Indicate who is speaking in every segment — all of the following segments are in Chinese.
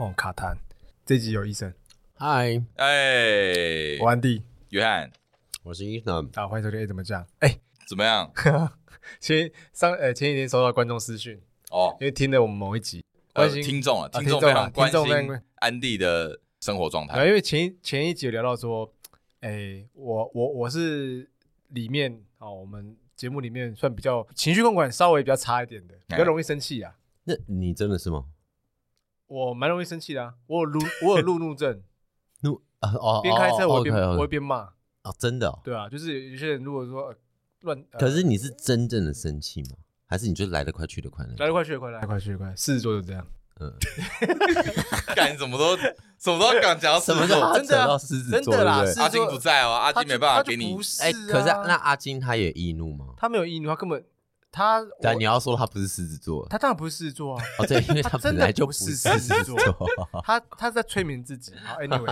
Speaker 1: 哦这集有医生，
Speaker 2: 嗨，
Speaker 3: 哎，
Speaker 1: 我安迪，
Speaker 3: 约翰
Speaker 2: 我是 Ethan。
Speaker 1: 好，欢迎收听。哎，怎么讲？哎，
Speaker 3: 怎么样？
Speaker 1: 前上呃前几天收到观众私讯，
Speaker 3: 哦
Speaker 1: 因，为听了我们某一集，
Speaker 3: 呃
Speaker 1: 关心
Speaker 3: 听众啊，
Speaker 1: 啊
Speaker 3: 听众
Speaker 1: 听众
Speaker 3: 非
Speaker 1: 啊
Speaker 3: 常关
Speaker 1: 听众非常
Speaker 3: 心
Speaker 1: 关
Speaker 3: 安迪的生活状
Speaker 1: 然后
Speaker 3: 态。
Speaker 1: 因为前一前一集有聊到说，哎，我我我是里面哦，我们节目里面算比较情绪控管稍微比较差一点的，比
Speaker 2: 哎
Speaker 1: 较容易生气啊。
Speaker 2: 那你真的是吗？
Speaker 1: 我蛮容易生气的啊，我有路我有路怒症，
Speaker 2: 那啊 哦，
Speaker 1: 边开车我会边我
Speaker 2: 我
Speaker 1: 会边骂，
Speaker 2: 哦，真的哦。
Speaker 1: 对啊，就是有些人如果说呃乱，呃
Speaker 2: 可是你是真正的生气吗？还是你就来得快去得快呢？
Speaker 1: 来得啊快去得快，来得快去得快，狮子座就这样，
Speaker 2: 嗯，
Speaker 3: 干什么都什么都敢讲到狮
Speaker 2: 什么
Speaker 3: 子
Speaker 2: 叫
Speaker 3: 座，
Speaker 2: 他
Speaker 1: 真
Speaker 2: 扯
Speaker 1: 的啊
Speaker 2: 到狮子
Speaker 1: 真
Speaker 2: 座？
Speaker 1: 的啦，
Speaker 2: 对
Speaker 1: 狮
Speaker 2: 不对
Speaker 3: 阿
Speaker 1: 子
Speaker 3: 金
Speaker 1: 座
Speaker 3: 不在哦，阿
Speaker 1: 他
Speaker 3: 金
Speaker 1: 就
Speaker 3: 没办
Speaker 1: 他
Speaker 3: 法
Speaker 1: 就
Speaker 3: 给你
Speaker 1: 不。是、啊，
Speaker 2: 哎，可是那阿金他也易怒吗？
Speaker 1: 他没有易怒，他根本他
Speaker 2: 但
Speaker 1: 我
Speaker 2: 你要说他不是狮子座，
Speaker 1: 他当然不是狮子座啊，
Speaker 2: 哦，对， 因为
Speaker 1: 他
Speaker 2: 他
Speaker 1: 真
Speaker 2: 本
Speaker 1: 的
Speaker 2: 来就
Speaker 1: 不
Speaker 2: 不
Speaker 1: 是
Speaker 2: 是
Speaker 1: 狮
Speaker 2: 狮
Speaker 1: 子
Speaker 2: 子
Speaker 1: 座
Speaker 2: 座。
Speaker 1: 他他是在催眠自己。好，anyway，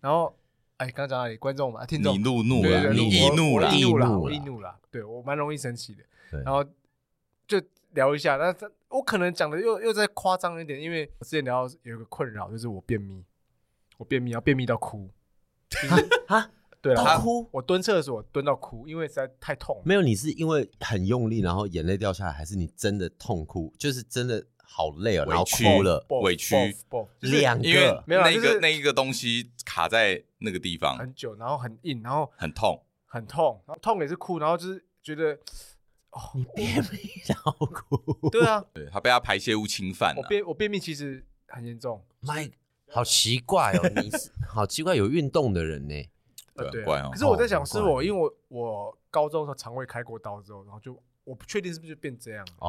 Speaker 1: 然 后哎，刚刚讲到哪里？观众嘛，听众
Speaker 3: 你，路怒
Speaker 1: 对
Speaker 3: 了，
Speaker 1: 对对
Speaker 3: 你易怒
Speaker 1: 我
Speaker 3: 了
Speaker 1: 我，易怒
Speaker 2: 易
Speaker 1: 了，
Speaker 2: 怒
Speaker 1: 我
Speaker 2: 啦
Speaker 1: 易怒了，对我蛮容易生气的。
Speaker 2: 对
Speaker 1: 然后就聊一下，那这我可能讲的又又再夸张一点，因为我之前聊到有一个困扰，就是我便秘，我便秘，然后便秘到哭，
Speaker 2: 啊，
Speaker 1: 对了，
Speaker 2: 他哭
Speaker 1: 我蹲厕所蹲到哭，因为实在太痛了。
Speaker 2: 没有，你是因为很用力，然后眼泪掉下来，还是你真的痛哭？就是真的好累哦，然后
Speaker 3: 委屈
Speaker 2: 哭了，
Speaker 1: Both，
Speaker 3: 委屈
Speaker 1: both，both，就是
Speaker 2: 两
Speaker 3: 因为
Speaker 2: 个
Speaker 1: 没有啦
Speaker 3: 那
Speaker 1: 就是
Speaker 3: 个那一个东西卡在那个地方
Speaker 1: 很久，然后很硬，然后
Speaker 3: 很痛，
Speaker 1: 很痛，然后痛也是哭，然后就是觉得，哦，
Speaker 2: 你便秘然后哭，
Speaker 1: 对啊，
Speaker 3: 对他被他排泄物侵犯
Speaker 1: 我
Speaker 3: 了。
Speaker 1: 便我便秘其实很严重，
Speaker 2: ，My，好奇怪哦，你是好奇怪，有运动的人呢，
Speaker 1: 呃，对
Speaker 3: 对啊，
Speaker 1: 啊
Speaker 3: 怪哦
Speaker 1: 可是我在想
Speaker 2: 哦
Speaker 1: 是
Speaker 2: 怪
Speaker 1: 我，因为我我高中的时候肠胃开过刀之后，然后就我不确定是不是就变这样，我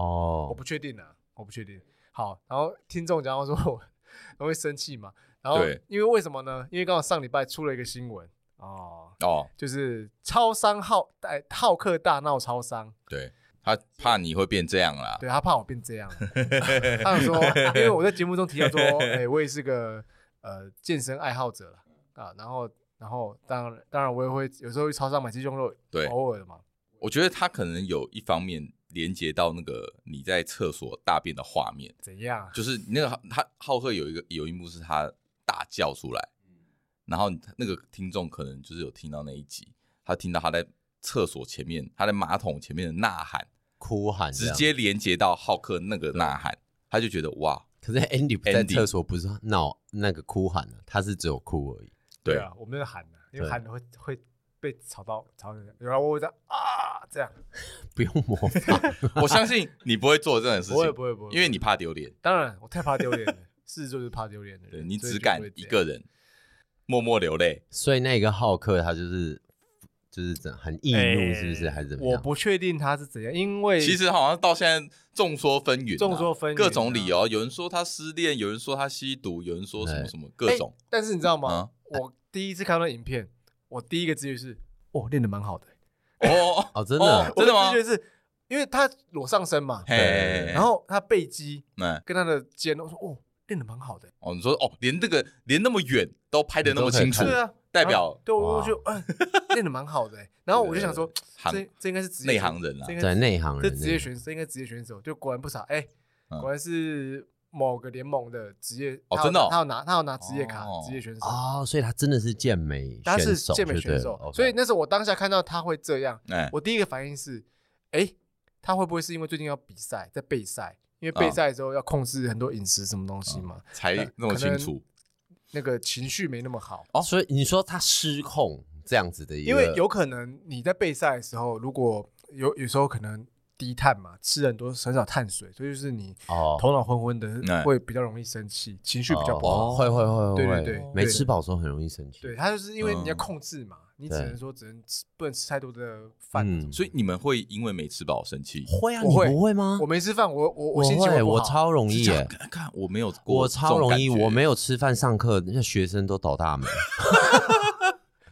Speaker 2: 哦，
Speaker 1: 不确定啊，我不确定。好，然后听众讲到说我 容易生气嘛，然后
Speaker 3: 对
Speaker 1: 因为为什么呢？因为刚好上礼拜出了一个新闻哦，
Speaker 3: 哦，
Speaker 1: 就是超商好哎好客大闹超商，
Speaker 3: 对他怕你会变这样啦。
Speaker 1: 对他怕我变 这样，他想说，因为我在节目中提到说， 哎、我也是个呃健身爱好者了啊，然后然后当然当然我也会有时候去超商买鸡胸肉，
Speaker 3: 对
Speaker 1: 偶尔嘛，
Speaker 3: 我觉得他可能有一方面连接到那个你在厕所大便的画面。
Speaker 1: 怎样啊？
Speaker 3: 就是那个他浩克有一个有一幕是他大叫出来，
Speaker 1: 嗯
Speaker 3: 然后那个听众可能就是有听到那一集，他听到他在厕所前面，他在马桶前面的呐喊，
Speaker 2: 哭喊这
Speaker 3: 直
Speaker 2: 样，
Speaker 3: 接连接到浩克那个呐喊，他就觉得哇，
Speaker 2: 可是 Andy 不在
Speaker 3: Andy
Speaker 2: 厕所，不是闹那个哭喊啊，他是只有哭 而已。
Speaker 3: 对，
Speaker 1: 啊，我们在喊啊，因为
Speaker 2: 对
Speaker 1: 喊的会会被吵到吵人，然后我会这样啊这样，
Speaker 2: 不用模仿，
Speaker 3: 我相信你不会做这种事
Speaker 1: 不会
Speaker 3: 情，
Speaker 1: 不会不会，
Speaker 3: 因为你怕丢脸，
Speaker 1: 当然我太怕丢脸了， 狮子座就是怕丢脸的人，
Speaker 3: 对你
Speaker 1: 所以
Speaker 3: 只
Speaker 1: 就
Speaker 3: 敢
Speaker 1: 不会这
Speaker 3: 一
Speaker 1: 样
Speaker 3: 个人默默流泪，
Speaker 2: 所以那个浩克他就是就是怎很易怒，是不是？
Speaker 1: 哎
Speaker 2: 还是怎么
Speaker 1: 我
Speaker 2: 样？
Speaker 1: 不确定他是怎样，因为
Speaker 3: 其实好像到现在众说纷纭啊，
Speaker 1: 众说纷纭啊
Speaker 3: 各种理由，有人说他失恋，有人说他吸毒，有人说什么
Speaker 2: 哎
Speaker 3: 什么各种，
Speaker 1: 欸但是你知道吗？
Speaker 3: 嗯
Speaker 1: 我第一次看到影片，我第一个直觉是，哦，练的蛮好的。
Speaker 3: 哦
Speaker 2: 哦，真的
Speaker 3: 哦，真的吗
Speaker 1: 我直觉是因为他裸上身嘛，
Speaker 3: 嘿，
Speaker 1: 然后他背肌
Speaker 3: 嗯。
Speaker 1: 跟他的肩，我说哦，练的蛮好的。
Speaker 3: 哦，你说哦，连这个连那么远都拍的那么清楚，
Speaker 2: 嗯
Speaker 1: 对啊，
Speaker 3: 代表
Speaker 1: 对我
Speaker 2: 哇
Speaker 1: 我就哎，练的蛮 好的。然后我就想说，
Speaker 3: 行
Speaker 1: 这这应该是职
Speaker 3: 内
Speaker 1: 业选
Speaker 3: 行人啊
Speaker 1: 这应该
Speaker 2: 在
Speaker 1: 是
Speaker 2: 内行
Speaker 1: 这
Speaker 2: 人，
Speaker 1: 职业选手，这应该职业选手，就果然不傻，哎，
Speaker 3: 嗯
Speaker 1: 果然是某个联盟的职业。
Speaker 3: 哦
Speaker 1: 他有
Speaker 3: 真的哦
Speaker 1: 他要拿他要拿职业卡
Speaker 3: 哦，
Speaker 1: 职业选手。
Speaker 2: 哦，所以他真的是健美，
Speaker 1: 他是
Speaker 2: 手，
Speaker 1: 健美选手，所以那时候我当下看到他会这样，
Speaker 3: 哎，
Speaker 1: 我第一个反应是，哎、他会不会是因为最近要比赛，在备赛？因为
Speaker 2: 嗯
Speaker 1: 备赛的时候要控制很多饮食什么东西嘛，
Speaker 3: 才
Speaker 2: 呃
Speaker 3: 那么清楚
Speaker 1: 那个情绪没那么好。
Speaker 2: 哦，所以你说他失控这样子的一个，
Speaker 1: 因为有可能你在备赛的时候，如果有有时候可能低碳嘛，吃很多很少碳水，所以就是你
Speaker 2: 哦哎
Speaker 1: 头脑昏昏的，
Speaker 3: 嗯
Speaker 1: 会比较容易生气，情绪比较不好。
Speaker 2: 哦会会会会，
Speaker 1: 对对
Speaker 2: 会
Speaker 1: 对
Speaker 2: 没
Speaker 1: 对
Speaker 2: 吃饱的时候很容易生气，
Speaker 1: 对，他就是因为
Speaker 3: 嗯
Speaker 1: 你要控制嘛，你只
Speaker 2: 对
Speaker 1: 能说只能吃，不能吃太多的饭。
Speaker 2: 嗯
Speaker 3: 所以你们会因为没吃饱生气？
Speaker 2: 会啊，
Speaker 1: 我
Speaker 2: 你
Speaker 1: 会
Speaker 2: 不会吗？
Speaker 1: 我没吃饭，我我
Speaker 2: 我
Speaker 1: 心情会
Speaker 2: 会，
Speaker 1: 不
Speaker 2: 我
Speaker 1: 好
Speaker 2: 超容易耶，
Speaker 3: 看看我没有过，
Speaker 2: 我超容易，我没
Speaker 3: 有。
Speaker 2: 有吃饭上课，那学生都倒大霉，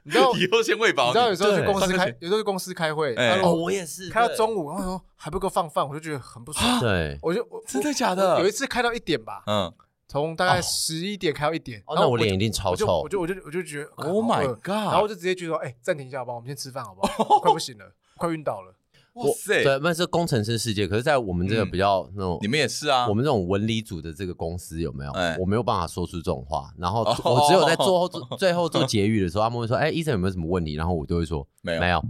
Speaker 1: 你 知道
Speaker 3: 以后先喂饱
Speaker 1: 你知道有时候去
Speaker 2: 对
Speaker 1: 公司
Speaker 3: 上
Speaker 1: 开
Speaker 3: 课，
Speaker 1: 有时候去公司开 会，
Speaker 3: 哎
Speaker 1: 然
Speaker 3: 对
Speaker 1: 后
Speaker 2: 哦，我也是，
Speaker 1: 开到
Speaker 2: 对
Speaker 1: 中午，然后说还不够放饭，我就觉得很不爽。
Speaker 2: 对，
Speaker 1: 我就我
Speaker 3: 真的假的
Speaker 1: 我有一次开到一点吧，
Speaker 3: 嗯
Speaker 1: 从大概
Speaker 2: 哦
Speaker 1: 十一点开到一点，
Speaker 2: 哦，
Speaker 1: 然
Speaker 2: 那
Speaker 1: 后
Speaker 2: 我脸一定
Speaker 1: 我
Speaker 2: 超
Speaker 1: 就
Speaker 2: 臭
Speaker 1: 我，就我就我就觉得
Speaker 3: ，Oh
Speaker 1: 好饿
Speaker 2: 呃
Speaker 3: my god！
Speaker 1: 然后我就直接觉得说，哎，暂停一下吧，我们先吃饭好不好？快不行了，快晕倒了。
Speaker 3: 哇塞，
Speaker 2: 对，那是工程师世界。可是，在我们这个
Speaker 3: 嗯
Speaker 2: 比较那种，
Speaker 3: 你们也是啊，
Speaker 2: 我们这种文理组的这个公司有没有
Speaker 3: 哎？
Speaker 2: 我没有办法说出这种话。然后
Speaker 3: 哦
Speaker 2: 我只有在 做后做最后做结语的时候，他们会说：“哎，医生有没有什么问题？”然后我都会说：“
Speaker 3: 没有
Speaker 2: 没有。”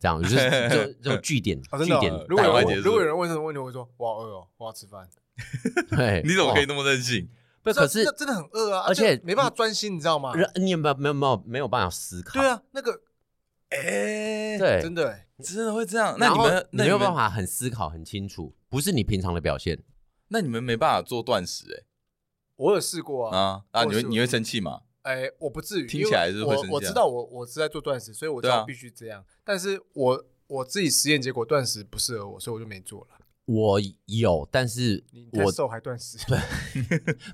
Speaker 2: 这样就是就 就据点
Speaker 1: 啊，真的
Speaker 2: 据
Speaker 1: 哦
Speaker 2: 点
Speaker 1: 如果
Speaker 2: 带
Speaker 1: 有
Speaker 3: 完
Speaker 2: 过
Speaker 3: 结
Speaker 1: 人
Speaker 3: 束
Speaker 1: 如果有人问什么问题，我会说我好饿哦，我要吃饭。
Speaker 2: 对，
Speaker 3: 你怎么可以
Speaker 2: 哦？
Speaker 3: 那么任性？
Speaker 2: 不，可是
Speaker 1: 这这真的很饿啊，
Speaker 2: 而且
Speaker 1: 这没办法专心，你知道吗？
Speaker 2: 人你有没有没有没有没有办法思考？
Speaker 1: 对，啊，那个
Speaker 3: 哎，
Speaker 2: 对，
Speaker 1: 真的欸
Speaker 3: 真的会这样？那
Speaker 2: 然
Speaker 3: 你
Speaker 2: 后
Speaker 3: 们
Speaker 2: 你
Speaker 3: 那
Speaker 2: 没
Speaker 3: 你
Speaker 2: 有
Speaker 3: 们
Speaker 2: 办，法很思考很清楚，不是你平常的表现。
Speaker 3: 那你们没办法做断食
Speaker 1: 我有试过
Speaker 3: 哎
Speaker 1: 啊，
Speaker 3: 啊啊！
Speaker 1: 或
Speaker 3: 你
Speaker 1: 者
Speaker 3: 会
Speaker 1: 是
Speaker 3: 你会生气吗？
Speaker 1: 哎，我不至于，
Speaker 3: 听
Speaker 1: 因为
Speaker 3: 起来是会
Speaker 1: 我
Speaker 3: 生
Speaker 1: 我
Speaker 3: 气啊
Speaker 1: 知道我我是在做断食，所以我知
Speaker 3: 对
Speaker 1: 道
Speaker 3: 啊
Speaker 1: 必须这样，但是我我自己实验结果断食不适合我，所以我就没做了。
Speaker 2: 我有，但是
Speaker 1: 你太
Speaker 2: 我
Speaker 1: 瘦还断食，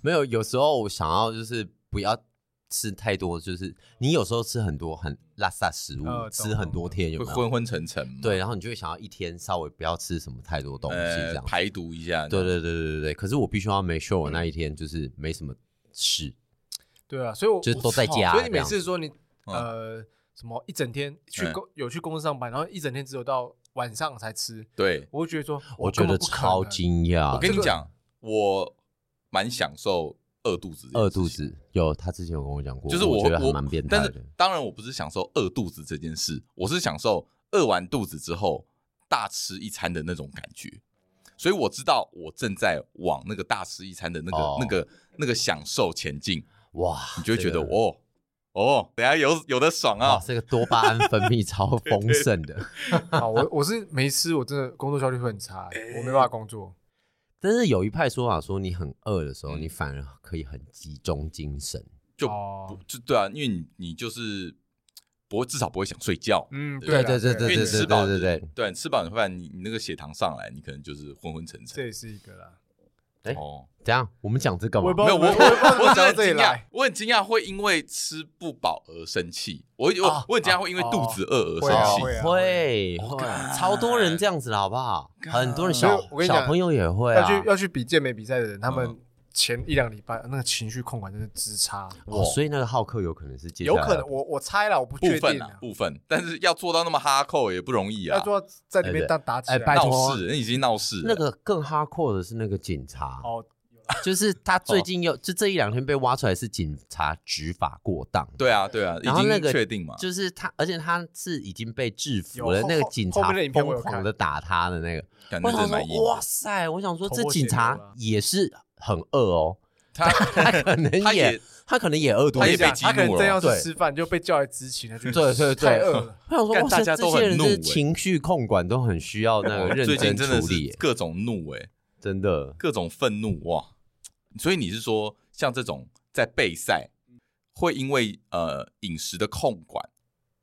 Speaker 2: 没有，有时候我想要就是不要吃太多，就是你有时候吃很多很拉萨食物，
Speaker 1: 呃懂
Speaker 2: 吃很多天有
Speaker 3: 会
Speaker 2: 没有
Speaker 3: 昏？昏沉沉吗？
Speaker 2: 对，然后你就会想要一天稍微不要吃什么太多东西这
Speaker 3: 呃，
Speaker 2: 样。
Speaker 3: 排毒一下。
Speaker 2: 对对对对对对。可是我必须要 make sure 我
Speaker 1: 嗯
Speaker 2: 那一天就是没什么事，
Speaker 1: 对啊，所以我
Speaker 2: 就是都在家
Speaker 1: 所以你
Speaker 2: 这
Speaker 1: 每
Speaker 2: 样嗯
Speaker 1: 次说你呃什么一整天去
Speaker 3: 嗯
Speaker 1: 公有去公司上班，然后一整天只有到晚上才吃，
Speaker 3: 对，
Speaker 1: 我会觉得说，
Speaker 2: 我觉
Speaker 1: 根本
Speaker 2: 得
Speaker 1: 不可
Speaker 2: 超
Speaker 1: 能
Speaker 2: 惊讶。
Speaker 3: 我跟
Speaker 1: 这
Speaker 3: 你
Speaker 1: 个
Speaker 3: 讲，我蛮享受饿肚子这件
Speaker 2: 饿
Speaker 3: 事情，
Speaker 2: 肚子有，他之前有跟我讲过，
Speaker 3: 就是
Speaker 2: 我
Speaker 3: 我
Speaker 2: 觉得还
Speaker 3: 我
Speaker 2: 蛮变态
Speaker 3: 但
Speaker 2: 的
Speaker 3: 是。当然，我不是享受饿肚子这件事，我是享受饿完肚子之后大吃一餐的那种感觉。所以我知道我正在往那个大吃一餐的那个、
Speaker 2: 哦
Speaker 3: 那个、那个享受前进，
Speaker 2: 哇，
Speaker 3: 你就会
Speaker 2: 这
Speaker 3: 觉得、
Speaker 2: 个
Speaker 3: 哦哦，等一下有有的爽
Speaker 2: 哇，
Speaker 3: 啊！
Speaker 2: 哦这个多巴胺分泌超 丰盛的。
Speaker 1: 啊，我我是没吃，我真的工作效率会很差欸、我没办法工 作。
Speaker 2: 但是有一派说法说，你很饿的时候，
Speaker 3: 嗯
Speaker 2: 你反而可以很集中精神。
Speaker 3: 就
Speaker 1: 哦
Speaker 3: 不，就对啊，因为你你就是不会至少不会想睡觉，
Speaker 1: 嗯，
Speaker 2: 对
Speaker 1: 啦
Speaker 2: 对对
Speaker 1: 对
Speaker 2: 对
Speaker 3: 因为
Speaker 2: 对
Speaker 3: 你吃饱
Speaker 2: 对对
Speaker 3: 对对，你吃饱你会发现你你那个血糖上来，你可能就是昏昏沉
Speaker 1: 这
Speaker 3: 沉。
Speaker 1: 也是一个啦。
Speaker 2: 哎
Speaker 3: 哦，
Speaker 2: 怎样？我们讲这干嘛
Speaker 1: 我也？不知
Speaker 3: 没有
Speaker 1: 道
Speaker 3: 我
Speaker 1: 我也不知道怎么
Speaker 3: 我
Speaker 1: 讲
Speaker 3: 真
Speaker 1: 到
Speaker 3: 的
Speaker 1: 这里
Speaker 3: 很惊讶
Speaker 1: 来，，
Speaker 3: 我很惊讶会因为吃不饱而生气，我我、
Speaker 1: 啊
Speaker 3: 我很惊讶会因为肚子饿而
Speaker 1: 会啊
Speaker 3: 生气。
Speaker 1: 会啊
Speaker 2: 哦会
Speaker 3: 啊
Speaker 2: 会
Speaker 3: 干，
Speaker 2: 超多人这样子的好不好？
Speaker 3: 干
Speaker 2: 很多人
Speaker 1: 所以
Speaker 2: 小
Speaker 1: 我跟你
Speaker 2: 小
Speaker 1: 讲
Speaker 2: 朋友也会
Speaker 1: 要
Speaker 2: 啊。
Speaker 1: 去要去比健美比赛的人，他们
Speaker 3: 嗯
Speaker 1: 前一两礼拜那个情绪控管真是之差，啊
Speaker 2: 哦，所以那个浩克有可能是接下
Speaker 1: 有
Speaker 2: 来
Speaker 1: 可能我我猜了，我不
Speaker 3: 部
Speaker 1: 确
Speaker 3: 分
Speaker 1: 定
Speaker 3: 啊
Speaker 1: 啊，，
Speaker 3: 部分，但是要做到那么哈扣也不容易啊，
Speaker 1: 要做到在里面当打起
Speaker 2: 哎
Speaker 1: 来。
Speaker 2: 拜
Speaker 3: 闹
Speaker 2: 托
Speaker 3: 事，那已经闹事了。
Speaker 2: 那个更 hardcore 的是那个警察，
Speaker 1: 哦，
Speaker 2: 就是他最近又就这一两天被挖出来是警察执法过当。
Speaker 3: 对啊，对啊，已
Speaker 2: 然后那
Speaker 3: 经
Speaker 2: 个
Speaker 3: 确定嘛？
Speaker 2: 就是他，而且他是已经被制服了，
Speaker 1: 有后
Speaker 2: 那个警察
Speaker 1: 后面的影片我
Speaker 2: 疯
Speaker 1: 有看
Speaker 2: 狂的打他的那个，
Speaker 3: 感觉
Speaker 2: 我
Speaker 3: 真的
Speaker 2: 想
Speaker 3: 蛮硬
Speaker 2: 说，哇塞！我想说，
Speaker 1: 头
Speaker 2: 这
Speaker 1: 破血
Speaker 2: 警
Speaker 1: 流
Speaker 2: 察
Speaker 1: 啊
Speaker 2: 也是很饿 哦，
Speaker 3: 他
Speaker 2: 他可能
Speaker 3: 他
Speaker 2: 也
Speaker 3: 也
Speaker 2: 他可能也饿
Speaker 1: 我
Speaker 2: 多
Speaker 3: 他
Speaker 1: 跟
Speaker 3: 也
Speaker 1: 你
Speaker 2: 久。
Speaker 3: 被
Speaker 1: 讲，
Speaker 3: 激怒
Speaker 1: 他可能
Speaker 3: 了
Speaker 1: 正要去
Speaker 2: 对
Speaker 1: 吃饭就被叫来执勤了，就
Speaker 2: 对对对
Speaker 1: 太饿了。
Speaker 2: 我想说，
Speaker 3: 干
Speaker 2: 哇
Speaker 3: 大
Speaker 2: 塞，
Speaker 3: 家
Speaker 2: 这
Speaker 3: 都
Speaker 2: 些
Speaker 3: 很
Speaker 2: 人
Speaker 3: 怒
Speaker 2: 是
Speaker 3: 欸
Speaker 2: 情绪控管都很 需要那个 认
Speaker 3: 最近
Speaker 2: 真
Speaker 3: 真的
Speaker 2: 处
Speaker 3: 是
Speaker 2: 理欸，
Speaker 3: 各种怒哎、
Speaker 2: 真的
Speaker 3: 各种愤怒哇！所以你是说，像这种在备赛会因为呃饮食的控管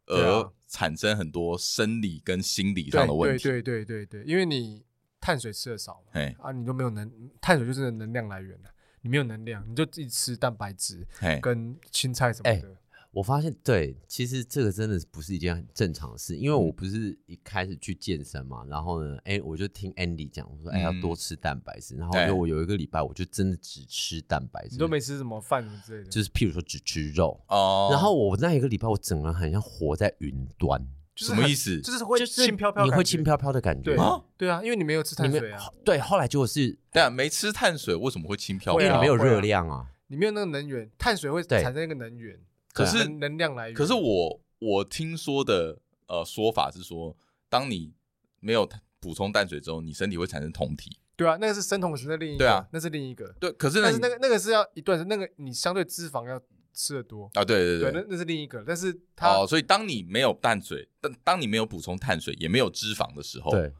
Speaker 1: 对
Speaker 3: 而
Speaker 1: 啊
Speaker 3: 产生很多生理跟心理
Speaker 1: 对
Speaker 3: 上的问题？
Speaker 1: 对对对对对，因为你碳水吃的少嘛，
Speaker 3: 嘿，
Speaker 1: 啊，你都没有能，碳水就是能量来源啊你没有能量，你就自己吃蛋白质
Speaker 3: 嘿，
Speaker 1: 跟青菜什么
Speaker 2: 哎
Speaker 1: 的。
Speaker 2: 我发现，对，其实这个真的不是一件很正常的事，因为
Speaker 3: 嗯
Speaker 2: 我不是一开始去健身嘛，然后呢，哎，我就听 Andy 讲，我说，哎，要
Speaker 3: 嗯
Speaker 2: 多吃蛋白质，然后
Speaker 3: 对
Speaker 2: 就我有一个礼拜，我就真的只吃蛋白质，
Speaker 1: 你都没吃什么饭什么之类的，
Speaker 2: 就是譬如说只吃肉，
Speaker 3: 哦，
Speaker 2: 然后我那一个礼拜，我整个人很像活在云端，
Speaker 1: 就是
Speaker 3: 什么
Speaker 1: 很
Speaker 3: 意思？
Speaker 1: 就是会
Speaker 2: 就是
Speaker 1: 轻飘飘，
Speaker 2: 你会轻。飘飘的感觉
Speaker 1: 对
Speaker 2: 吗？
Speaker 3: 啊
Speaker 1: 对啊，因为你没有吃
Speaker 2: 你
Speaker 1: 碳
Speaker 2: 没
Speaker 1: 水啊，
Speaker 2: 对，后来结果是因
Speaker 3: 对啊，没吃碳水为什么会轻飘
Speaker 1: 会
Speaker 2: 为
Speaker 1: 啊
Speaker 2: 你
Speaker 3: 飘？
Speaker 2: 没有
Speaker 1: 会啊
Speaker 2: 热量啊。
Speaker 1: 你没有那个能源，碳水会
Speaker 2: 对
Speaker 1: 产生一个能源，
Speaker 3: 可
Speaker 2: 对啊
Speaker 3: 是
Speaker 1: 能能量来源。
Speaker 3: 可是我我听说的呃说法是说，当你没有补充碳水之后，你身体会产生酮体。
Speaker 1: 对啊，那个是生酮型的另一个，
Speaker 3: 对啊
Speaker 1: 那是另一个。
Speaker 3: 对，可是呢
Speaker 1: 但是那个那个是要一段时，那个你相对脂肪要吃的多，
Speaker 3: 啊，对
Speaker 1: 对，
Speaker 3: 对
Speaker 1: 那
Speaker 3: 对。
Speaker 1: 那是另一个。但是它
Speaker 3: 哦，所以当你没有碳水，当当你没有补充碳水，也没有脂肪的时候，
Speaker 2: 对，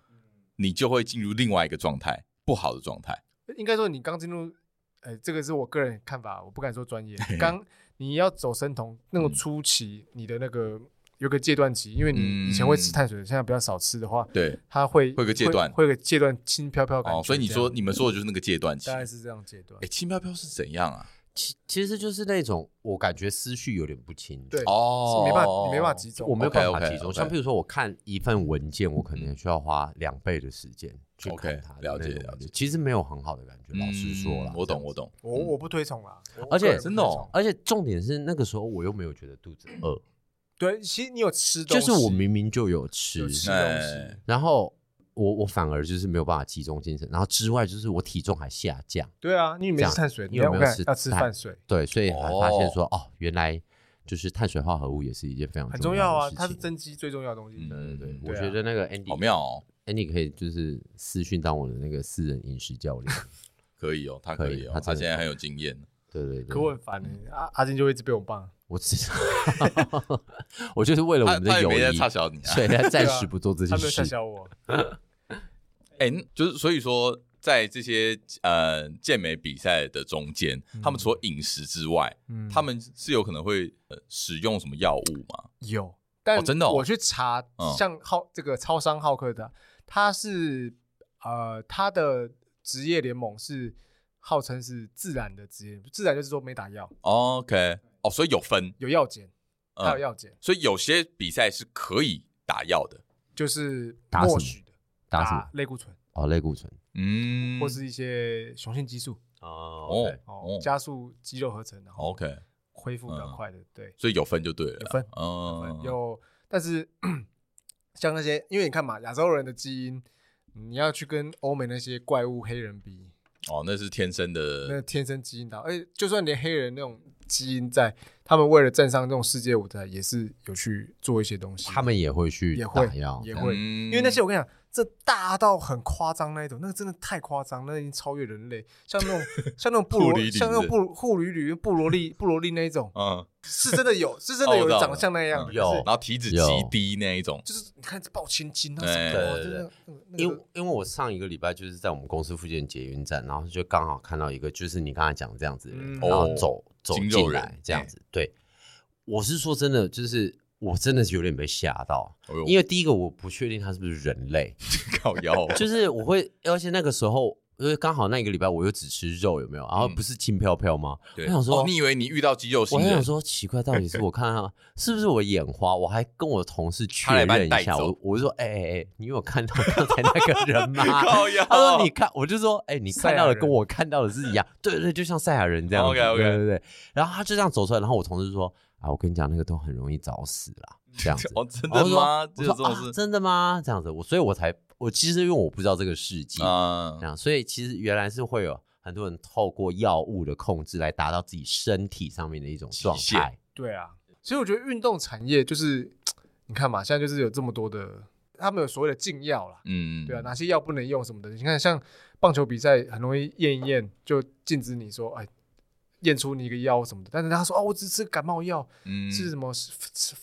Speaker 3: 你就会进入另外一个状态，不好的状态。
Speaker 1: 应该说你刚进入，呃，这个是我个人看法，我不敢说专业。 刚你要走生酮那种
Speaker 3: 嗯
Speaker 1: 初期，你的那个有个戒断期，因为你以前会吃
Speaker 3: 嗯
Speaker 1: 碳水，现在比较少吃的话，
Speaker 3: 对，
Speaker 1: 它会
Speaker 3: 会有个戒断
Speaker 1: 会有个戒断轻飘飘的感觉。
Speaker 3: 哦，所以你说
Speaker 1: 这样
Speaker 3: 你们说的就是那个戒断期
Speaker 1: 大。概是这样戒断
Speaker 3: 哎，，轻飘飘是怎样啊？
Speaker 2: 其其实就是那种我感觉思绪有点不清，
Speaker 1: 对，
Speaker 3: 哦嗯
Speaker 1: 是没办法，你没办法集中，
Speaker 2: 我没有办法
Speaker 3: OK，OK，
Speaker 2: 集中。
Speaker 3: OK
Speaker 2: 像譬如说，我看一份文件，我可能需要花两倍的时间去
Speaker 3: OK，
Speaker 2: 看它的
Speaker 3: 了解
Speaker 2: 那种
Speaker 3: 了解
Speaker 2: 其实没有很好的感觉，老实说了
Speaker 3: 嗯，我
Speaker 2: 这样
Speaker 3: 懂，我
Speaker 2: 子。
Speaker 3: 懂。
Speaker 1: 我我不推崇啦，我
Speaker 2: 而且
Speaker 1: 个人不
Speaker 3: 真的哦
Speaker 1: 推崇
Speaker 2: 而且重点是那个时候我又没有觉得肚子饿，
Speaker 1: 对，其实你有吃东
Speaker 2: 就
Speaker 1: 西，
Speaker 2: 是我明明就有吃
Speaker 1: 有，吃
Speaker 3: 那
Speaker 2: 哎
Speaker 1: 东西，
Speaker 2: 然后我我反而就是没有办法集中精神，然后之外就是我体重还下降，
Speaker 1: 对啊，因为没
Speaker 2: 这
Speaker 1: 吃
Speaker 2: 样
Speaker 1: 碳水，你
Speaker 2: 因为
Speaker 1: 要
Speaker 2: 没有
Speaker 1: 看
Speaker 2: 吃
Speaker 1: 要吃
Speaker 2: 蛋
Speaker 1: 碳水
Speaker 2: 对，所以还发现
Speaker 3: 哦
Speaker 2: 说哦原来就是碳水化合物也是一件非常
Speaker 1: 很重
Speaker 2: 要
Speaker 1: 要
Speaker 2: 的
Speaker 1: 啊，
Speaker 2: 事
Speaker 1: 它是
Speaker 2: 情
Speaker 1: 增肌最重要的东西。
Speaker 3: 嗯
Speaker 2: 对对对，
Speaker 1: 对
Speaker 2: 我
Speaker 1: 啊
Speaker 2: 觉得那个 Andy
Speaker 3: 好妙哦，
Speaker 2: Andy 可以就是私讯当我的那个私人饮食教练，
Speaker 3: 可以哦，他
Speaker 2: 可
Speaker 3: 可
Speaker 2: 以
Speaker 3: 以哦，
Speaker 2: 他
Speaker 3: 他
Speaker 2: 真的
Speaker 3: 现在
Speaker 2: 可以
Speaker 3: 很有经验。
Speaker 2: 对对对，
Speaker 1: 可我很烦
Speaker 2: 嗯
Speaker 1: 欸阿阿金就会一直被我棒，
Speaker 2: 我知道， 我就是为了我
Speaker 3: 他
Speaker 2: 们
Speaker 3: 他
Speaker 2: 的
Speaker 3: 也
Speaker 2: 友
Speaker 3: 没在
Speaker 2: 谊，
Speaker 3: 差小你啊。
Speaker 2: 所以他暂
Speaker 1: 对啊
Speaker 2: 时不做这
Speaker 1: 他
Speaker 2: 件
Speaker 1: 没有
Speaker 2: 事
Speaker 1: 吓。小 我。
Speaker 3: 哎、那就是所以说，在这些呃健美比赛的中间，他们除了饮食之外，
Speaker 1: 嗯
Speaker 3: 他们是有可能会、呃、使用什么药物吗？
Speaker 1: 有，但
Speaker 3: 真的哦
Speaker 1: 我去查
Speaker 3: 嗯，
Speaker 1: 像浩这个超商浩克的，他是呃他的职业联盟是号称是自然的职业，自然就是说没打药，
Speaker 3: OK，哦，所以有分，
Speaker 1: 有药检，他有
Speaker 3: 嗯，
Speaker 1: 药检，
Speaker 3: 所以有些比赛是可以打药的，
Speaker 1: 就是
Speaker 2: 打什么
Speaker 1: 默许的
Speaker 2: 打什么？
Speaker 1: 类固醇
Speaker 2: 哦，类固醇。
Speaker 3: 嗯，
Speaker 1: 或是一些雄性激素
Speaker 2: 哦
Speaker 3: 哦
Speaker 1: 哦
Speaker 3: 哦，
Speaker 1: 加速肌肉合成，然后
Speaker 3: OK，
Speaker 1: 恢复比较快的，对。
Speaker 3: 所以有分就对了啦，
Speaker 1: 有分
Speaker 3: 嗯，
Speaker 1: 有，但是 像那些，因为你看嘛，亚洲人的基因，你要去跟欧美那些怪物黑人比，
Speaker 3: 哦，那是天生
Speaker 1: 那
Speaker 3: 的，
Speaker 1: 天生基因的，而且就算连黑人那种基因在，他们为了站上这种世界舞台，也是有去做一些东西。
Speaker 2: 他们也会去
Speaker 1: 也会
Speaker 2: 打药，
Speaker 1: 也
Speaker 2: 这样
Speaker 1: 会
Speaker 3: 嗯
Speaker 1: 因为那些我跟你讲，这大到很夸张那一种，那个真的太夸张，那已经超越人类。像那 种像那种布
Speaker 3: 库
Speaker 1: 罗
Speaker 3: 里里
Speaker 1: 像那种
Speaker 3: 是
Speaker 1: 布布吕吕布罗利布罗利那一
Speaker 2: 哦
Speaker 1: 种，
Speaker 3: 嗯，
Speaker 1: 是真的有，是真
Speaker 3: 哦
Speaker 1: 的
Speaker 3: 我
Speaker 1: 有
Speaker 3: 知
Speaker 1: 人
Speaker 3: 道
Speaker 1: 长得
Speaker 3: 了
Speaker 1: 像那样
Speaker 3: 嗯
Speaker 1: 的，
Speaker 2: 有
Speaker 1: 可是
Speaker 3: 然后体脂极低那一种，
Speaker 1: 就是你看这抱青筋啊
Speaker 3: 哎
Speaker 1: 什么的，哇
Speaker 2: 对对
Speaker 1: 真的那
Speaker 2: 因
Speaker 1: 个
Speaker 2: 为因为我上一个礼拜就是在我们公司附近的捷运站，然后就刚好看到一个就是你刚才讲这样子的人，
Speaker 1: 嗯
Speaker 2: 然后
Speaker 3: 哦
Speaker 2: 走走
Speaker 3: 筋肉
Speaker 2: 进来
Speaker 3: 人哎
Speaker 2: 这样子。对，我是说真的，就是我真的是有点被吓到，
Speaker 3: 哎呦
Speaker 2: 因为第一个我不确定他是不是人类，
Speaker 3: 靠腰哦，
Speaker 2: 就是我会，而且那个时候因为刚好那一个礼拜我又只吃肉，有没有？然后
Speaker 3: 嗯
Speaker 2: 不是轻飘飘吗？
Speaker 3: 对
Speaker 2: 我想说
Speaker 3: 哦你以为你遇到肌肉
Speaker 2: 我
Speaker 3: 型
Speaker 2: 还
Speaker 3: 人
Speaker 2: 想，说，奇怪，到底是我看到是不是我眼花？我还跟我同事确
Speaker 3: 他来把
Speaker 2: 认
Speaker 3: 你带
Speaker 2: 一下，
Speaker 3: 走
Speaker 2: 我我就说，哎哎哎，你有看到刚才那个人吗？
Speaker 3: 靠腰，
Speaker 2: 他说：“你看，我就说，哎、你看到
Speaker 1: 赛亚
Speaker 2: 的
Speaker 1: 人
Speaker 2: 跟我看到的是一 样，对对，对就像赛亚人这样子
Speaker 3: OK，OK。
Speaker 2: 对对对。然后他就这样走出来，然后我同事说：啊，我跟你讲，那个都很容易早死 啦，这样子
Speaker 3: 哦，真
Speaker 2: 然
Speaker 3: 的
Speaker 2: 后
Speaker 3: 吗？
Speaker 2: 我
Speaker 3: 只有
Speaker 2: 说
Speaker 3: 这种
Speaker 2: 啊，
Speaker 3: 事
Speaker 2: 真的吗？这样子，我所以我才我其实因为我不知道这个事迹，
Speaker 3: 啊
Speaker 2: 这？样，所以其实原来是会有很多人透过药物的控制来达到自己身体上面的一种
Speaker 3: 极
Speaker 2: 状
Speaker 3: 限
Speaker 2: 态。
Speaker 1: 对啊，所以我觉得运动产业就是你看嘛，现在就是有这么多的，他们有所谓的禁药啦，
Speaker 3: 嗯，
Speaker 1: 对啊，哪些药不能用什么的。你看，像棒球比赛很容易验一验就禁止你说，哎，验出你一个药什么的。但是他说，哦，我只吃感冒药，
Speaker 3: 嗯
Speaker 1: 是什么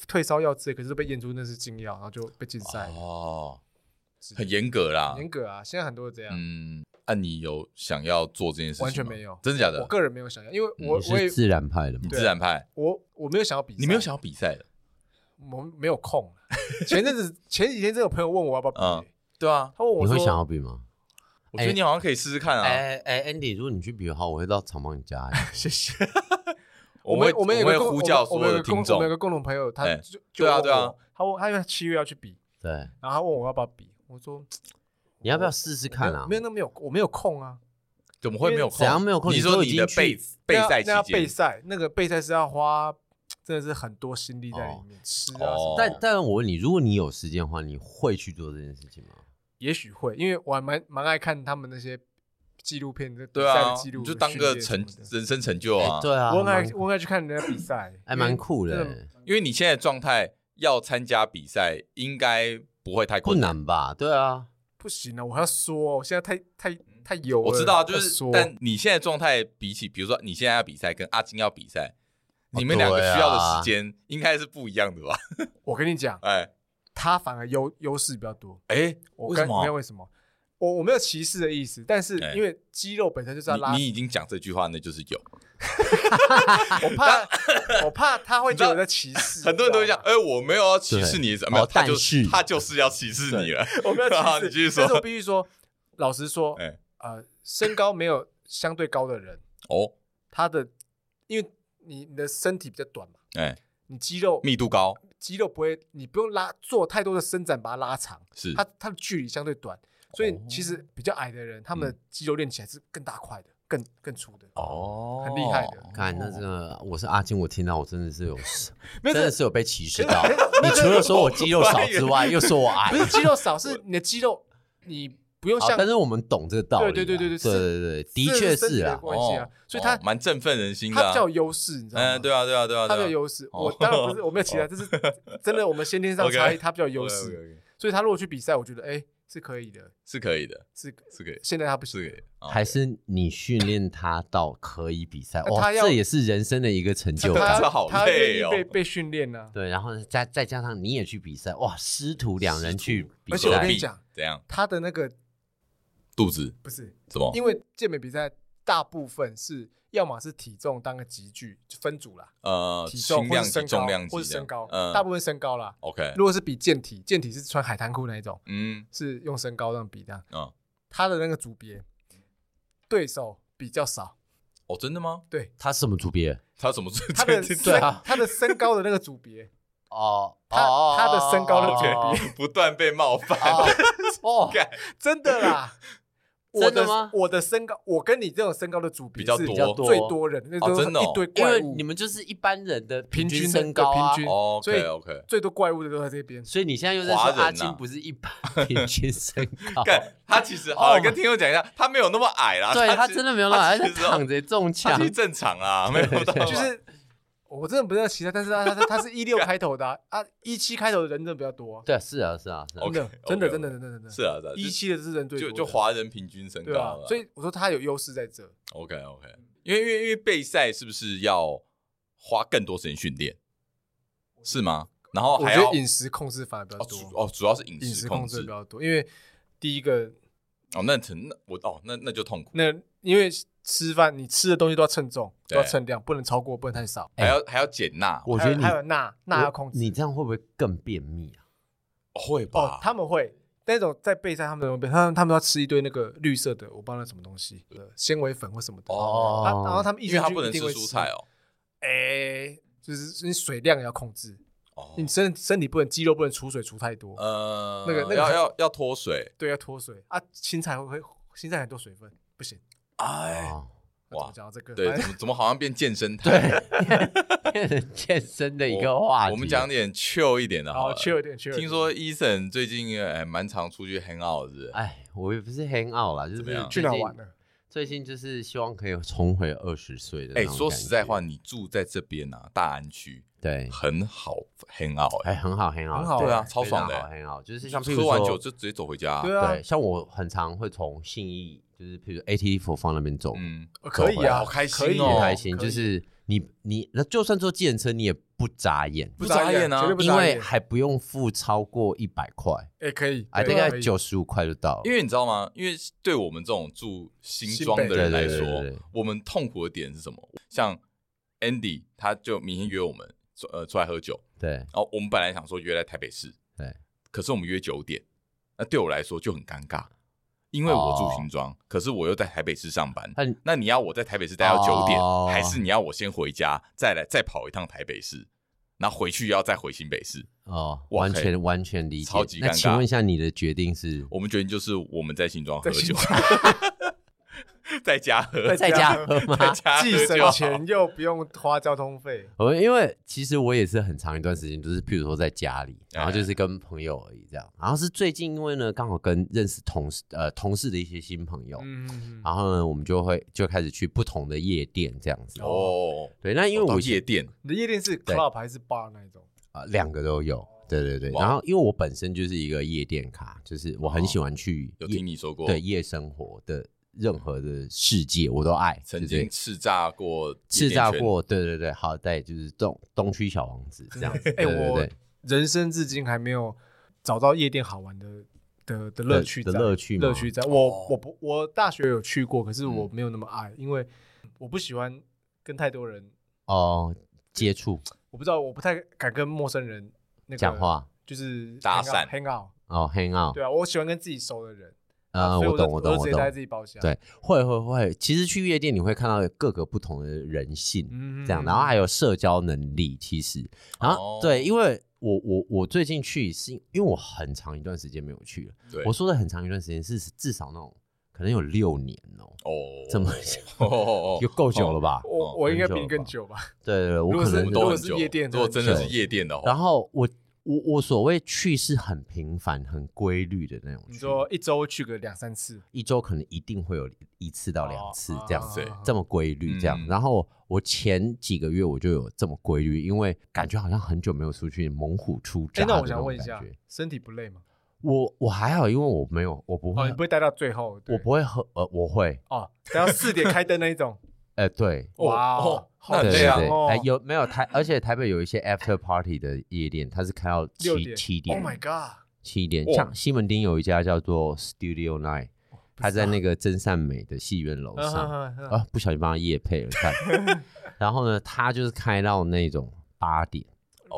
Speaker 1: 退烧药之类，可是被验出那是禁药，然后就被禁赛，
Speaker 3: 哦，
Speaker 1: 是
Speaker 3: 很严格啦
Speaker 1: 很，嗯严格啊。现在很多都这样，
Speaker 3: 嗯，按你有想要做这件事情吗？
Speaker 1: 完全没有
Speaker 3: 真的假
Speaker 1: 我
Speaker 3: 的？
Speaker 1: 个人没有想要，因为我
Speaker 2: 你
Speaker 1: 我
Speaker 2: 是
Speaker 1: 也
Speaker 2: 自然派的吗
Speaker 3: 你？
Speaker 1: 对啊
Speaker 3: 自然派，
Speaker 1: 我我没有想要比赛，
Speaker 3: 你没有想要比赛的，
Speaker 1: 我没有空。啊前阵子前几天，这个朋友问我要不要比、
Speaker 3: 嗯对啊，
Speaker 1: 他问我
Speaker 2: 你
Speaker 1: 说
Speaker 2: 会想要比吗？
Speaker 3: 我
Speaker 1: 哎
Speaker 3: 觉得你好像可以试试看啊。
Speaker 2: 哎哎，Andy，如果你去比的话，我会到场帮你哎加油。
Speaker 3: 谢谢。
Speaker 1: 我
Speaker 3: 们
Speaker 1: 们我
Speaker 3: 们
Speaker 1: 们有
Speaker 3: 会
Speaker 1: 个共
Speaker 3: 呼叫
Speaker 1: 我
Speaker 3: 所
Speaker 1: 们
Speaker 3: 有
Speaker 1: 有
Speaker 3: 的
Speaker 1: 个共
Speaker 3: 听
Speaker 1: 我
Speaker 3: 众
Speaker 1: 们有，个共同朋友，他
Speaker 3: 哎
Speaker 1: 就就
Speaker 3: 对啊
Speaker 1: 问
Speaker 3: 对啊
Speaker 1: 我，他问他因为七月要去比，
Speaker 2: 对，
Speaker 1: 然后他问我要不要比，我说
Speaker 2: 你要不要试试看啊
Speaker 1: 没有？那没有我没有空啊，
Speaker 3: 怎么会没有空？
Speaker 2: 怎样没有空
Speaker 3: 你
Speaker 2: 你
Speaker 3: 说
Speaker 2: 都已
Speaker 3: 你的
Speaker 2: 经
Speaker 3: 备
Speaker 2: 去
Speaker 3: 备赛
Speaker 1: 那啊那要
Speaker 3: 期
Speaker 1: 备
Speaker 3: 间，
Speaker 1: 赛，那个备赛是要花真的是很多心力在里面，吃啊什么
Speaker 3: 哦
Speaker 1: 的，
Speaker 2: 但但我问你，如果你有时间的话，你会去做这件事情吗？
Speaker 1: 也许会，因为我还蛮蛮爱看他们那些纪录片，就比
Speaker 3: 对
Speaker 1: 赛的
Speaker 3: 啊，
Speaker 1: 记录，
Speaker 3: 你就当个成
Speaker 1: 训练什么的
Speaker 3: 人生成就
Speaker 2: 哎
Speaker 3: 啊。
Speaker 2: 对啊，
Speaker 1: 我很爱
Speaker 2: 蛮
Speaker 1: 我很爱去看人家比赛，
Speaker 2: 还
Speaker 1: 因为
Speaker 2: 蛮酷的
Speaker 1: 真
Speaker 2: 欸，
Speaker 3: 因为你现在的状态要参加比赛，应该不会太
Speaker 2: 不
Speaker 3: 困难。
Speaker 2: 难吧？对啊，
Speaker 1: 不行了，我还要说，哦我现在太太太油了，
Speaker 3: 嗯我知道，
Speaker 1: 要
Speaker 3: 就是
Speaker 1: 说，
Speaker 3: 但你现在状态比起，比如说你现在要比赛跟阿金要比赛，
Speaker 2: 哦
Speaker 3: 你们两个
Speaker 2: 对啊
Speaker 3: 需要的时间应该是不一样的吧？
Speaker 1: 我跟你讲，
Speaker 3: 哎
Speaker 1: 他反而优优势比较多。
Speaker 3: 哎，
Speaker 1: 我
Speaker 3: 为
Speaker 1: 跟
Speaker 3: 什
Speaker 1: 你看
Speaker 3: 么？
Speaker 1: 为什么？我我没有歧视的意思，但是
Speaker 3: 哎
Speaker 1: 因为肌肉本身就是要拉
Speaker 3: 你，你已经讲这句话，那就是有。
Speaker 1: 我怕我怕他会觉得我在歧 视。
Speaker 3: 很多人都会讲，
Speaker 1: 你
Speaker 3: 哎，我没有要歧视你，
Speaker 2: 对
Speaker 3: 没有，
Speaker 2: 哦
Speaker 3: 他就
Speaker 2: 但是
Speaker 3: 他就是要歧视你了。
Speaker 1: 知道吗，我没 有
Speaker 3: 好
Speaker 1: 歧
Speaker 3: 你
Speaker 1: 视。
Speaker 3: 继续说
Speaker 1: 但是我必须说，老实说，
Speaker 3: 哎，
Speaker 1: 呃，身高没有相对高的人，
Speaker 3: 哦，
Speaker 1: 他的因为你你的身体比较短嘛，
Speaker 3: 哎，
Speaker 1: 你肌肉
Speaker 3: 密度高
Speaker 1: 肌肉不会，你不用拉做太多的伸展把它拉长，
Speaker 3: 是
Speaker 1: 它它的距离相对短，所以
Speaker 3: 哦
Speaker 1: 其实比较矮的人，他们的肌肉练起来是更大块的，更更粗的。
Speaker 3: 哦
Speaker 1: 很厉害的
Speaker 2: 看那这个，我是阿金，我听到我真 的是有，
Speaker 1: 没有
Speaker 2: 真的
Speaker 1: 这
Speaker 2: 是有被歧视到。你除了说我肌肉少之外，又说我矮
Speaker 1: 不，是肌肉少，是你的肌肉你不用
Speaker 2: 好
Speaker 1: 像
Speaker 2: 但是我们懂这个道理啊，
Speaker 1: 对对对对
Speaker 2: 对
Speaker 1: 对
Speaker 2: 对对，的确
Speaker 1: 身体
Speaker 2: 是
Speaker 1: 的
Speaker 2: 啊，
Speaker 1: 关系啊
Speaker 3: 哦，
Speaker 1: 所以他
Speaker 3: 哦蛮振奋人心的
Speaker 1: 他
Speaker 3: 啊。
Speaker 1: 比较有优势，你知道吗？
Speaker 3: 嗯，对啊，对啊，对啊，
Speaker 1: 他比
Speaker 3: 对
Speaker 1: 较
Speaker 3: 啊。
Speaker 1: 有优势。我
Speaker 3: 哦
Speaker 1: 当然不是我没有期 待，这是真的我们先天上
Speaker 3: OK
Speaker 1: 差异，他比较有优
Speaker 3: OK，OK，OK
Speaker 1: 势，所以他如果去比赛，我觉得哎是可以的，
Speaker 3: 是可以的，
Speaker 1: 是
Speaker 3: 是可以，
Speaker 1: 现在他不行
Speaker 3: 是可以。哦
Speaker 2: 还是你训练他到可以比赛，
Speaker 1: 那
Speaker 2: 哇，
Speaker 1: 他要
Speaker 2: 这也是人生的一个成就
Speaker 3: 他
Speaker 2: 感。
Speaker 3: 这好
Speaker 1: 他愿
Speaker 3: 累
Speaker 1: 意
Speaker 3: 哦
Speaker 1: 被被训练呢。
Speaker 2: 对，然后再再加上你也去比赛，哇，师徒两人去比
Speaker 1: 而且我跟
Speaker 2: 赛
Speaker 3: 何
Speaker 1: 你
Speaker 3: 必
Speaker 1: 讲
Speaker 3: 怎样？
Speaker 1: 他的那个
Speaker 3: 肚子
Speaker 1: 不是，
Speaker 3: 怎么？
Speaker 1: 因为健美比赛大部分是要么是体重当个集聚就分组啦，
Speaker 3: 呃，
Speaker 1: 体重
Speaker 3: 轻
Speaker 1: 或
Speaker 3: 量
Speaker 1: 是
Speaker 3: 级、
Speaker 1: 身
Speaker 3: 重量
Speaker 1: 高
Speaker 3: 级
Speaker 1: 或是
Speaker 3: 这样
Speaker 1: 身高，
Speaker 3: 嗯，
Speaker 1: 大部分身高啦。
Speaker 3: OK，
Speaker 1: 如果是比健体，健体是穿海滩裤那一种，
Speaker 3: 嗯
Speaker 1: 是用身高这样比的。
Speaker 3: 啊，
Speaker 1: 他的那个组别对手比较少，
Speaker 3: 哦，真的吗？
Speaker 1: 对
Speaker 2: 他什么组别？
Speaker 3: 他怎么做？
Speaker 1: 他
Speaker 3: 这
Speaker 1: 的身
Speaker 3: 这
Speaker 2: 对啊
Speaker 1: 他的身高的那个组别，
Speaker 2: 哦，
Speaker 1: 他
Speaker 2: 哦
Speaker 1: 他的身高的
Speaker 2: 哦
Speaker 1: 组
Speaker 3: 这不断被冒犯，
Speaker 2: 哦，
Speaker 3: 干
Speaker 1: 真的啦。我
Speaker 2: 真的吗
Speaker 1: 我的身高，我跟你这种身高的组
Speaker 3: 比
Speaker 1: 别
Speaker 3: 较
Speaker 1: 是
Speaker 3: 多
Speaker 1: 最多人，那都是
Speaker 3: 真的哦
Speaker 1: 一堆
Speaker 2: 因
Speaker 1: 怪
Speaker 2: 为
Speaker 1: 物
Speaker 2: 你。们就是一般人的
Speaker 1: 平均
Speaker 2: 均
Speaker 1: 的
Speaker 2: 身高
Speaker 1: 对平
Speaker 2: 啊
Speaker 1: 均
Speaker 3: 哦
Speaker 1: 所以
Speaker 3: ，OK OK，
Speaker 1: 最多怪物的都在这边，
Speaker 2: 所以你现在又在
Speaker 3: 华
Speaker 2: 说
Speaker 3: 人啊
Speaker 2: 阿金不是一般平均身高，
Speaker 1: 哦
Speaker 3: 干他其实好了，
Speaker 2: 哦
Speaker 3: 跟听友讲一下，他没有那么矮啦，
Speaker 2: 对他
Speaker 3: 其
Speaker 2: 真的没有办法，
Speaker 3: 他
Speaker 2: 他
Speaker 3: 其实
Speaker 2: 躺着中
Speaker 3: 他
Speaker 2: 枪
Speaker 3: 其，实正常啦，没有到
Speaker 1: 就是
Speaker 3: 哦
Speaker 1: 我真的不是在期待，但是他他他是一六开头的啊啊，一七开头的人真的比较多啊，
Speaker 2: 对，是啊，是啊，是啊
Speaker 3: OK，
Speaker 1: 真的
Speaker 3: OK，OK
Speaker 1: 真的真的真的真的
Speaker 3: 是啊是啊，
Speaker 1: 一
Speaker 3: 就
Speaker 1: 七的是人最多
Speaker 3: 就
Speaker 1: 的，
Speaker 3: 就华人平均身高
Speaker 1: 对啊
Speaker 3: 啦，
Speaker 1: 所以我说他有优势在这，
Speaker 3: OK OK，因为因为因为备赛是不是要花更多时间训练？是吗？然后
Speaker 1: 我
Speaker 3: 还
Speaker 1: 觉
Speaker 3: 要
Speaker 1: 得饮食控制反而比较
Speaker 3: 哦
Speaker 1: 多
Speaker 3: 主，哦主要是饮
Speaker 1: 饮
Speaker 3: 食
Speaker 1: 食
Speaker 3: 控
Speaker 1: 控
Speaker 3: 制
Speaker 1: 制比较多，因为第一个
Speaker 3: 哦，那成那我哦那那就痛苦，
Speaker 1: 那因为吃饭你吃的东西都要称重，
Speaker 3: 对
Speaker 1: 都要称量，不能超过，不能太少。
Speaker 3: 还要还要减钠，
Speaker 2: 我觉
Speaker 1: 还
Speaker 2: 得
Speaker 1: 有
Speaker 2: 你
Speaker 1: 还有钠钠要控制，
Speaker 2: 你这样会不会更便秘啊？
Speaker 3: 会
Speaker 1: 哦
Speaker 3: 吧？，
Speaker 1: 他们会那种在备赛，他们怎么备？他们他们要吃一堆那个绿色的，我不知道那什么东西，呃纤维粉或什么的。
Speaker 3: 哦
Speaker 1: 啊然后他们益
Speaker 3: 因为
Speaker 1: 生
Speaker 3: 他
Speaker 1: 菌
Speaker 3: 不能
Speaker 1: 一
Speaker 3: 吃
Speaker 1: 定会
Speaker 3: 蔬菜。哦。
Speaker 1: 哎，就是你水量也要控制，
Speaker 3: 哦，
Speaker 1: 你身身体不能肌肉不能储水储太多，
Speaker 3: 呃，
Speaker 1: 那个那个
Speaker 3: 要
Speaker 1: 很
Speaker 3: 要要脱水，
Speaker 1: 对，要脱水啊。青菜会会青菜很多水分，不行。
Speaker 3: 哎，
Speaker 2: 哦，
Speaker 1: 那怎
Speaker 3: 哇
Speaker 1: 么讲到这个，
Speaker 3: 对，
Speaker 1: 哎
Speaker 3: 怎么怎么好像变健身台？
Speaker 2: 变成健身的一个话题。
Speaker 3: 我们讲点 chill 一点的好
Speaker 1: 好
Speaker 3: 了。
Speaker 1: 缺有点缺。
Speaker 3: 听说 Eason 最近哎蛮常出去 hang out 是不是？
Speaker 2: 哎，我也不是 hang out 啦，就是
Speaker 3: 怎么样
Speaker 1: 去
Speaker 2: 最
Speaker 1: 哪
Speaker 2: 近
Speaker 1: 玩了？最
Speaker 2: 最近就是希望可以重回二十岁的。
Speaker 3: 哎，说实在话，，你住在这边啊，大安区
Speaker 2: 对，
Speaker 3: 很好 hang out，哎，
Speaker 2: 哎，很好，很好，
Speaker 1: 很好
Speaker 3: 对啊
Speaker 1: 哎
Speaker 3: 超爽的
Speaker 2: 很好，就是像譬如
Speaker 3: 喝完
Speaker 2: 说
Speaker 3: 酒就直接走回家。
Speaker 1: 对啊
Speaker 2: 对，，像我很常会从信义，就是譬如 ATT 佛方那边走，
Speaker 3: 嗯，
Speaker 1: 呃可以啊，
Speaker 3: 好开心
Speaker 1: 可以
Speaker 3: 哦
Speaker 2: 很
Speaker 1: 啊
Speaker 2: 开心。
Speaker 1: 可以
Speaker 2: 就是你你那就算坐计程车，你也不眨眼，
Speaker 1: 不
Speaker 3: 眨
Speaker 1: 眨
Speaker 3: 眼啊
Speaker 1: 绝对不
Speaker 2: 因
Speaker 1: 眨
Speaker 2: 为
Speaker 1: 眼。
Speaker 2: 还不用付超过一百块，
Speaker 1: 哎，可以，
Speaker 2: 哎，大
Speaker 1: 对
Speaker 2: 概
Speaker 1: 可以
Speaker 2: 九十五块就到了。
Speaker 3: 因为你知道吗？因为对我们这种住新庄的
Speaker 1: 新北
Speaker 3: 人来
Speaker 2: 对对对对
Speaker 3: 说
Speaker 2: 对，
Speaker 3: 我们痛苦的点是什么？像 Andy，他就明天约我们出呃出来喝酒，
Speaker 2: 对
Speaker 3: 然后我们本来想说约在台北市，
Speaker 2: 对，
Speaker 3: 可是我们约九点，那对我来说就很尴尬，因为我住新庄，可是我又在台北市上班。
Speaker 2: 哦那你
Speaker 3: 那你要我在台北市待到九点，
Speaker 2: 哦
Speaker 3: 还是你要我先回家，再来再跑一趟台北市，然后回去要再回新北市？
Speaker 2: 哦，
Speaker 3: 哇
Speaker 2: 完
Speaker 3: 嘿
Speaker 2: 全完全理解。
Speaker 3: 超级
Speaker 2: 那
Speaker 3: 尴
Speaker 2: 请
Speaker 3: 尬
Speaker 2: 问一下，你的决定是
Speaker 3: 我们决定就是我们在新庄喝
Speaker 1: 在新
Speaker 3: 酒， 在家喝，
Speaker 1: 在
Speaker 2: 在家喝吗？
Speaker 3: 在家
Speaker 1: 既
Speaker 3: 喝
Speaker 1: 省
Speaker 3: 酒。
Speaker 1: 钱又不用花交通费，
Speaker 2: 我因为其实我也是很长一段时间，就是譬如说在家里，然后
Speaker 3: 哎
Speaker 2: 就是跟朋友而已这样。然后是最近因为呢，刚好跟认识同事呃同事的一些新朋友，
Speaker 1: 嗯，
Speaker 2: 然后呢，我们就会就开始去不同的夜店这样子。哦，
Speaker 3: 哦，
Speaker 2: 对，那因为
Speaker 3: 到
Speaker 2: 我
Speaker 3: 夜店
Speaker 1: 你的夜店是
Speaker 2: 对
Speaker 1: club 还是 bar 那一种？
Speaker 2: 呃两个都有，对对对。
Speaker 3: 哇哦
Speaker 2: 然后因为我本身就是一个夜店咖，就是我很喜欢去
Speaker 3: 有
Speaker 2: 夜
Speaker 3: 听你说过，
Speaker 2: 对夜生活的任何的世界我都爱，
Speaker 3: 曾
Speaker 2: 对对
Speaker 3: 经叱咤过夜
Speaker 2: 叱
Speaker 3: 店圈
Speaker 2: 咤，过，对对对，好在就是东东区小王子这样 子，
Speaker 1: 哎
Speaker 2: 对对
Speaker 1: 我
Speaker 2: 对
Speaker 1: 人生至今还没有找到夜店好玩的的的乐趣
Speaker 2: 的
Speaker 1: 在，
Speaker 2: 乐趣吗
Speaker 1: 乐趣在。
Speaker 3: 哦
Speaker 1: 我我不我大学有去过，可是
Speaker 3: 嗯
Speaker 1: 我没有那么爱，因为我不喜欢跟太多人，
Speaker 2: 哦接触
Speaker 1: 我不知道我不太敢跟陌生人那个
Speaker 2: 讲，话
Speaker 1: 就是
Speaker 3: 搭
Speaker 1: hang out-
Speaker 3: 讪
Speaker 1: hang out。
Speaker 2: 哦，hang out，
Speaker 1: 对啊，我喜欢跟自己熟的人，
Speaker 2: 啊，
Speaker 1: 所以
Speaker 2: 我
Speaker 1: 我就
Speaker 2: 懂我
Speaker 1: 就
Speaker 2: 懂我
Speaker 1: 直接待在自
Speaker 2: 懂，
Speaker 1: 己包厢。
Speaker 2: 对，会会会，其实去夜店你会看到各个不同的人性，
Speaker 1: 嗯，嗯
Speaker 2: 这样，然后还有社交能力，其实，然后、
Speaker 3: 哦
Speaker 2: 对，因为我我我最近去是因为我很长一段时间没有去了，
Speaker 3: 对，
Speaker 2: 我说的很长一段时间是至少那种可能有六年哦，
Speaker 3: 哦，
Speaker 2: 这么
Speaker 3: 哦哦哦
Speaker 2: 就够久了吧？
Speaker 1: 我
Speaker 3: 哦
Speaker 1: 我应该
Speaker 2: 很久
Speaker 1: 比你
Speaker 2: 了
Speaker 1: 更
Speaker 2: 吧
Speaker 1: 久吧？
Speaker 2: 对对对，我
Speaker 1: 如果
Speaker 2: 可
Speaker 1: 是
Speaker 3: 我
Speaker 2: 能
Speaker 3: 们
Speaker 1: 如
Speaker 3: 都
Speaker 1: 果
Speaker 3: 很
Speaker 1: 是
Speaker 3: 久。
Speaker 1: 夜店
Speaker 3: 如果真的
Speaker 2: 对
Speaker 3: 是夜店的话，
Speaker 2: 然后我我我所谓去是很频繁、很规律的那种
Speaker 1: 你
Speaker 2: 去，
Speaker 1: 说一周去个两三次，
Speaker 2: 一周可能一定会有一次到两次这样
Speaker 1: 哦
Speaker 2: 子，
Speaker 3: 对
Speaker 2: 这么规律这样。
Speaker 3: 嗯
Speaker 2: 然后我前几个月我就有这么规律，因为感觉好像很久没有出去猛虎出
Speaker 1: 哎
Speaker 2: 闸，
Speaker 1: 那
Speaker 2: 的
Speaker 1: 我
Speaker 2: 种
Speaker 1: 想问一
Speaker 2: 感
Speaker 1: 下
Speaker 2: 觉，
Speaker 1: 身体不累吗？
Speaker 2: 我我还好，因为我没有，我不
Speaker 1: 哦，
Speaker 2: 会
Speaker 1: 你不，会待到最后？对
Speaker 2: 我不会喝，呃，我会，
Speaker 1: 哦，待到四点开灯那一 种。
Speaker 2: 呃，对。
Speaker 1: 哇
Speaker 3: 哦
Speaker 1: 哦，
Speaker 3: 那
Speaker 1: 好
Speaker 3: 很
Speaker 2: 对对
Speaker 3: 累啊
Speaker 1: 强
Speaker 2: 对，
Speaker 1: 哦
Speaker 2: 哎，！有没有台？而且台北有一些 after party 的夜店，它是开到
Speaker 1: 六
Speaker 2: 七
Speaker 1: 点
Speaker 2: 七
Speaker 1: ，Oh
Speaker 2: 点
Speaker 1: my god！
Speaker 2: 七点。
Speaker 3: 哇
Speaker 2: 像西门町有一家叫做 Studio Night，它
Speaker 1: 哦
Speaker 2: 在那个真善美的戏院楼上，
Speaker 1: 啊，
Speaker 2: 啊，不小心帮他夜配了看。然后呢，他就是开到那种八点，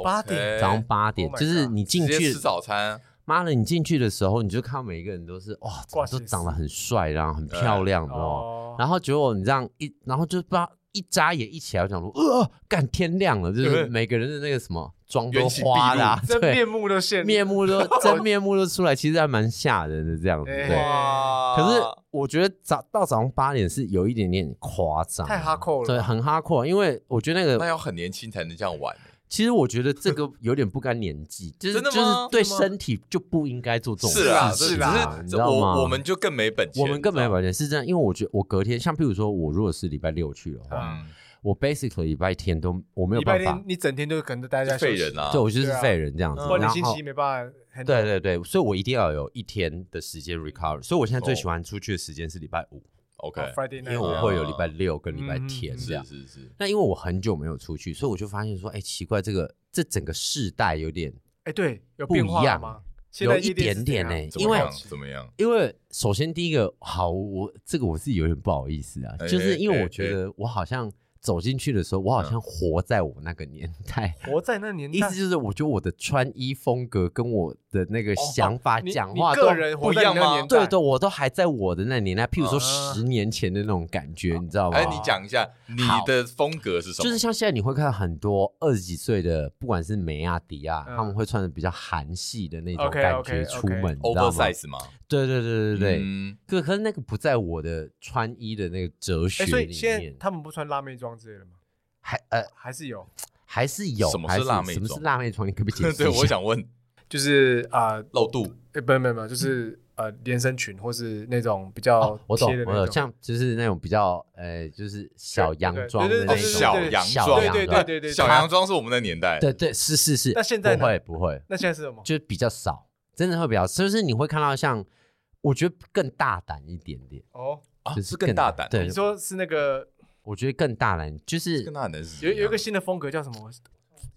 Speaker 1: 八点
Speaker 2: 早上
Speaker 3: 哎
Speaker 2: 八点，
Speaker 1: Oh my
Speaker 2: 就是你进
Speaker 3: 进去
Speaker 2: 去
Speaker 3: 吃，早餐，
Speaker 2: 妈的，你进去的时候，你就看到每一个人都是哇，怎么
Speaker 1: 挂
Speaker 2: 都
Speaker 1: 鞋
Speaker 2: 长得
Speaker 1: 丝
Speaker 2: 很帅，然后很
Speaker 3: 对
Speaker 2: 漂亮，你知道吗？
Speaker 1: 哦，
Speaker 2: 然后结果你这样一，然后就不知道一眨眼一起来，我想说，呃，干天亮了，就是
Speaker 3: 对
Speaker 2: 每个人的那个什么妆都
Speaker 3: 原形毕
Speaker 2: 花啦、
Speaker 3: 露
Speaker 1: 这
Speaker 2: 对，
Speaker 1: 面目都现
Speaker 2: 面目都真面目都出来，其实还蛮吓人的这样子，
Speaker 1: 哎
Speaker 2: 对。
Speaker 3: 哇
Speaker 2: 可是我觉得早到早上八点是有一点点夸张，啊
Speaker 1: 太哈扣
Speaker 2: 对，
Speaker 1: 了吧。
Speaker 2: 很哈扣，因为我觉得那
Speaker 3: 那
Speaker 2: 个，
Speaker 3: 要很年轻才能这样玩，欸
Speaker 2: 其实我觉得这个有点不干年纪，就是
Speaker 3: 真的
Speaker 2: 就
Speaker 3: 吗
Speaker 2: 是对
Speaker 3: 是吗
Speaker 2: 身体就不应该做这种事
Speaker 3: 是啦
Speaker 2: 情啊
Speaker 1: 是
Speaker 3: 啦
Speaker 1: 啦，
Speaker 3: 只
Speaker 2: 你知
Speaker 3: 是
Speaker 2: 道吗？
Speaker 3: 我我们就更没本钱，
Speaker 2: 我们根本没
Speaker 3: 你知道吗
Speaker 2: 保险是这样，因为我觉得我隔天，像譬如说我如果是礼拜六去的
Speaker 3: 啊
Speaker 2: 话，
Speaker 1: 嗯
Speaker 2: 我 basically 礼拜天都我没有
Speaker 1: 礼拜
Speaker 2: 办法
Speaker 1: 天，你整天都可能都待在
Speaker 3: 就废人
Speaker 1: 啊，
Speaker 3: 啊，
Speaker 2: 对我就是
Speaker 1: 对啊
Speaker 2: 废人这样子，
Speaker 1: 不然
Speaker 2: 然
Speaker 1: 你星
Speaker 2: 后
Speaker 1: 期一。没办法 handle。
Speaker 2: 对对对，所以我一定要有一天的时间 recover，所以我现在最喜欢出去的时间是礼拜五，
Speaker 3: OK，
Speaker 1: 哦，Friday
Speaker 2: 因
Speaker 1: night，
Speaker 2: 为我会有礼拜六跟礼拜天
Speaker 1: 嗯
Speaker 2: 这
Speaker 3: 是
Speaker 2: 样。
Speaker 3: 是是，
Speaker 2: 那因为我很久没有出去，所以我就发现说，哎、奇怪，这个这整个世代有点，
Speaker 1: 哎，对，有
Speaker 2: 不
Speaker 1: 变
Speaker 2: 一
Speaker 1: 化了
Speaker 2: 样
Speaker 1: 吗？现
Speaker 2: 有
Speaker 1: 在
Speaker 2: 一
Speaker 1: 夜店是
Speaker 2: 点点
Speaker 1: 怎
Speaker 2: 呢、
Speaker 1: 样
Speaker 3: 怎
Speaker 2: 因
Speaker 3: 么
Speaker 2: 为
Speaker 3: 样怎么样？
Speaker 2: 因为首先第一个，好，我这个我是有点不好意思啊，
Speaker 3: 哎
Speaker 2: 就是因为我
Speaker 3: 哎
Speaker 2: 觉
Speaker 3: 哎
Speaker 2: 得我好像走进去的时候，我好像活在我那个年代。
Speaker 1: 活在那年
Speaker 2: 意
Speaker 1: 代
Speaker 2: 思，就是，我觉得我的穿衣风格跟我的那个想法、
Speaker 1: 你
Speaker 2: 讲
Speaker 1: 你
Speaker 2: 话都
Speaker 1: 个人活在你那
Speaker 3: 不一样吗
Speaker 1: 个年代，
Speaker 2: 对对，我都还在我的那年代，譬如说
Speaker 1: 啊
Speaker 2: 十年前的那种感觉，你知道吗？
Speaker 3: 哎，你讲一下你的风格是什么？
Speaker 2: 就是像现在你会看到很多二十几岁的，不管是美亚迪亚，
Speaker 1: 嗯
Speaker 2: 他们会穿的比较韩系的那种
Speaker 1: OK，
Speaker 2: 感觉
Speaker 1: OK，OK
Speaker 2: 出门，你知道吗？
Speaker 3: oversize 吗？
Speaker 2: 对对对对对。
Speaker 3: 嗯
Speaker 2: 可可是那个不在我的穿衣的那个哲学
Speaker 1: 哎，所
Speaker 2: 里
Speaker 1: 以现在
Speaker 2: 面，
Speaker 1: 他们不穿辣妹装之类的吗？
Speaker 2: 还呃
Speaker 1: 还是有，
Speaker 2: 还是有，
Speaker 3: 什么是
Speaker 2: 还是
Speaker 3: 辣妹
Speaker 2: 什么是
Speaker 3: 装
Speaker 2: 辣妹装？你可不可以解释
Speaker 3: 对，
Speaker 2: 一下？
Speaker 3: 我想问
Speaker 1: 就是啊，
Speaker 3: 露肚
Speaker 1: 哎，不不不，就是呃连身裙或是那种比较
Speaker 2: 哦， 我懂
Speaker 1: 贴的，
Speaker 2: 我
Speaker 1: 那
Speaker 2: 懂，
Speaker 1: 种。
Speaker 2: 像就是那种比较呃，就是小
Speaker 1: 对
Speaker 2: 洋
Speaker 1: 对
Speaker 2: 装的
Speaker 1: 对
Speaker 2: 那
Speaker 1: 对对
Speaker 2: 种
Speaker 1: 对
Speaker 3: 哦小
Speaker 1: 对
Speaker 3: 洋
Speaker 2: 小
Speaker 3: 装，
Speaker 2: 洋
Speaker 1: 对对
Speaker 2: 装
Speaker 1: 对对对，
Speaker 3: 小洋装是我们的年代，
Speaker 2: 对对是是是。
Speaker 1: 那现在呢
Speaker 2: 不会不会，
Speaker 1: 那现在是什么？
Speaker 2: 就比较少，真的会比较，就是你会看到像，我觉得更大胆一点点，
Speaker 1: 哦，
Speaker 3: 啊
Speaker 2: 就是
Speaker 3: 更大胆，
Speaker 2: 对
Speaker 1: 你，说是那个
Speaker 2: 我觉得更大胆，就
Speaker 3: 更
Speaker 2: 是
Speaker 3: 大胆是
Speaker 1: 有有一个新的风格叫什么？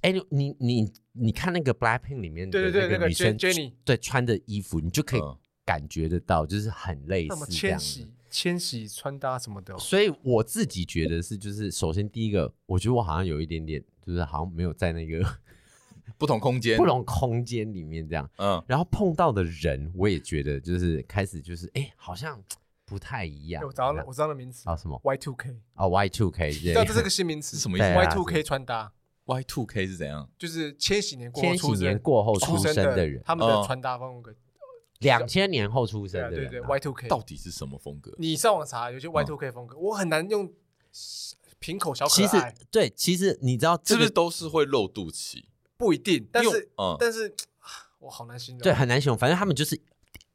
Speaker 2: 哎，你你你你看那个 Blackpink 里面的
Speaker 1: 对对对，那
Speaker 2: 个
Speaker 1: 个
Speaker 2: 女生
Speaker 1: Jen- Jenny，
Speaker 2: 对穿的衣服，你就可以
Speaker 3: 嗯
Speaker 2: 感觉得到，就是很类
Speaker 1: 那么
Speaker 2: 似这
Speaker 1: 千
Speaker 2: 样子。
Speaker 1: 禧千禧穿搭什么的哦，
Speaker 2: 所以我自己觉得是，就是首先第一个，我觉得我好像有一点点，就是好像没有在那个
Speaker 3: 不同空间
Speaker 2: 不，同空间里面这样，
Speaker 3: 嗯，
Speaker 2: 然后碰到的人，我也觉得就是开始就是哎，好像不太一样
Speaker 1: 哎。我找
Speaker 2: 这
Speaker 1: 到
Speaker 2: 样
Speaker 1: 我找到名词
Speaker 2: 啊什么
Speaker 1: Y two K，
Speaker 2: 啊 Y two K
Speaker 1: 知
Speaker 2: 这
Speaker 1: 道这是个新 名词，
Speaker 3: 是什么意
Speaker 2: 对
Speaker 3: 思
Speaker 2: 啊
Speaker 1: ？Y two K 穿搭
Speaker 3: Y two K 是怎样？
Speaker 1: 就是千禧年过后
Speaker 2: 千禧
Speaker 1: 出
Speaker 2: 年
Speaker 1: 生
Speaker 2: 过后出生
Speaker 1: 的
Speaker 2: 的人，
Speaker 1: 他们
Speaker 3: 哦
Speaker 1: 的穿搭风格，
Speaker 2: 两千年后出生
Speaker 1: 对啊
Speaker 2: 的人
Speaker 1: 对
Speaker 2: 啊，
Speaker 1: 对，Y two K。
Speaker 3: 到底是什么风格？
Speaker 1: 你上网查，有些 Y two K 风格，我很难用平口小可
Speaker 2: 嗯其实
Speaker 1: 爱，
Speaker 2: 对，其实你知道这
Speaker 3: 是不
Speaker 2: 个
Speaker 3: 是都是会露肚脐？
Speaker 1: 不一定，但
Speaker 3: 因为
Speaker 1: 是
Speaker 3: 嗯
Speaker 1: 但是啊我好难形容，
Speaker 2: 对很难形容，反正他们就是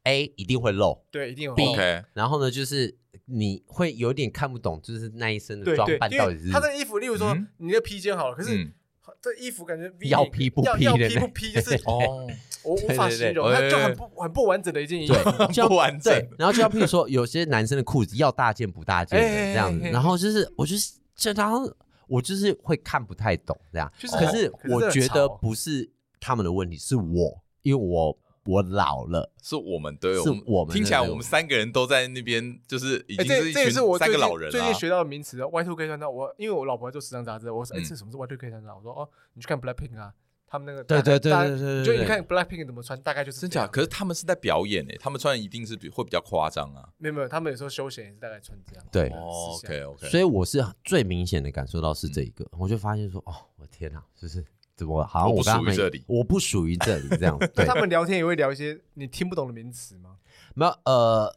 Speaker 2: A 一定会漏，
Speaker 1: 对，一定有
Speaker 2: B
Speaker 3: 嗯 OK，
Speaker 2: 然后呢就是你会有点看不懂，就是那一身的
Speaker 1: 对
Speaker 2: 装
Speaker 1: 对
Speaker 2: 扮，
Speaker 1: 因
Speaker 2: 到底
Speaker 1: 为
Speaker 2: 是
Speaker 1: 他这个衣服，例如说
Speaker 3: 嗯
Speaker 1: 你的披肩好了，可是
Speaker 3: 嗯，
Speaker 1: 这衣服感觉 V
Speaker 2: 要
Speaker 1: 领
Speaker 2: 披不
Speaker 1: 要
Speaker 2: 披
Speaker 1: 要
Speaker 2: 的
Speaker 1: 披
Speaker 2: 那
Speaker 1: 不披，就是
Speaker 3: 哦，
Speaker 1: 我无法
Speaker 2: 对对对呃
Speaker 1: 形容，
Speaker 3: 哎
Speaker 1: 它就很不 很不完整的一件衣服。
Speaker 2: 对，就要
Speaker 3: 不完整
Speaker 2: 对，然后就像譬如说，有些男生的裤子要大件不大件的
Speaker 1: 哎哎哎
Speaker 2: 这样子，
Speaker 1: 哎
Speaker 2: 然后就是我就是就然后我就是会看不太懂这样，
Speaker 1: 就是
Speaker 2: 可
Speaker 1: 很
Speaker 2: 是
Speaker 1: 可是
Speaker 2: 我
Speaker 1: 很哦
Speaker 2: 觉
Speaker 1: 潮
Speaker 2: 得不是他们的问题，是我，因为我我老了。
Speaker 3: 是我们对，
Speaker 2: 是我们的
Speaker 3: 听起来
Speaker 2: 那种
Speaker 3: 我们三个人都在那边，就是已
Speaker 1: 哎，
Speaker 3: 经
Speaker 1: 这
Speaker 3: 是一
Speaker 1: 这也
Speaker 3: 群
Speaker 1: 是我
Speaker 3: 三
Speaker 1: 最
Speaker 3: 个
Speaker 1: 近
Speaker 3: 老人
Speaker 1: 最
Speaker 3: 啊
Speaker 1: 近。学到的名词，Y two K 穿搭。我因为我老婆做时尚杂志，我说哎，
Speaker 3: 嗯
Speaker 1: 这什么是 Y two K 穿搭？我说哦，你去看 Blackpink 啊，他们那个
Speaker 2: 对
Speaker 1: 大概
Speaker 2: 对对
Speaker 1: 大
Speaker 2: 对对对
Speaker 1: 就你
Speaker 2: 对
Speaker 1: 看 Blackpink 怎么穿，大概就是
Speaker 3: 真
Speaker 1: 这
Speaker 3: 假？
Speaker 1: 样
Speaker 3: 可是他们是在表演欸诶，他们穿的一定是比会比较夸张啊。
Speaker 1: 没有没有，他们有时候休闲也是大概穿这样。
Speaker 2: 对
Speaker 1: 哦
Speaker 3: ，OK OK，
Speaker 2: 所以我是最明显的感受到是这一个，我就发现说，哦，我天哪，就是怎么好像
Speaker 3: 嗯我不
Speaker 2: 跟他
Speaker 3: 属于
Speaker 2: 们
Speaker 3: 这里
Speaker 2: 我不属于这里 这样，
Speaker 1: 那
Speaker 2: 对
Speaker 1: 他，们聊天也会聊一些你听不懂的名词吗？
Speaker 2: 没有呃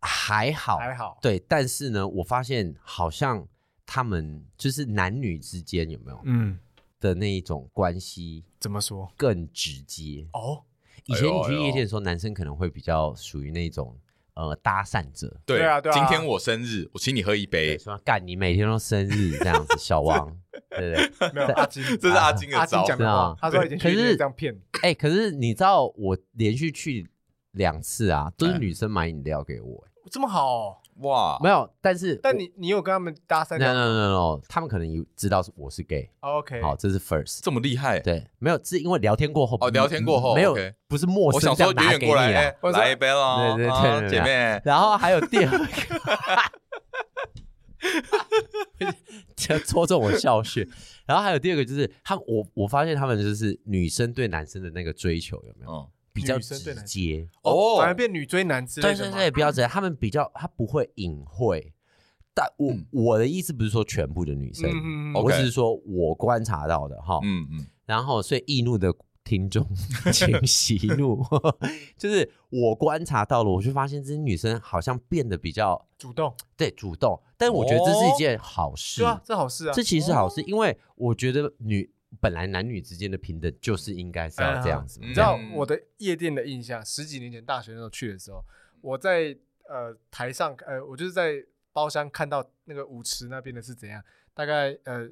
Speaker 2: 还好
Speaker 1: 还好，
Speaker 2: 对，但是呢，我发现好像他们就是男女之间有没有
Speaker 1: 嗯，
Speaker 2: 的那一种关系
Speaker 1: 怎么说？
Speaker 2: 更直接。
Speaker 1: 哦，
Speaker 2: 以前
Speaker 3: 哎呦
Speaker 2: 你
Speaker 3: 哎
Speaker 2: 去
Speaker 3: 呦
Speaker 2: 夜店的时候，男生可能会比较属于那种呃搭讪者，
Speaker 3: 对
Speaker 1: 对啊对啊
Speaker 3: 今天我生日，我请你喝一杯
Speaker 2: 对，，说干你每天都生日这样子，小 王，对不对？
Speaker 1: 没有阿金，
Speaker 3: 这是阿金的
Speaker 1: 阿金
Speaker 3: 招。
Speaker 1: 讲的
Speaker 2: 是
Speaker 1: 话
Speaker 2: 啊，
Speaker 1: 他说以前
Speaker 2: 可
Speaker 1: 学
Speaker 2: 是
Speaker 1: 这样骗，
Speaker 2: 哎、可是你知道我连续去两次啊，都是
Speaker 3: 哎
Speaker 2: 女生买饮料给我、哎
Speaker 1: 这么好哦。
Speaker 3: 哇，
Speaker 2: 没有，但是
Speaker 1: 但你你有跟他们搭讪
Speaker 2: no
Speaker 1: 吗
Speaker 2: no no no，no，他们可能有知道是我是 gay，
Speaker 1: ？OK，哦
Speaker 2: 好，这是 first。
Speaker 3: 这么厉害，
Speaker 2: 对，没有，是因为聊天过后
Speaker 3: 哦聊天过后
Speaker 2: 没有
Speaker 3: OK，
Speaker 2: 不是陌
Speaker 3: 我想
Speaker 2: 生这
Speaker 3: 说
Speaker 2: 样
Speaker 3: 远
Speaker 2: 拿
Speaker 3: 远
Speaker 2: 给
Speaker 3: 过
Speaker 2: 你
Speaker 3: 来，
Speaker 2: 啊
Speaker 3: 哎。来一杯喽，
Speaker 2: 对对对
Speaker 3: 啊
Speaker 2: 对对
Speaker 3: 姐妹，
Speaker 2: 然后还有第二个，就戳中我笑穴。然后还有第二个就是他们，我我发现他们就是女生对男生的那个追求有没有
Speaker 3: 嗯，
Speaker 2: 比较
Speaker 1: 女生对
Speaker 2: 直
Speaker 1: 男
Speaker 2: 接？
Speaker 3: 哦
Speaker 1: 反而变女追男之类
Speaker 2: 对
Speaker 1: 的
Speaker 2: 对
Speaker 1: 吗
Speaker 2: 对，比较直接。他们比较他不会隐晦。但我、
Speaker 3: 嗯
Speaker 2: 我的意思不是说全部的女生，
Speaker 1: 嗯嗯嗯
Speaker 3: OK
Speaker 2: 我只是说我观察到的哈。
Speaker 3: 嗯嗯，
Speaker 2: 然后，所以易怒的听众， 请息怒。 就是我观察到了，我就发现这些女生好像变得比较
Speaker 1: 主动，
Speaker 2: 对主动，但我觉得这是一件好事，
Speaker 1: 对啊，这好事啊
Speaker 2: 这，其实是好事，因为我觉得女本来男女之间的平等就是应该是要这样子
Speaker 3: 嗯
Speaker 2: 嘛，
Speaker 1: 哎你知
Speaker 2: 这样
Speaker 1: 道我的夜店的印象，十几年前大学那时候去的时候，我在呃台上，呃，我就是在包厢看到那个舞池那边的是怎样，大概呃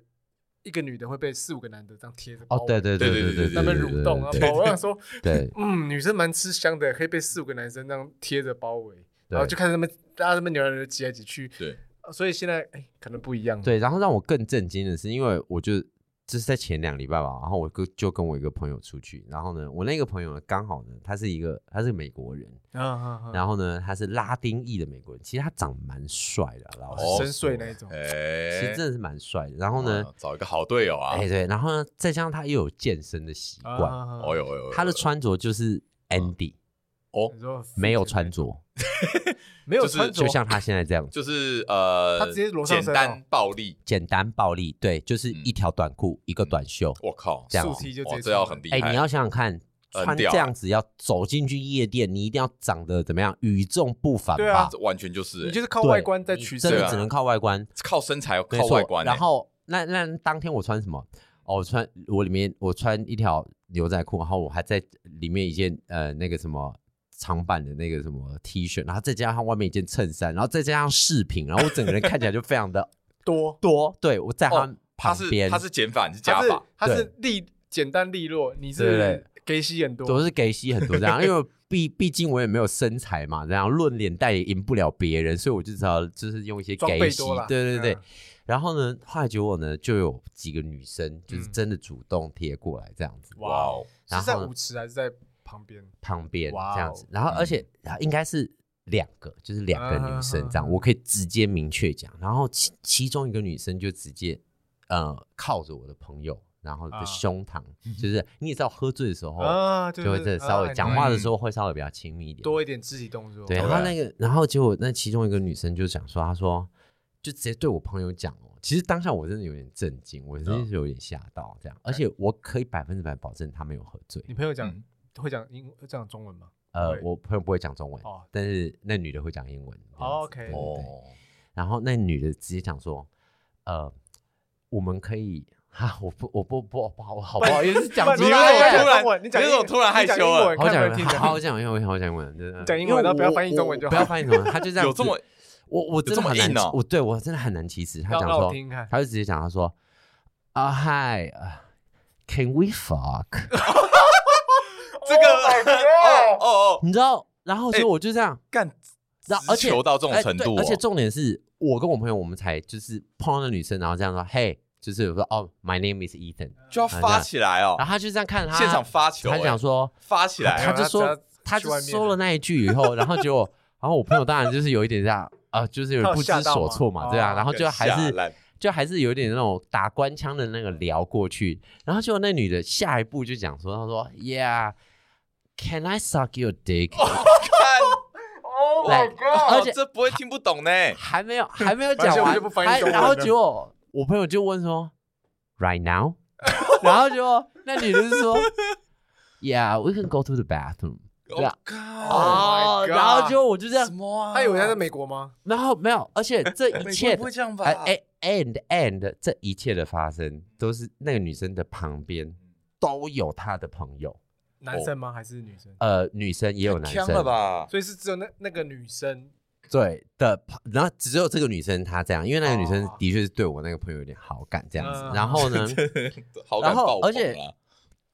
Speaker 1: 一个女的会被四五个男的这样贴着包
Speaker 2: 哦，
Speaker 1: 围
Speaker 2: 对对
Speaker 3: 对
Speaker 2: 对
Speaker 3: 对
Speaker 2: 对，
Speaker 1: 那边
Speaker 2: 对
Speaker 1: 蠕动啊，
Speaker 2: 对
Speaker 1: 包
Speaker 2: 对
Speaker 1: 围我想说，
Speaker 2: 对
Speaker 1: 嗯，女生蛮吃香的，可以被四五个男生这样贴着包围， 然后
Speaker 2: 对
Speaker 1: 就看他们大家他们扭来扭去挤来挤去，
Speaker 3: 对，
Speaker 1: 呃所以现在哎可能不一样了，
Speaker 2: 对，然后让我更震惊的是，因为我就这是在前两礼拜吧，然后我跟就跟我一个朋友出去，然后呢，我那个朋友呢刚好呢，他是一个他是个美国人，
Speaker 1: 啊，啊啊
Speaker 2: 然后呢他是拉丁裔的美国人，其实他长得蛮帅的啊，老实
Speaker 3: 哦
Speaker 2: 说
Speaker 1: 深邃那一种，
Speaker 3: 哎，
Speaker 2: 其实真的是蛮帅的。然后呢，
Speaker 3: 哇找一个好队友啊，
Speaker 2: 哎、
Speaker 3: 哎
Speaker 2: 对，然后呢，再加上他又有健身的习惯，
Speaker 1: 啊嗯
Speaker 3: 呦哎呦，
Speaker 2: 他的穿着就是 Andy、
Speaker 3: 哦
Speaker 1: 你，说
Speaker 2: 没有穿，着，
Speaker 1: 没有
Speaker 3: 就是
Speaker 1: 穿着，
Speaker 2: 就像他现在这样子，
Speaker 3: 就是呃，
Speaker 1: 他直接裸上
Speaker 3: 简
Speaker 1: 身哦
Speaker 3: 单暴力，
Speaker 2: 简单暴力，对，就是
Speaker 1: 嗯
Speaker 2: 一条短裤、一个短袖。
Speaker 3: 我靠，
Speaker 2: 这样
Speaker 1: 竖
Speaker 2: 哦
Speaker 1: 踢就直
Speaker 3: 哇，
Speaker 1: 接
Speaker 3: 这要
Speaker 1: 穿
Speaker 3: 很厉
Speaker 2: 哎、
Speaker 3: 害，
Speaker 2: 你要想想看，
Speaker 3: 很
Speaker 2: 穿
Speaker 3: 屌
Speaker 2: 这样子要走进去夜店，你一定要长得怎么样，与众不凡
Speaker 1: 对
Speaker 2: 吧
Speaker 1: 啊？
Speaker 3: 这完全就是，
Speaker 1: 你
Speaker 3: 哎
Speaker 1: 就是靠
Speaker 2: 对
Speaker 1: 外观在取胜
Speaker 2: 真
Speaker 3: 对
Speaker 2: 的
Speaker 3: 啊
Speaker 2: 只能靠外观，
Speaker 3: 靠身材
Speaker 2: 没
Speaker 3: 靠
Speaker 2: 错
Speaker 3: 外观，
Speaker 2: 然
Speaker 3: 哎
Speaker 2: 后那那当天我穿什么？哦，我穿我里面我穿一条牛仔裤，然后我还在里面一件呃那个什么。长版的那个什么 T 恤，然后再加上外面一件衬衫，然后再加上饰品，然后我整个人看起来就非常的
Speaker 1: 多，
Speaker 2: 多。对我在他
Speaker 3: 哦他
Speaker 2: 旁
Speaker 3: 是
Speaker 2: 边，
Speaker 3: 他是减法，你是加
Speaker 1: 它是
Speaker 3: 法，
Speaker 1: 它是
Speaker 2: 对
Speaker 1: 利简单利落，你
Speaker 2: 对
Speaker 1: 是
Speaker 2: 对
Speaker 1: 给息很多
Speaker 2: 我，是给息很多这 样，因为毕毕竟我也没有身材嘛，这样论脸蛋也赢不了别人，所以我就只好就是用一些
Speaker 1: 装
Speaker 2: 给
Speaker 1: 备
Speaker 2: 息
Speaker 1: 多啦，
Speaker 2: 对对对。
Speaker 1: 嗯
Speaker 2: 然后呢，后来结果呢，就有几个女生就是
Speaker 1: 嗯
Speaker 2: 真的主动贴过来这样子，
Speaker 1: 哇
Speaker 3: 哦，
Speaker 2: 然
Speaker 1: 是在
Speaker 2: 后
Speaker 1: 舞池还是在旁边？
Speaker 2: 旁边
Speaker 1: 哇哦
Speaker 2: 这样子，然后而且啊应该是。两个就是两个女生这
Speaker 1: 啊
Speaker 2: 样，我可以直接明确讲。然后其其中一个女生就直接呃靠着我的朋友，然后
Speaker 1: 啊
Speaker 2: 的 胸膛，就是你也知道喝醉的时候
Speaker 1: 啊，对
Speaker 2: 哦就会
Speaker 1: 对
Speaker 2: 这稍微
Speaker 1: 啊
Speaker 2: 讲话的时候会稍微比较亲密一点。
Speaker 1: 多一点肢体动作，
Speaker 2: 对，然
Speaker 3: 当然
Speaker 2: 后那个，然后结果那其中一个女生就讲说，她说就直接对我朋友讲哦，其实当下我真的有点震惊，我真
Speaker 1: 嗯
Speaker 2: 的是有点吓到这样，而且我可以百分之百保证他没有喝醉。
Speaker 1: 你朋友讲
Speaker 3: 嗯
Speaker 1: 会讲英会讲中文吗？
Speaker 2: 呃
Speaker 1: 对，
Speaker 2: 我朋友不会讲中文，
Speaker 1: 哦
Speaker 2: 但是那女的会讲英文。这样子
Speaker 1: OK
Speaker 2: 对对对
Speaker 3: 哦，
Speaker 2: 然后那女的直接讲说，呃，我们可以。啊！我不，我不，不，不好，我好不好意思哦讲
Speaker 1: 不然
Speaker 2: 出
Speaker 1: 你
Speaker 2: 来
Speaker 1: 为什么
Speaker 2: 欸
Speaker 1: 突然你讲
Speaker 3: 你怎么
Speaker 1: 英
Speaker 3: 突然害
Speaker 1: 你讲
Speaker 3: 羞
Speaker 1: 英
Speaker 3: 了
Speaker 1: 文
Speaker 2: 好
Speaker 1: 看有没
Speaker 2: 想
Speaker 1: 有听
Speaker 2: 好
Speaker 1: 懂
Speaker 2: 好想英文，好想英文，真的
Speaker 1: 讲英
Speaker 2: 因为
Speaker 1: 文然后不要
Speaker 2: 我
Speaker 1: 翻译中文就
Speaker 2: 我不要
Speaker 1: 好
Speaker 2: 翻译中文，他就 这样
Speaker 3: 有这
Speaker 2: 子
Speaker 3: 么
Speaker 2: 我我真
Speaker 3: 这
Speaker 2: 的
Speaker 3: 么
Speaker 2: 很难
Speaker 3: 硬哦
Speaker 2: 我对我真的很难启齿。他
Speaker 1: 让
Speaker 2: 讲
Speaker 1: 让我
Speaker 2: 说
Speaker 1: 听 听看，
Speaker 2: 他就直接讲，他说啊、嗨啊 c a n we fuck？
Speaker 3: 这个
Speaker 1: Oh my god
Speaker 3: 哦哦哦，
Speaker 2: 你知道，然后所以
Speaker 3: 哎
Speaker 2: 我就这样，
Speaker 3: 干，
Speaker 2: 然后而且
Speaker 3: 直球到这种
Speaker 2: 哎
Speaker 3: 程
Speaker 2: 对
Speaker 3: 度哦，
Speaker 2: 而且重点是我跟我朋友我们才就是碰到那女生，然后这样说，嘿，就是我说哦，my name is Ethan，
Speaker 3: 就要发起来哦
Speaker 2: 然后，他就这样看他
Speaker 3: 现场发球，
Speaker 2: 他
Speaker 3: 哎
Speaker 2: 讲说
Speaker 3: 发起来，
Speaker 2: 他就
Speaker 1: 没有
Speaker 2: 说，
Speaker 1: 他
Speaker 2: 他
Speaker 1: 只
Speaker 2: 就
Speaker 1: 哎要去外面
Speaker 2: 说了那一句以后，然后结果，然后我朋友当然就是有一点这样啊、就是有点不知所措嘛，
Speaker 1: 他有吓到吗
Speaker 2: 对啊，
Speaker 1: 哦
Speaker 2: 然后就还
Speaker 3: 哎吓
Speaker 2: 是
Speaker 3: 烂
Speaker 2: 就还是有点那种打官腔的那个聊过去，然后结果那女的下一步就讲说，她说，Yeah，can I suck your dick？、
Speaker 1: 哦 Oh
Speaker 2: 来
Speaker 1: my god！
Speaker 2: 而
Speaker 3: 哦
Speaker 2: 且，
Speaker 3: 这不会听不懂呢。
Speaker 2: 还没有 还没有
Speaker 1: 反
Speaker 2: 讲
Speaker 1: 正我
Speaker 2: 完
Speaker 1: 就不，翻译
Speaker 2: 还
Speaker 1: 中文
Speaker 2: 然后
Speaker 1: 了
Speaker 2: 结果我朋友就问说，Right now？然后结果那女的就说，Yeah，we can go to the bathroom。对啊
Speaker 3: Oh God
Speaker 1: 哦 my
Speaker 2: 哦，
Speaker 1: God
Speaker 2: 然后就我就这样
Speaker 3: 什，么啊？
Speaker 1: 他以为他在美国吗？
Speaker 2: 然后没有，而且这
Speaker 3: 美
Speaker 2: 一
Speaker 3: 国
Speaker 2: 切呃
Speaker 3: 人不会这样吧？
Speaker 2: 哎哎 and and 这一切的发生都是那个女生的旁边都有他的朋友，
Speaker 1: 男生吗？还是女生？
Speaker 2: 呃，女生也有男
Speaker 3: 呛
Speaker 2: 生，
Speaker 3: 了 吧？
Speaker 1: 所以是只有那那个女生
Speaker 2: 对的朋，然后只有这个女生她这样，因为那个女生
Speaker 3: 啊
Speaker 1: 哦
Speaker 2: 的确是对我那个朋友有点好感这样子。
Speaker 1: 嗯
Speaker 2: 然 后呢，
Speaker 3: 好
Speaker 2: 然
Speaker 3: 感
Speaker 2: 后
Speaker 3: 爆棚啊
Speaker 2: 而且
Speaker 3: 啦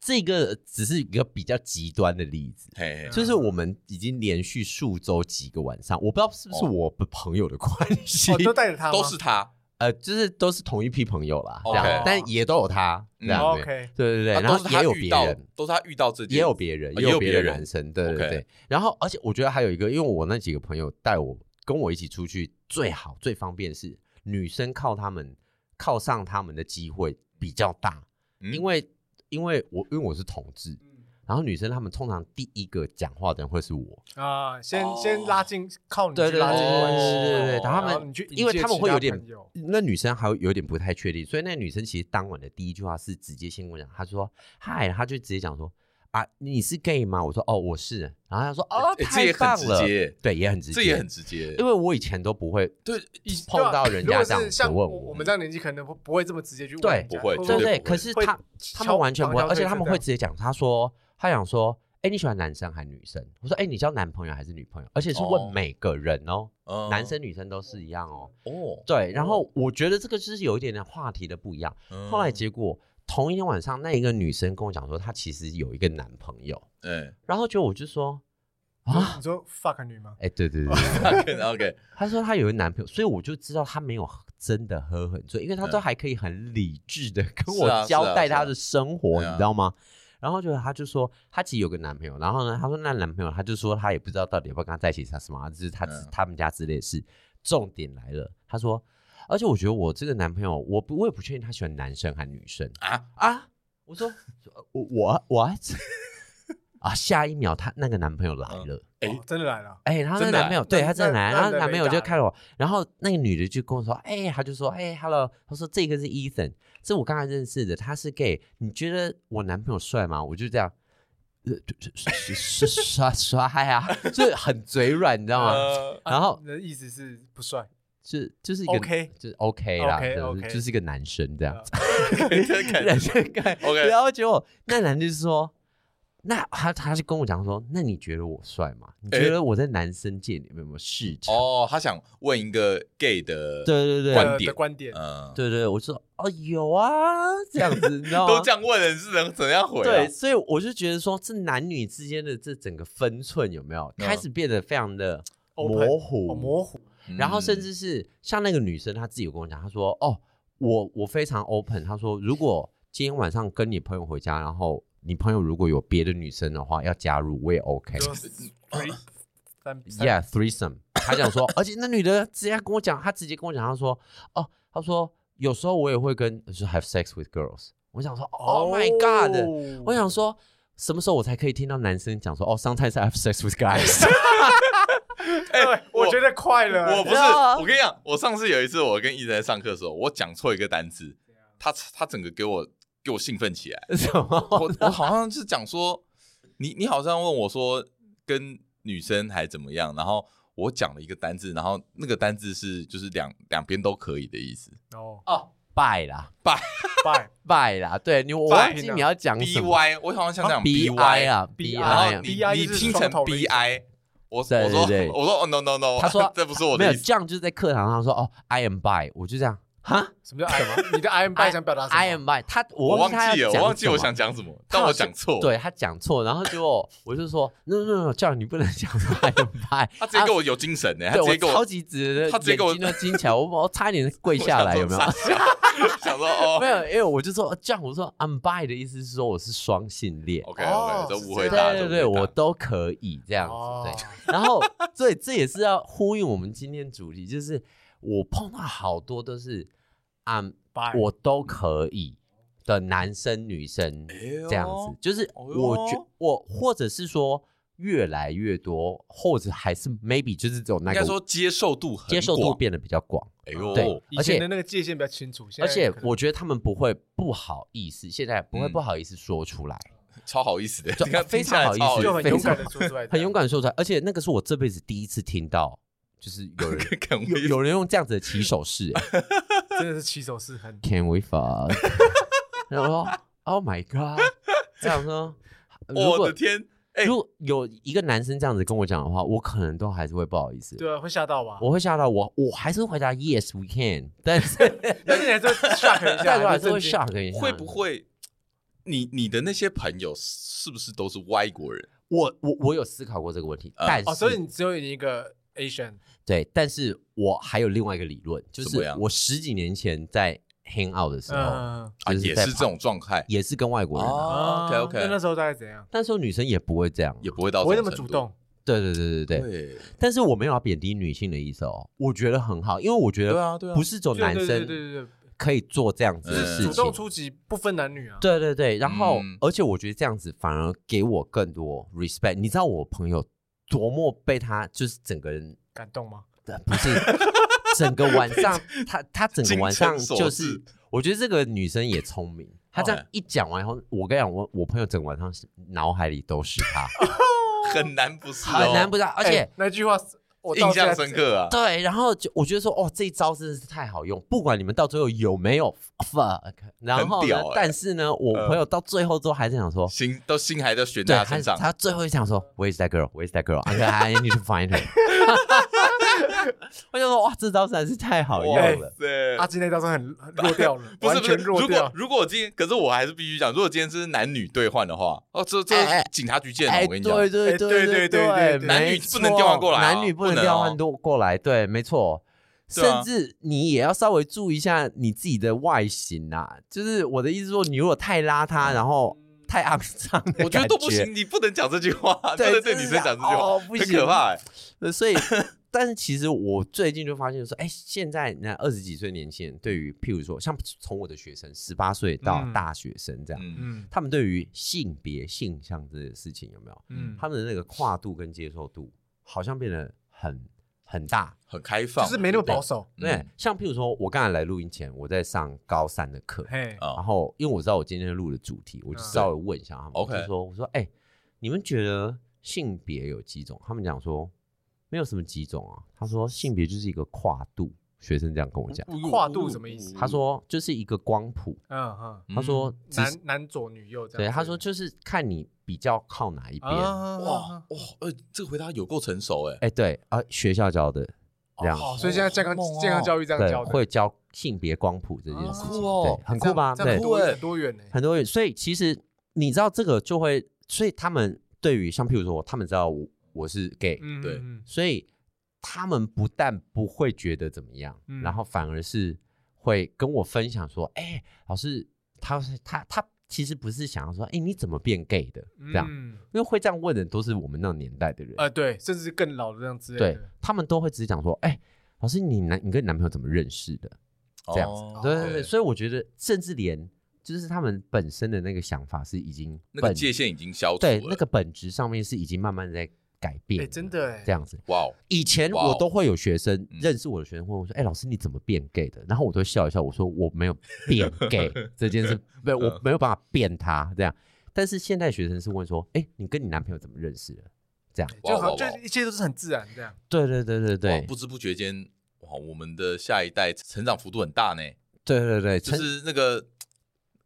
Speaker 2: 这个只是一个比较极端的例子，
Speaker 3: 嘿嘿
Speaker 1: 嗯
Speaker 2: 就是我们已经连续数周几个晚上，我不知道是不是
Speaker 3: 哦
Speaker 2: 我朋友的关系，
Speaker 1: 哦都带着他吗，
Speaker 3: 都是他，
Speaker 2: 呃，就是都是同一批朋友啦，这
Speaker 3: OK
Speaker 2: 样，但也都有他
Speaker 3: 嗯
Speaker 2: 这样子。
Speaker 1: 哦 OK
Speaker 2: 对对对，
Speaker 3: 啊
Speaker 2: 然
Speaker 3: 都
Speaker 2: 后
Speaker 3: 是
Speaker 2: 也
Speaker 3: 他
Speaker 2: 有
Speaker 3: 遇
Speaker 2: 别
Speaker 3: 到
Speaker 2: 人，，
Speaker 3: 都是他遇到这件，
Speaker 2: 也有别人，
Speaker 3: 啊
Speaker 2: 也
Speaker 3: 也有
Speaker 2: 别
Speaker 3: 别
Speaker 2: 的
Speaker 3: 人
Speaker 2: 男生，对对
Speaker 3: OK
Speaker 2: 对。然后，而且我觉得还有一个，因为我那几个朋友带我跟我一起出去，最好最方便是女生靠他们靠上他们的机会比较大，
Speaker 3: 嗯
Speaker 2: 因为因为我因为我是同志，
Speaker 1: 嗯
Speaker 2: 然后女生她们通常第一个讲话的人会是我，
Speaker 1: 啊，先
Speaker 3: 哦
Speaker 1: 先拉近，靠你
Speaker 2: 对
Speaker 1: 去
Speaker 2: 对对
Speaker 1: 拉近
Speaker 2: 对
Speaker 1: 关系，
Speaker 2: 对对对，
Speaker 3: 哦
Speaker 2: 然后
Speaker 1: 然
Speaker 2: 他
Speaker 1: 后
Speaker 2: 们
Speaker 1: 你去引
Speaker 2: 因为
Speaker 1: 介
Speaker 2: 他们
Speaker 1: 其
Speaker 2: 会有
Speaker 1: 他
Speaker 2: 点
Speaker 1: 朋友，
Speaker 2: 那女生还会有点不太确定，所以那女生其实当晚的第一句话是直接先跟我讲，她说嗨，她就直接讲说啊你是 gay 吗？我说哦我是，然后她说哦
Speaker 3: 欸这也
Speaker 2: 太
Speaker 3: 很
Speaker 2: 棒
Speaker 3: 直
Speaker 2: 了，
Speaker 3: 接，
Speaker 2: 对，也很直接，
Speaker 3: 这也很直接，
Speaker 2: 因为我以前都不会
Speaker 3: 对
Speaker 1: 以啊
Speaker 2: 碰到人
Speaker 1: 对啊如果
Speaker 2: 家这样
Speaker 1: 是
Speaker 2: 子
Speaker 1: 像
Speaker 2: 问
Speaker 1: 我
Speaker 2: 我
Speaker 1: 我们这样年纪，可能不不会这么直接去问
Speaker 2: 对
Speaker 1: 人家，
Speaker 3: 不会绝
Speaker 2: 对
Speaker 3: 不
Speaker 2: 对，
Speaker 3: 会
Speaker 2: 可是
Speaker 1: 会
Speaker 2: 他他们完全不会，而且他们会直接讲，他说他想说，哎，你喜欢男生还是女生？我说，哎，你交男朋友还是女朋友？而且是
Speaker 3: 哦
Speaker 2: 问每个人哦，
Speaker 3: 嗯
Speaker 2: 男生女生都是一样哦。
Speaker 3: 哦，
Speaker 2: 对，然后我觉得这个就是有一点点话题的不一样。
Speaker 3: 嗯
Speaker 2: 后来结果同一天晚上，那一个女生跟我讲说，她其实有一个男朋友，
Speaker 3: 哎
Speaker 2: 然后就我就说
Speaker 1: 啊，
Speaker 2: 啊，
Speaker 1: 你说 fuck 女吗？
Speaker 2: 哎，对对对对
Speaker 3: ，OK，
Speaker 2: 她说她有一个男朋友，所以我就知道她没有真的喝很醉，因为她都
Speaker 3: 嗯
Speaker 2: 还可以很理智的跟
Speaker 3: 是啊
Speaker 2: 我
Speaker 3: 是
Speaker 2: 交
Speaker 3: 啊
Speaker 2: 代
Speaker 3: 是
Speaker 2: 她
Speaker 3: 啊
Speaker 2: 的生活，
Speaker 3: 对啊
Speaker 2: 你知道吗？然后就她就说她其实有个男朋友，然后呢，她说那男朋友她就说她也不知道到底要不要跟他在一起，啥什么，啊就是她只
Speaker 3: 嗯
Speaker 2: 他们家之类的事。重点来了，她说，而且我觉得我这个男朋友，我不我也不确定他喜欢男生还是女生
Speaker 3: 啊
Speaker 2: 啊。我说我我我 啊，下一秒她那个男朋友来
Speaker 3: 嗯
Speaker 2: 了。
Speaker 3: 哎
Speaker 1: 哦真的来了，
Speaker 2: 哎、然后那
Speaker 3: 真
Speaker 2: 个
Speaker 3: 的
Speaker 2: 男
Speaker 3: 啊
Speaker 2: 朋友，对
Speaker 1: 那
Speaker 2: 他真的
Speaker 1: 那
Speaker 2: 来，
Speaker 1: 那
Speaker 2: 然后
Speaker 1: 你的
Speaker 2: 男朋友
Speaker 1: 雷
Speaker 2: 就
Speaker 1: 达
Speaker 2: 看我，然后那个女的就跟我说，哎、她就说，哎、h e l l o 她说这个是 Ethan，这我刚才认识的，他是 gay，你觉得我男朋友帅吗？我就这样，呃，是是刷刷嗨啊，就是很嘴软，你知道吗？
Speaker 3: 呃
Speaker 1: 啊
Speaker 2: 然后
Speaker 1: 你的意思是不帅
Speaker 2: 就就是一个
Speaker 1: OK
Speaker 2: 就是 OK 啦
Speaker 1: OK，
Speaker 2: 对
Speaker 1: OK 呃
Speaker 2: 就是一个男生这样
Speaker 1: 啊。
Speaker 3: 这感觉 是 OK
Speaker 2: 然后结果那男的就说，那他他就跟我讲说，那你觉得我帅吗？你觉
Speaker 3: 哎
Speaker 2: 得我在男生界里面有没有市场？
Speaker 3: 哦，他想问一个 gay 的，
Speaker 2: 对对对，
Speaker 3: 观
Speaker 1: 呃
Speaker 3: 点
Speaker 1: 的观点，
Speaker 3: 嗯，
Speaker 2: 对对，我就说哦有啊，这样子，你知道 吗？
Speaker 3: 都这样问人是能怎样回啊？
Speaker 2: 对，所以我就觉得说，这男女之间的这整个分寸有没有
Speaker 3: 嗯
Speaker 2: 开始变得非常的
Speaker 1: Open，
Speaker 2: 模糊？
Speaker 1: 哦模糊，
Speaker 3: 嗯，
Speaker 2: 然后甚至是像那个女生，她自己有跟我讲，她说：“哦，我我非常 open。”她说：“如果今天晚上跟你朋友回家，然后你朋友如果有别的女生的话，要加入，我也 OK。”
Speaker 1: 就是 three 三三
Speaker 2: 哎 Yeah, threesome。他讲说，而且那女的直接跟我讲，她直接跟我讲，她说，哦，她说有时候我也会跟就是 have sex with girls。我想说，Oh my god！、
Speaker 1: 哦
Speaker 2: 我想说，什么时候我才可以听到男生讲说，哦，sometimes I have sex with guys？
Speaker 3: 哎，
Speaker 1: 我觉
Speaker 3: 得。
Speaker 1: 得快了，
Speaker 3: 我不是，
Speaker 2: 啊
Speaker 3: 我跟你讲，我上次有一次，我跟一直在上课的时候，我讲错一个单词，他他整个给我给我兴奋起来，
Speaker 2: 什么？
Speaker 3: 我我好像是讲说，你你好像问我说跟女生还怎么样，然后我讲了一个单字，然后那个单字是就是两两边都可以的意思
Speaker 1: 哦，
Speaker 3: 哦
Speaker 2: 拜啦，
Speaker 1: 拜
Speaker 2: 拜啦，对你，我忘记你要讲
Speaker 3: ，B
Speaker 2: 嗯什么
Speaker 3: Y，我好像想讲
Speaker 2: B
Speaker 3: Y
Speaker 2: I，啊，B
Speaker 1: BI
Speaker 3: 然
Speaker 2: I
Speaker 3: 后
Speaker 2: 啊。
Speaker 3: 你
Speaker 1: BI
Speaker 3: 你
Speaker 1: 就是
Speaker 3: 听
Speaker 1: 双
Speaker 3: 成
Speaker 1: 头的意
Speaker 3: B
Speaker 1: 思
Speaker 3: I，我我
Speaker 2: 对
Speaker 3: 说
Speaker 2: 对对
Speaker 3: 我说哦 no no no，
Speaker 2: 他说
Speaker 3: 这不是我
Speaker 2: 没
Speaker 3: 的
Speaker 2: 有
Speaker 3: 意思，
Speaker 2: 这样，就是在课堂上说哦，I am by，我就这样哈
Speaker 1: 什么叫 I 吗？你的 I am by 想表达什么
Speaker 2: ，I am by，他
Speaker 3: 我
Speaker 2: 我
Speaker 3: 忘
Speaker 2: 忘记他
Speaker 3: 记
Speaker 2: 要
Speaker 3: 了，
Speaker 2: 讲
Speaker 3: 我忘记
Speaker 2: 什
Speaker 3: 我
Speaker 2: 么
Speaker 3: 想讲什么，
Speaker 2: 他
Speaker 3: 但
Speaker 2: 好
Speaker 3: 我
Speaker 2: 像
Speaker 3: 讲错，，
Speaker 2: 对他讲错，然后 结果我就说 no no no，叫你不能讲说 I am by，
Speaker 3: 他直接给我有精神呢，他直
Speaker 2: 啊对我
Speaker 3: 接给
Speaker 2: 超
Speaker 3: 我
Speaker 2: 级直的，
Speaker 3: 他直接给我
Speaker 2: 眼睛都金起 来，我我差一点跪下来，有没有？
Speaker 3: 我想说？傻笑想说
Speaker 2: 没
Speaker 3: 哦
Speaker 2: 有，因为我就说这样，我说 I'm bi 的意思是说我是双性恋，
Speaker 3: ，OK OK，
Speaker 1: 哦
Speaker 3: 这误会
Speaker 1: 是
Speaker 2: 对
Speaker 1: 这样
Speaker 3: 大，
Speaker 2: 对对，
Speaker 3: 这误会
Speaker 2: 我
Speaker 3: 大
Speaker 2: 都可以这样子。
Speaker 1: 哦
Speaker 2: 对，然后对，这也是要呼应我们今天主题，就是我碰到好多都是 I'm
Speaker 1: 拜
Speaker 2: 我都可以的男生女生
Speaker 3: 哎呦
Speaker 2: 这样子，就是
Speaker 3: 哦
Speaker 2: 我觉
Speaker 3: 哟
Speaker 2: 我或者是说越来越多，或者还是 maybe 就是这种那
Speaker 3: 应
Speaker 2: 个
Speaker 3: 该说接受度很
Speaker 2: 接受度
Speaker 3: 广，
Speaker 2: 变得比较广，
Speaker 3: 哎呦，
Speaker 2: 对
Speaker 1: 以
Speaker 2: 而且
Speaker 1: 前的那个界限比较清楚，现
Speaker 2: 而
Speaker 1: 在
Speaker 2: 且
Speaker 1: 可能
Speaker 2: 我觉得他们不会不好意思，现在不会
Speaker 3: 嗯
Speaker 2: 不好意思说出来，
Speaker 3: 超好意思的，
Speaker 2: 就啊
Speaker 3: 你看
Speaker 2: 非常好意思
Speaker 3: 听起来超
Speaker 1: 就很勇
Speaker 2: 非常
Speaker 1: 敢的说出来，
Speaker 3: 啊
Speaker 2: 很勇。敢地说出来，而且那个是我这辈子第一次听到，就是有 人
Speaker 3: 敢
Speaker 2: 有有人用这样子的起手式、欸
Speaker 1: 真的是起手是很
Speaker 2: ，Can we fuck？然后我说 Oh my god，这样说，如
Speaker 3: 我
Speaker 2: 果
Speaker 3: 的天，哎
Speaker 2: 如果有一个男生这样子跟我讲的话，我可能都还是会不好意思，
Speaker 1: 对啊，会吓到吧？
Speaker 2: 我会吓到我，我还是会回答 yes we can，但 是
Speaker 1: 但是你还是会 shock 一下，
Speaker 2: 但我还
Speaker 1: 还
Speaker 2: 是啊会
Speaker 1: 震惊
Speaker 2: shock 一下，
Speaker 3: 会不？会你你的那些朋友是不是都是外国人？
Speaker 2: 我我我有思考过这个问题，
Speaker 3: 嗯
Speaker 2: 但是、
Speaker 1: 哦，所以你只有一个 Asian，
Speaker 2: 对，但是我还有另外一个理论，就
Speaker 3: 怎么
Speaker 2: 是
Speaker 3: 样
Speaker 2: 我十几年前在 hang out 的时候，
Speaker 1: 嗯，
Speaker 3: 啊，
Speaker 2: 就是哦
Speaker 3: 也
Speaker 2: 在
Speaker 3: 是这种状态
Speaker 2: 也是跟外国人、啊，
Speaker 3: 哦 OK
Speaker 1: 那那
Speaker 3: OK，
Speaker 1: 时候大概怎样？
Speaker 2: 那时候女生也不会这样，
Speaker 3: 也不会到
Speaker 1: 不会
Speaker 3: 这种
Speaker 1: 那么
Speaker 3: 程
Speaker 1: 主
Speaker 3: 度，
Speaker 1: 动，
Speaker 2: 对对对对对。
Speaker 3: 对
Speaker 2: 但是我没有要贬低女性的意思哦，我觉得很好，因为我觉
Speaker 3: 对
Speaker 2: 得
Speaker 3: 啊对啊，
Speaker 2: 不是只有
Speaker 1: 对
Speaker 2: 男
Speaker 1: 对对
Speaker 2: 生
Speaker 1: 对对
Speaker 2: 可以做这样子
Speaker 1: 对，
Speaker 2: 的
Speaker 1: 就
Speaker 2: 事
Speaker 1: 是
Speaker 2: 情，
Speaker 1: 主动出击，不分男女啊。
Speaker 2: 对对对，然后、
Speaker 3: 嗯
Speaker 2: 而且我觉得这样子反而给我更多 respect。你知道我朋友多么被他就是整个人
Speaker 1: 感动吗？
Speaker 2: 呃不是整个晚上，他他整个晚上
Speaker 3: 精诚所
Speaker 2: 就
Speaker 3: 至
Speaker 2: 是，我觉得这个女生也聪明。她这样一讲完以后，我跟你讲，我我朋友整个晚上是脑海里都是 她，
Speaker 3: 很难不是哦
Speaker 2: 很难不知道。而且、
Speaker 1: 哎那句话是我到
Speaker 3: 印
Speaker 1: 现在
Speaker 3: 象深刻啊，
Speaker 2: 对，然后就我觉得说，哦，这一招真的是太好用，不管你们到最后有没有 fuck，然后呢，
Speaker 3: 屌欸
Speaker 2: 但是呢，我朋友到最后都还是想说，
Speaker 3: 心都心还在悬
Speaker 2: 哦对
Speaker 3: 在他
Speaker 2: 他
Speaker 3: 身上，
Speaker 2: 他最后一想说，Where's that girl? Where's that girl? I I need to find her 。我就说哇，这招实在是太好用了。
Speaker 3: 塞
Speaker 1: 阿基那招是很很弱掉了，
Speaker 3: 不是
Speaker 1: 完
Speaker 3: 不是，
Speaker 1: 全弱
Speaker 3: 如
Speaker 1: 掉
Speaker 3: 果。如果我今天，可是我还是必须讲，如果今天是男女兑换的话，哦，这这
Speaker 2: 哎哎
Speaker 3: 警察局见了，
Speaker 2: 哎，
Speaker 3: 我跟你讲，
Speaker 2: 对对
Speaker 1: 哎
Speaker 2: 对
Speaker 1: 对
Speaker 2: 对
Speaker 1: 对对对
Speaker 3: 男
Speaker 2: 没
Speaker 3: 女不能
Speaker 2: 错
Speaker 3: 调换过来啊
Speaker 2: 男女
Speaker 3: 不
Speaker 2: 能
Speaker 3: 能
Speaker 2: 调
Speaker 3: 哦
Speaker 2: 换过过来，对，没错。
Speaker 3: 对啊
Speaker 2: 甚至你也要稍微注意一下你自己的外形啊，就是我的意思说，你如果太邋遢，然后太肮脏，
Speaker 3: 嗯我觉得都不。行，你不能讲这句话，
Speaker 2: 对
Speaker 3: 真的对
Speaker 2: 真
Speaker 3: 女
Speaker 2: 的
Speaker 3: 生讲这句话，
Speaker 2: 哦不
Speaker 3: 很
Speaker 2: 行
Speaker 3: 可怕、欸。
Speaker 2: 对所以，但是其实我最近就发现说，哎，现在那二十几岁年轻人，对于譬如说，像从我的学生十八岁到
Speaker 1: 嗯
Speaker 2: 大学生这样，
Speaker 3: 嗯，
Speaker 1: 嗯
Speaker 2: 他们对于性别性向这件事情有没有，
Speaker 1: 嗯，
Speaker 2: 他们的那个跨度跟接受度好像变得很很大。
Speaker 3: 很开放，
Speaker 1: 就是没那么保
Speaker 3: 守。
Speaker 1: 守。
Speaker 3: 嗯
Speaker 2: 对，像譬如说，我刚才来录音前，我在上高三的课，
Speaker 1: 嘿，
Speaker 3: 啊
Speaker 2: 然后因为我知道我今天录的主题，我就
Speaker 1: 嗯
Speaker 2: 稍微问一下他们，我
Speaker 3: OK
Speaker 2: 就说我说哎、你们觉得性别有几种？他们讲说没有什么几种啊，他说性别就是一个跨度，学生这样跟
Speaker 3: 嗯
Speaker 2: 我讲，
Speaker 1: 跨度什么意思
Speaker 2: 他说就是一个光谱，
Speaker 1: 嗯嗯，
Speaker 2: 他说只是
Speaker 1: 男男左女右这样子。
Speaker 2: 对，他说就是看你比较靠哪一边，
Speaker 1: 啊，
Speaker 3: 哇
Speaker 1: 哇，
Speaker 3: 哇，呃，这个回答有够成熟哎、
Speaker 2: 哎、对啊，学校教的这样，
Speaker 1: 哦，所以现在健康
Speaker 3: 好猛哦
Speaker 1: 健康教育这样
Speaker 2: 对
Speaker 1: 教，的，
Speaker 2: 会教性别光谱这件事
Speaker 3: 好
Speaker 2: 情，
Speaker 3: 酷哦
Speaker 2: 对，很酷吧？
Speaker 1: 这样这
Speaker 2: 对
Speaker 1: 样，多
Speaker 3: 对
Speaker 1: 很多元呢。
Speaker 2: 很多人，所以其实你知道这个就会，所以他们对于像譬如说，他们知道我我是 gay，、
Speaker 1: 嗯，
Speaker 3: 对
Speaker 1: 嗯
Speaker 2: 所以他们不但不会觉得怎么样，
Speaker 1: 嗯
Speaker 2: 然后反而是会跟我分享说，哎、老师，他是他他其实不是想要说，哎、你怎么变 gay 的
Speaker 1: 嗯
Speaker 2: 这样，
Speaker 1: 嗯
Speaker 2: 因为会这样问的都是我们那个年代的人，
Speaker 1: 呃，对，甚至是更老的这样之类
Speaker 2: 对
Speaker 1: 的。
Speaker 2: 他们都会直接讲说，哎、老师，你男你跟你男朋友怎么认识的？这样子。
Speaker 3: 哦
Speaker 2: 对对对，所以我觉得甚至连就是他们本身的那个想法是已经
Speaker 3: 那个
Speaker 2: 本
Speaker 3: 界限已经消除了。
Speaker 2: 对那个本质上面是已经慢慢在改变了，
Speaker 1: 哎真的哎
Speaker 2: 这样子。
Speaker 3: 哇哦，
Speaker 2: 以前
Speaker 3: 哇哦
Speaker 2: 我都会有学生
Speaker 3: 嗯
Speaker 2: 认识我的学生会问我说：“哎，老师你怎么变 gay 的？”然后我都会笑一笑，我说：“我没有变 gay 这件事，没有我没有办法变他这样。”但是现在学生是问说：“哎，你跟你男朋友怎么认识的？”这样，
Speaker 1: 就好，
Speaker 3: 哇哇哇
Speaker 1: 就一切都是很自然这样。
Speaker 2: 对对对对
Speaker 3: 哇
Speaker 2: 对，
Speaker 3: 不知不觉间，哇，我们的下一代成长幅度很大呢，
Speaker 2: 对对对，
Speaker 3: 就
Speaker 2: 成
Speaker 3: 是那个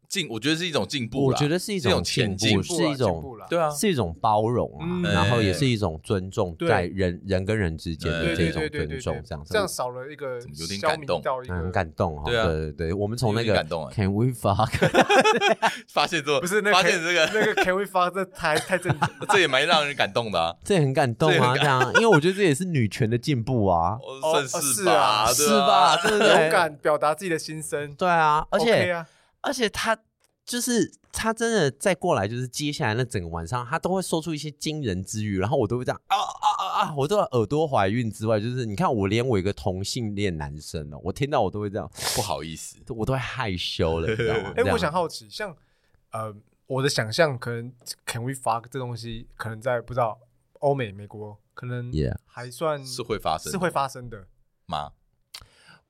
Speaker 3: 进，我觉得是一种进步啦，
Speaker 2: 我觉得是一
Speaker 3: 这种
Speaker 2: 种
Speaker 3: 前
Speaker 2: 进
Speaker 3: 进
Speaker 2: 步，
Speaker 1: 进
Speaker 2: 是
Speaker 1: 步啊
Speaker 2: 一种
Speaker 1: 进步啦
Speaker 3: 对啊，
Speaker 2: 是一种包容啊，
Speaker 1: 嗯
Speaker 2: 然后也
Speaker 3: 哎
Speaker 2: 是一种尊重，
Speaker 1: 对
Speaker 2: 在人人跟人之间
Speaker 1: 对
Speaker 2: 的这
Speaker 1: 对
Speaker 2: 种
Speaker 1: 对对
Speaker 2: 尊
Speaker 1: 对
Speaker 2: 重
Speaker 1: 对，，
Speaker 2: 这样子
Speaker 1: 这样少了一个
Speaker 3: 怎么有点
Speaker 1: 消
Speaker 3: 感
Speaker 1: 弭
Speaker 3: 动
Speaker 1: 到一
Speaker 2: 嗯很
Speaker 1: 个，
Speaker 2: 感动哈。
Speaker 3: 对啊
Speaker 2: 对对对，我们从
Speaker 3: 有
Speaker 2: 那
Speaker 3: 点
Speaker 2: 个
Speaker 3: 感动哎
Speaker 2: Can we fuck？
Speaker 3: 发现之后
Speaker 1: 不是那
Speaker 3: 发
Speaker 1: 可以
Speaker 3: 现这个，
Speaker 1: 那个 Can we fuck 这太太正经了。
Speaker 3: 这也蛮让人感动的啊，
Speaker 2: 这也很感动
Speaker 3: 这也
Speaker 2: 啊，
Speaker 3: 很
Speaker 2: 这样，因为我觉得这也是女权的进步啊，
Speaker 1: 哦
Speaker 3: 哦，算是
Speaker 1: 是
Speaker 3: 吧，
Speaker 1: 啊
Speaker 3: 对
Speaker 2: 是吧？对不对？
Speaker 1: 勇敢表达自己的心声，
Speaker 2: 对啊，而
Speaker 1: OK
Speaker 2: 且
Speaker 1: 啊，
Speaker 2: 而且他就是他真的再过来，就是接下来那整个晚上，他都会说出一些惊人之语，然后我都会这样啊啊啊啊，我都耳朵怀孕之外，就是你看我连我一个同性恋男生哦，我听到我都会这样。
Speaker 3: 不好意思，
Speaker 2: 我都会害羞了，你知道 吗？
Speaker 1: 哎、
Speaker 2: 这样啊
Speaker 1: 我想好奇，像呃，我的想象可能 Can we fuck 这东西，可能在不知道欧美、美国，可能
Speaker 2: Yeah 嗯
Speaker 1: 还算
Speaker 3: 是会发生的，
Speaker 1: 是会发生的。
Speaker 3: 吗？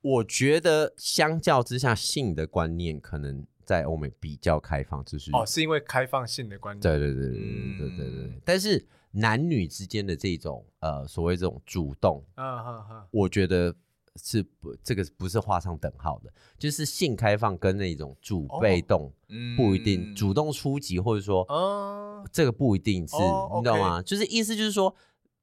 Speaker 2: 我觉得相较之下，性的观念可能在欧美比较开放，就是
Speaker 1: 哦，是因为开放性的观念。
Speaker 2: 对对对对对对对对
Speaker 3: 嗯。
Speaker 2: 但是男女之间的这种呃所谓这种主动，
Speaker 1: 嗯，嗯嗯
Speaker 2: 我觉得是不这个不是画上等号的，就是性开放跟那种主被动、
Speaker 3: 哦嗯
Speaker 2: 不一定主动出击，或者说
Speaker 1: 嗯，
Speaker 2: 这个不一定是，
Speaker 1: 哦
Speaker 2: 你知道
Speaker 1: OK
Speaker 2: 吗？就是意思就是说，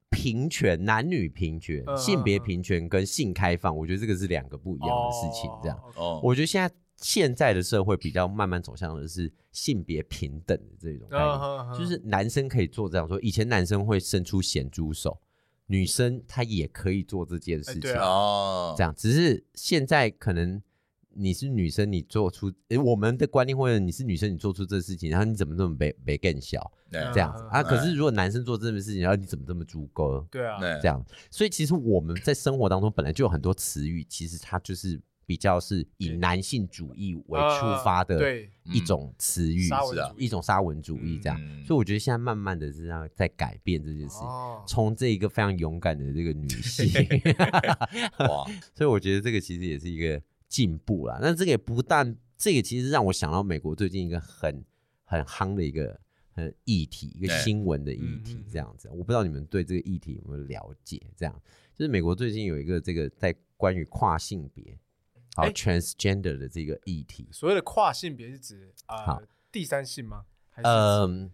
Speaker 2: 平权、男女平权、
Speaker 1: 嗯
Speaker 2: 性别
Speaker 1: 嗯嗯
Speaker 2: 平权跟性开放，我觉得这个是两个不一样的事情。这样，
Speaker 1: 哦
Speaker 3: 哦，
Speaker 2: 我觉得现在现在的社会比较慢慢走向的是性别平等的这种概念，
Speaker 1: 嗯
Speaker 2: 就是男生可以做这样说，以前男生会伸出咸猪手，女生她也可以做这件事
Speaker 1: 哎
Speaker 2: 情。
Speaker 1: 对啊
Speaker 3: 哦，
Speaker 2: 这样，只是现在可能你是女生，你做出诶、我们的观念或者你是女生，你做出这事情，然后你怎么这么没没更小
Speaker 3: 对
Speaker 2: 这样子
Speaker 1: 嗯
Speaker 2: 啊？
Speaker 3: 嗯
Speaker 2: 可是如果男生做这种事情，然后你怎么这么猪哥
Speaker 1: 对啊，
Speaker 3: 对
Speaker 2: 这样？所以其实我们在生活当中本来就有很多词语，其实它就是比较是以
Speaker 1: 对
Speaker 2: 男性主义为
Speaker 1: 嗯
Speaker 2: 出发
Speaker 1: 嗯
Speaker 2: 的
Speaker 1: 对，
Speaker 2: 一种词语，
Speaker 1: 沙文
Speaker 3: 是啊
Speaker 1: 主义
Speaker 2: 一种沙文主义这样。
Speaker 3: 嗯
Speaker 2: 所以我觉得现在慢慢的是让在改变这件事情。
Speaker 1: 哦，
Speaker 2: 从这一个非常勇敢的这个女 性，
Speaker 3: 哇，
Speaker 1: 嗯
Speaker 2: 所以我觉得这个其实也是一个进步啦。那这个也不但这个其实让我想到美国最近一个很很夯的一个很议题，一个
Speaker 3: 对
Speaker 2: 新闻的议题
Speaker 1: 嗯嗯嗯
Speaker 2: 这样子。我不知道你们对这个议题有没有了解？这样就是美国最近有一个这个在关于跨性别，好、
Speaker 1: 哎
Speaker 2: transgender 的这个议题，
Speaker 1: 所谓的跨性别是指啊
Speaker 2: 好
Speaker 1: 第三性吗？还是
Speaker 2: 嗯，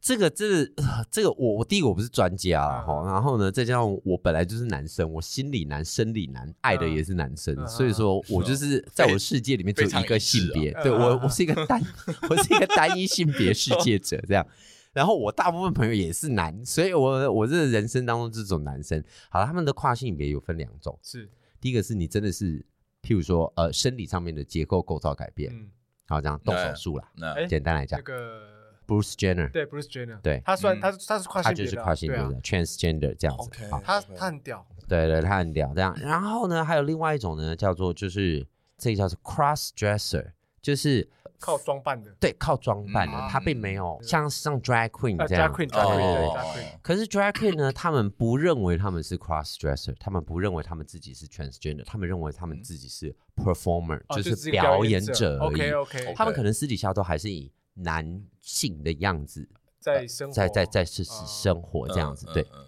Speaker 2: 这个这个呃这个我我第一个我不是专家啦
Speaker 1: 嗯
Speaker 2: 哈、齁然后呢，再加上我本来就是男生，我心理男、生理男，爱的也是男生，
Speaker 1: 嗯
Speaker 2: 所以说我就是在我的世界里面只
Speaker 3: 非
Speaker 2: 有一个性别，
Speaker 1: 非常一致啊
Speaker 2: 对
Speaker 1: 嗯
Speaker 2: 我
Speaker 1: 嗯嗯
Speaker 2: 我是一个单 我是一个单一性别世界者这样。然后我大部分朋友也是男，所以我我这人生当中这种男生，好了，他们的跨性别有分两种，
Speaker 1: 是
Speaker 2: 第一个是你真的是，譬如说呃生理上面的结构构造改变，
Speaker 1: 嗯
Speaker 2: 然后这样动手
Speaker 3: 嗯
Speaker 2: 术啦，
Speaker 3: 那
Speaker 1: 哎
Speaker 2: 简单来讲
Speaker 1: 那个
Speaker 2: ，Bruce Jenner，
Speaker 1: 对 Bruce Jenner，
Speaker 2: 对
Speaker 1: 他算
Speaker 3: 嗯
Speaker 1: 他他是跨
Speaker 2: 他
Speaker 1: 性
Speaker 2: 就
Speaker 1: 别
Speaker 2: 是
Speaker 1: 的啊，
Speaker 2: 跨性别
Speaker 1: 对啊
Speaker 2: 的、transgender 这样子
Speaker 3: OK
Speaker 2: 好，
Speaker 1: 他他很屌，
Speaker 2: 对对，他很屌这样。然后呢，还有另外一种呢，叫做就是这个叫做 cross dresser，就是
Speaker 1: 靠装扮的，
Speaker 2: 对靠装扮的，
Speaker 3: 嗯
Speaker 2: 他并没有像像 drag queen
Speaker 1: 呃
Speaker 2: 这
Speaker 1: ，drag
Speaker 2: 样。
Speaker 1: queen
Speaker 2: 对
Speaker 1: drag
Speaker 2: 对
Speaker 1: queen 对
Speaker 2: 对
Speaker 1: drag queen，
Speaker 3: 哦，
Speaker 2: 可是 drag queen 呢，他们不认为他们是 cross dresser，他们不认为他们自己是 transgender，他们认为他们自己是 performer，、
Speaker 1: 哦就是是表
Speaker 2: 演
Speaker 1: 者
Speaker 2: 而已。哦
Speaker 1: ，OK OK，
Speaker 2: 他们可能私底下都还是以男性的样子
Speaker 1: 在生
Speaker 2: 在在
Speaker 1: 活
Speaker 2: 在是
Speaker 1: 哦
Speaker 2: 生活这样子，对。
Speaker 3: 嗯，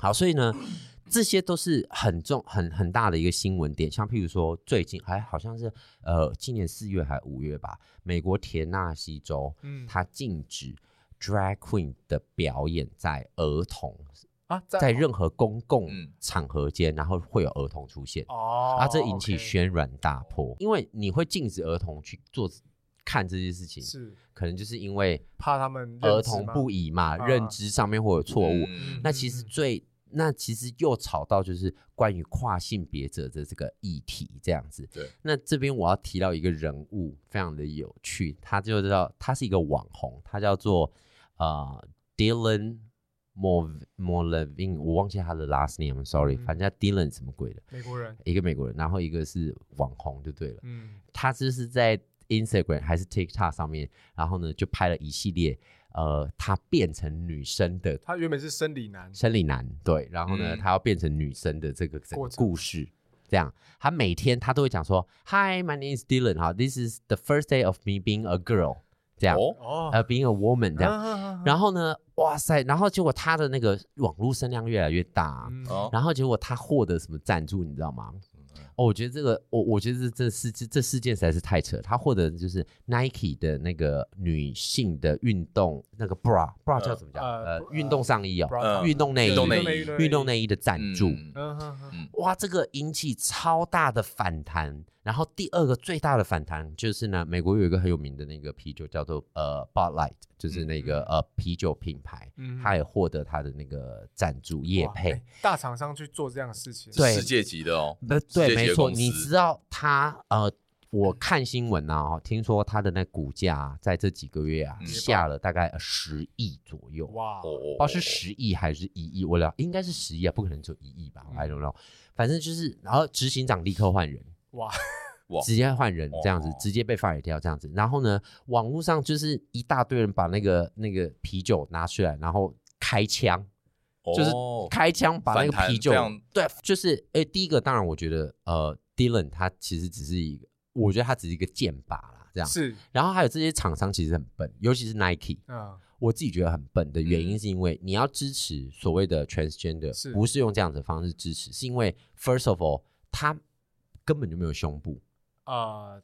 Speaker 2: 好，所以呢，这些都是很重、很很大的一个新闻点。像譬如说，最近还好像是呃，今年四月还五月吧，美国田纳西州，
Speaker 1: 嗯
Speaker 2: 它禁止 drag queen 的表演在儿童
Speaker 1: 啊，
Speaker 2: 在任何公共
Speaker 3: 嗯
Speaker 2: 场合间，然后会有儿童出现，
Speaker 1: 哦，
Speaker 2: 啊，这引起
Speaker 1: OK，
Speaker 2: 轩然大波，因为你会禁止儿童去做看这些事情，
Speaker 1: 是
Speaker 2: 可能就是因为
Speaker 1: 怕他们认
Speaker 2: 儿
Speaker 1: 知
Speaker 2: 童
Speaker 1: 吗
Speaker 2: 不宜嘛，
Speaker 1: 啊
Speaker 2: 认知上面会有错误。
Speaker 3: 嗯
Speaker 2: 那其实最，那其实又吵到就是关于跨性别者的这个议题这样子。
Speaker 3: 对，
Speaker 2: 那这边我要提到一个人物，非常的有趣，他就叫他是一个网红，他叫做呃 Dylan Mo Mo Levin，我忘记他的 last name，sorry，、
Speaker 1: 嗯
Speaker 2: 反正叫 Dylan 什么鬼的，
Speaker 1: 美国人，
Speaker 2: 一个美国人，然后一个是网红就对了。
Speaker 1: 嗯，
Speaker 2: 他就是在 Instagram 还是 TikTok 上面，然后呢就拍了一系列呃他变成女生的
Speaker 1: 他原本是生理男，
Speaker 2: 生理男，对，然后呢，
Speaker 3: 嗯
Speaker 2: 他要变成女生的这个整个
Speaker 1: 过程
Speaker 2: 故事，这样，他每天他都会讲说，Hi, my name is Dylan，哈，This is the first day of me being a girl，这样，
Speaker 3: 哦，
Speaker 1: 哦，啊
Speaker 2: 呃、b e i n g a woman 这样，
Speaker 1: 样
Speaker 2: 然后呢，哇塞，然后结果他的那个网络声量越来越大，
Speaker 1: 嗯
Speaker 3: 哦，
Speaker 2: 然后结果他获得什么赞助，你知道吗？
Speaker 1: 嗯
Speaker 2: 哦，我觉得这个，我我觉得这这事这事件实在是太扯。他获得的就是 Nike 的那个女性的运动那个 bra bra 叫什么叫
Speaker 1: 呃
Speaker 2: 呃
Speaker 1: 不呃
Speaker 2: 运动上衣哦，
Speaker 1: bra
Speaker 2: 运动内衣
Speaker 3: 嗯运动内衣
Speaker 2: 运动内衣的赞
Speaker 3: 嗯
Speaker 2: 助。
Speaker 1: 嗯哼哼
Speaker 2: 哇，这个引起超大的反弹。然后第二个最大的反弹就是呢，美国有一个很有名的那个啤酒叫做呃 Bud Light，就是那
Speaker 3: 嗯
Speaker 2: 个、呃啤酒品牌，
Speaker 1: 嗯
Speaker 2: 它也获得它的那个赞助业
Speaker 1: 哇
Speaker 2: 配
Speaker 1: 哎。大厂商去做这样的事情，
Speaker 2: 对嗯
Speaker 3: 世界级的哦，
Speaker 2: 不
Speaker 3: 世界
Speaker 2: 呃对，
Speaker 3: 级
Speaker 2: 没
Speaker 3: 的
Speaker 2: 错，
Speaker 3: 公
Speaker 2: 你
Speaker 3: 司嗯
Speaker 2: 知道他呃，我看新闻啊，哦听说他的那股价啊、在这几个月啊、
Speaker 3: 嗯
Speaker 2: 下了大概呃十亿左右，不知
Speaker 1: 哇，
Speaker 3: 哦
Speaker 2: 道是十亿还是一亿，我了应该是十亿啊，不可能只有一亿吧、
Speaker 1: 嗯
Speaker 2: i don't know，反正就是，然后执行长立刻换人，
Speaker 1: 哇，
Speaker 3: 哇
Speaker 2: 直接换人这样子
Speaker 3: 哦，
Speaker 2: 直接被 fire 掉这样子，然后呢，网络上就是一大堆人把那个那个啤酒拿出来，然后开枪。就是开枪把那个
Speaker 3: 哦反弹
Speaker 2: 啤酒
Speaker 3: 非常，
Speaker 2: 对，就是诶、第一个当然我觉得呃，Dylan 他其实只是一个，我觉得他只是一个箭靶啦，这样。
Speaker 1: 是，
Speaker 2: 然后还有这些厂商其实很笨，尤其是 Nike，
Speaker 1: 嗯，
Speaker 2: 我自己觉得很笨的原因
Speaker 3: 嗯
Speaker 2: 是因为你要支持所谓的 transgender，
Speaker 1: 是
Speaker 2: 不是用这样子的方式支持，是因为 first of all，他根本就没有胸部，
Speaker 1: 啊，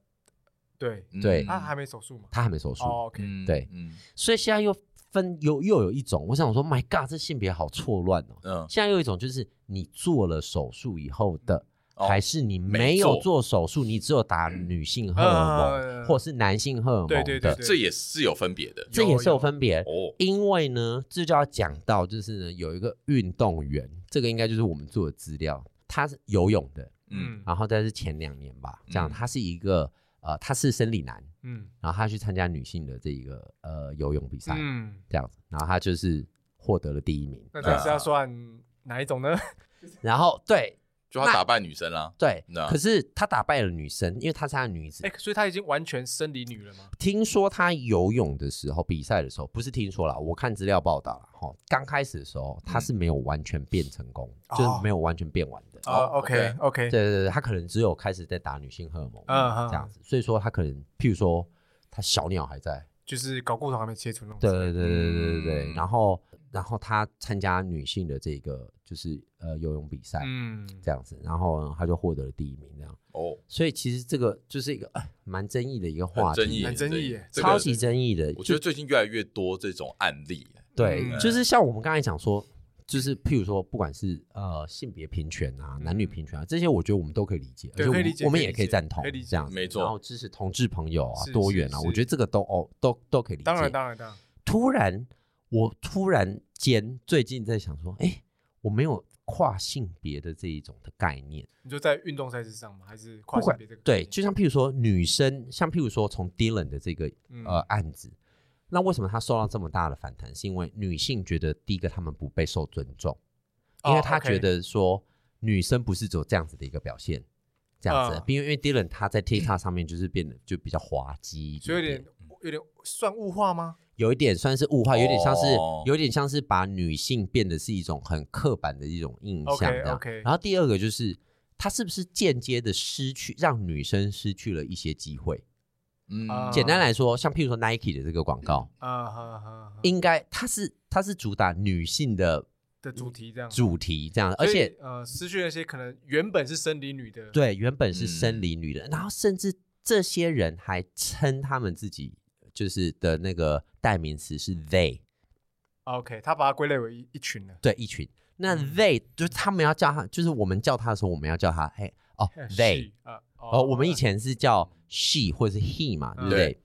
Speaker 1: 对，
Speaker 2: 对啊
Speaker 1: 他还没手术嘛？
Speaker 2: 他还没嗯手术，
Speaker 1: 哦，OK，
Speaker 3: 嗯
Speaker 2: 对
Speaker 3: 嗯
Speaker 2: 所以现在又分又又有一种，我想说，My God，这性别好错乱哦。
Speaker 3: 嗯，
Speaker 2: 现在又有一种就是你做了手术以后的，
Speaker 3: 哦
Speaker 2: 还是你
Speaker 3: 没
Speaker 2: 没有
Speaker 3: 做
Speaker 2: 做手术，你只有打女性荷尔蒙、
Speaker 1: 呃
Speaker 2: 或是男性荷尔蒙的，
Speaker 1: 对对对对
Speaker 3: 这也是有分别的
Speaker 2: 这也是有分别。
Speaker 3: 哦。
Speaker 2: 因为呢，这就要讲到，就是呢，有一个运动员，这个应该就是我们做的资料，他是游泳的，
Speaker 3: 嗯
Speaker 1: 嗯
Speaker 2: 然后但是前两年吧，这样
Speaker 3: 嗯
Speaker 2: 他是一个呃，他是生理男，
Speaker 1: 嗯
Speaker 2: 然后他去参加女性的这一个呃游泳比赛，
Speaker 1: 嗯，
Speaker 2: 这样子，然后他就是获得了第一名，
Speaker 1: 那这是要算哪一种呢？
Speaker 2: 然后对
Speaker 3: 就他打败女生啦，
Speaker 2: 对
Speaker 3: 那，
Speaker 2: 可是他打败了女生，因为他是他的女子
Speaker 1: 哎，，所以他已经完全生理女了吗？
Speaker 2: 听说他游泳的时候，比赛的时候不是听说啦，我看资料报道了哈。齁刚开始的时候，他是没有完全变成功，
Speaker 1: 嗯哦
Speaker 2: 就是没有完全变完的。
Speaker 3: 哦
Speaker 1: 哦
Speaker 3: OK
Speaker 1: ，OK，
Speaker 2: 对对对，他可能只有开始在打女性荷尔蒙，
Speaker 1: 嗯嗯
Speaker 2: 这样子，所以说他可能，譬如说他小鸟还在，
Speaker 1: 就是睾固酮还没切除那种。
Speaker 2: 对对对对对对对，
Speaker 3: 嗯
Speaker 2: 然后然后他参加女性的这个就是呃游泳比赛、
Speaker 1: 嗯，
Speaker 2: 这样子，然后呢他就获得了第一名这样，
Speaker 3: 哦，
Speaker 2: 所以其实这个就是一个哎蛮争议的一个
Speaker 3: 很
Speaker 2: 话题，
Speaker 3: 争议，
Speaker 1: 很争议耶
Speaker 3: 这个
Speaker 2: 超级争议的，
Speaker 3: 我觉得最近越来越多这种案例，
Speaker 2: 对，
Speaker 1: 嗯
Speaker 2: 就是像我们刚才讲说，就是譬如说，不管是呃性别平权啊、男女平权啊这些，我觉得我们都可以理解，而
Speaker 1: 对
Speaker 2: 且我
Speaker 1: 可以
Speaker 2: 们
Speaker 1: 理解
Speaker 2: 我们
Speaker 1: 可以
Speaker 2: 也
Speaker 1: 理
Speaker 2: 可以
Speaker 1: 解
Speaker 2: 赞同
Speaker 1: 可以理解
Speaker 2: 这样子，
Speaker 3: 没错
Speaker 2: 然后支持同志朋友啊、
Speaker 1: 是
Speaker 2: 多元啊，
Speaker 1: 是
Speaker 2: 我觉得这个都哦都都可以理解。
Speaker 1: 当然当然当然，
Speaker 2: 突然我突然间最近在想说，哎，我没有跨性别的这一种的概念，
Speaker 1: 你就在运动赛事上吗？还是跨
Speaker 2: 不
Speaker 1: 性
Speaker 2: 管
Speaker 1: 别这个概
Speaker 2: 对，
Speaker 1: 念？
Speaker 2: 就像譬如说女生，像譬如说从 Dylan 的这个
Speaker 1: 嗯
Speaker 2: 呃案子。那为什么他受到这么大的反弹？是因为女性觉得第一个她们不被受尊重，因为
Speaker 1: 哦
Speaker 2: 她
Speaker 1: OK
Speaker 2: 觉得说女生不是只有这样子的一个表现，这样子
Speaker 1: 嗯。
Speaker 2: 因为因为 Dylan 他在 TikTok 上面就是变得就比较滑稽一
Speaker 1: 所以
Speaker 2: 点
Speaker 1: 有
Speaker 2: 点
Speaker 1: 点，有点算物化吗？
Speaker 2: 有一点算是物化，有点像是
Speaker 3: 哦
Speaker 2: 有点像是把女性变得是一种很刻板的一种印象
Speaker 1: OK，
Speaker 2: 这样
Speaker 1: OK。
Speaker 2: 然后第二个就是他是不是间接的失去让女生失去了一些机会？
Speaker 3: 嗯
Speaker 1: 啊
Speaker 2: 简单来说，像譬如说 Nike 的这个广告。
Speaker 1: 啊哈哈，哈
Speaker 2: 应该它是它是主打女性的
Speaker 1: 的主题这样，
Speaker 2: 主题这样，而
Speaker 1: 所以
Speaker 2: 且
Speaker 1: 呃，失去那些可能原本是生理女的，
Speaker 2: 对原本是生理女的，然后甚至这些人还称他们自己就是的那个代名词是 they，
Speaker 1: 啊，OK，他把它归类为一一群了。
Speaker 2: 对一群。那
Speaker 1: 嗯
Speaker 2: they 就是他们要叫他，就是我们叫他的时候，我们要叫他哎哦 they，
Speaker 1: 是啊，
Speaker 2: 哦，我们以前是叫 she 或是 he 嘛，
Speaker 1: 嗯
Speaker 2: 对不对？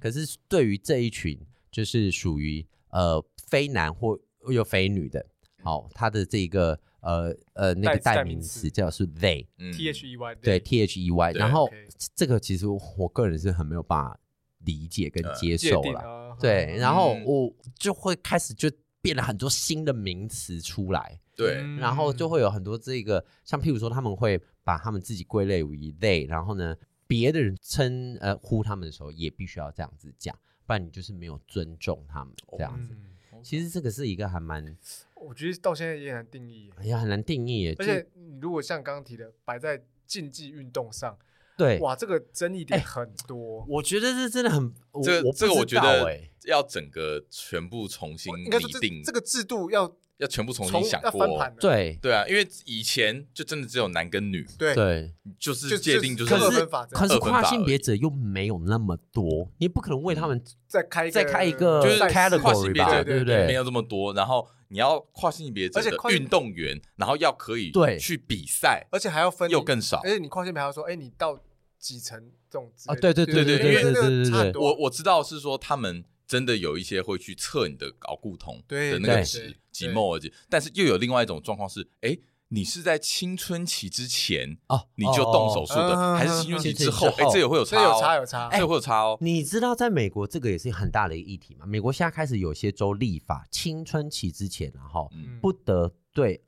Speaker 2: 可是对于这一群就是属于呃非男或又非女的，好、他的这个呃呃那
Speaker 1: 代
Speaker 2: 个代
Speaker 1: 代
Speaker 2: 名
Speaker 1: 名
Speaker 2: 词
Speaker 1: 词
Speaker 2: 叫是 they，
Speaker 3: 嗯
Speaker 1: T H E Y
Speaker 2: 对 T H E Y，
Speaker 3: 对
Speaker 2: 然后
Speaker 1: OK
Speaker 2: 这个其实我个人是很没有办法理解跟
Speaker 3: 呃
Speaker 2: 接
Speaker 1: 界
Speaker 2: 受
Speaker 1: 定
Speaker 2: 了，
Speaker 1: 啊，
Speaker 2: 对，
Speaker 1: 嗯
Speaker 2: 然后
Speaker 3: 嗯
Speaker 2: 我就会开始就变了很多新的名词出来，
Speaker 3: 对，
Speaker 2: 然后
Speaker 1: 嗯
Speaker 2: 就会有很多这个，像譬如说他们会把他们自己归类为 they，然后呢，别的人称呃呼他们的时候也必须要这样子讲，不然你就是没有尊重他们这样子。
Speaker 1: 嗯，
Speaker 2: 其实这个是一个还蛮
Speaker 1: 我觉得到现在也很难定义耶，
Speaker 2: 哎呀很难定义耶，
Speaker 1: 而
Speaker 2: 就
Speaker 1: 且你如果像刚刚提的，摆在竞技运动上，
Speaker 2: 对，
Speaker 1: 哇，这个争议点
Speaker 2: 哎
Speaker 1: 很多。
Speaker 2: 我觉得这真的很我
Speaker 3: 这个
Speaker 2: 我不
Speaker 3: 这个我
Speaker 2: 知
Speaker 3: 觉
Speaker 2: 道
Speaker 3: 得
Speaker 2: 哎
Speaker 3: 要整个全部重新
Speaker 1: 哦应该说
Speaker 3: 拟
Speaker 1: 这
Speaker 3: 定
Speaker 1: 这，个制度要
Speaker 3: 要全部重
Speaker 1: 从
Speaker 3: 新想
Speaker 1: 要
Speaker 3: 过
Speaker 1: 翻盘
Speaker 3: 哦，
Speaker 1: 了，
Speaker 2: 对
Speaker 3: 对啊，因为以前就真的只有男跟女，
Speaker 1: 对
Speaker 2: 对，
Speaker 3: 就是
Speaker 1: 就
Speaker 3: 界定
Speaker 1: 就
Speaker 3: 就是是
Speaker 1: 二分法这样
Speaker 2: 可是
Speaker 3: 二分
Speaker 2: 跨
Speaker 3: 法
Speaker 2: 性
Speaker 3: 而
Speaker 2: 别
Speaker 3: 已嗯
Speaker 2: 者又没有那么多，你不可能为他们
Speaker 1: 再开
Speaker 2: 再开一个
Speaker 3: 就是
Speaker 1: 赛事
Speaker 2: category
Speaker 3: 跨性别
Speaker 2: 吧
Speaker 3: 者
Speaker 2: 对不对
Speaker 3: 没有这么多，然后你要跨性别者
Speaker 1: 而且
Speaker 3: 的
Speaker 1: 跨性
Speaker 3: 运动员，然后要可以
Speaker 2: 对
Speaker 3: 去比赛，
Speaker 1: 而且还要分
Speaker 3: 又更少
Speaker 1: 而。且你跨性别还要说，哎，你到几层这种之
Speaker 2: 啊
Speaker 1: 类的
Speaker 2: 对对
Speaker 1: 对
Speaker 3: 对对
Speaker 1: 因为
Speaker 2: 对对
Speaker 1: 那
Speaker 2: 对
Speaker 1: 个
Speaker 2: 对
Speaker 1: 差很
Speaker 2: 对
Speaker 1: 多
Speaker 3: 我我知道是说他们真的有一些会去测你的睾固酮
Speaker 1: 对
Speaker 3: 的那个
Speaker 2: 对
Speaker 1: 对
Speaker 3: 值几
Speaker 1: 对
Speaker 3: m 而已，但是又有另外一种状况是，哎，你是在青春期之前
Speaker 2: 哦，
Speaker 3: 你就动手
Speaker 2: 哦
Speaker 3: 术的，
Speaker 1: 哦
Speaker 3: 还是青春期之后
Speaker 2: 青春？期之
Speaker 3: 哎
Speaker 2: 后，
Speaker 3: 这也会有
Speaker 1: 所
Speaker 3: 差、
Speaker 1: 以
Speaker 3: 哦，
Speaker 1: 有差有差，
Speaker 3: 这
Speaker 2: 哎
Speaker 3: 也会有差哦。
Speaker 2: 你知道，在美国这个也是很大的一个议题嘛？美国现在开始有些州立法，青春期之前、然后
Speaker 3: 嗯，
Speaker 2: 不得对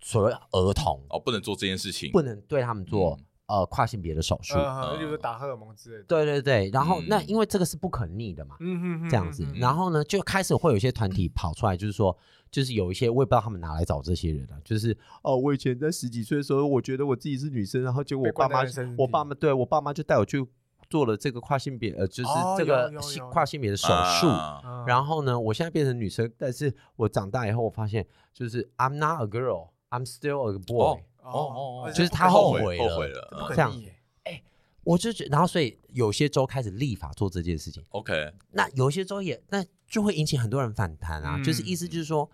Speaker 2: 所谓儿童、
Speaker 3: 哦，不嗯能做这件事情，
Speaker 2: 不能对他们做、呃跨性别的手术。
Speaker 1: 呃，例如说打荷尔蒙之类的，
Speaker 2: 对对对，然后、
Speaker 3: 嗯
Speaker 2: 那因为这个是不可逆的嘛，
Speaker 1: 嗯哼哼
Speaker 2: 这样子
Speaker 1: 哼，哼
Speaker 2: 然后呢就开始会有一些团体跑出来，就是说。就是有一些我也不知道他们哪来找这些人啊，就是哦，我以前在十几岁的时候，我觉得我自己是女生，然后结果我
Speaker 1: 被
Speaker 2: 爸
Speaker 1: 关在
Speaker 2: 妈
Speaker 1: 人生，
Speaker 2: 我
Speaker 1: 地
Speaker 2: 爸妈对我爸妈就带我去做了这个跨性别，呃，就是
Speaker 1: 哦
Speaker 2: 这
Speaker 1: 有
Speaker 2: 个
Speaker 1: 有
Speaker 2: 性
Speaker 1: 有
Speaker 2: 跨性别的手术，
Speaker 3: 啊
Speaker 1: 嗯
Speaker 2: 然后呢，我现在变成女生，但是我长大以后，我发现就是 I'm not a girl, I'm still a boy，、
Speaker 3: 哦
Speaker 1: 嗯
Speaker 3: 哦哦哦
Speaker 2: 就是他
Speaker 1: 后
Speaker 2: 后
Speaker 1: 悔，
Speaker 2: 悔
Speaker 3: 后
Speaker 2: 了
Speaker 3: 悔了
Speaker 1: 这不
Speaker 3: 嗯
Speaker 1: 可
Speaker 2: 这样
Speaker 1: 逆耶
Speaker 2: 我就觉得，然后所以有些州开始立法做这件事情，
Speaker 3: ，OK，
Speaker 2: 那有些州也那就会引起很多人反弹啊。
Speaker 1: 嗯
Speaker 2: 就是意思就是说，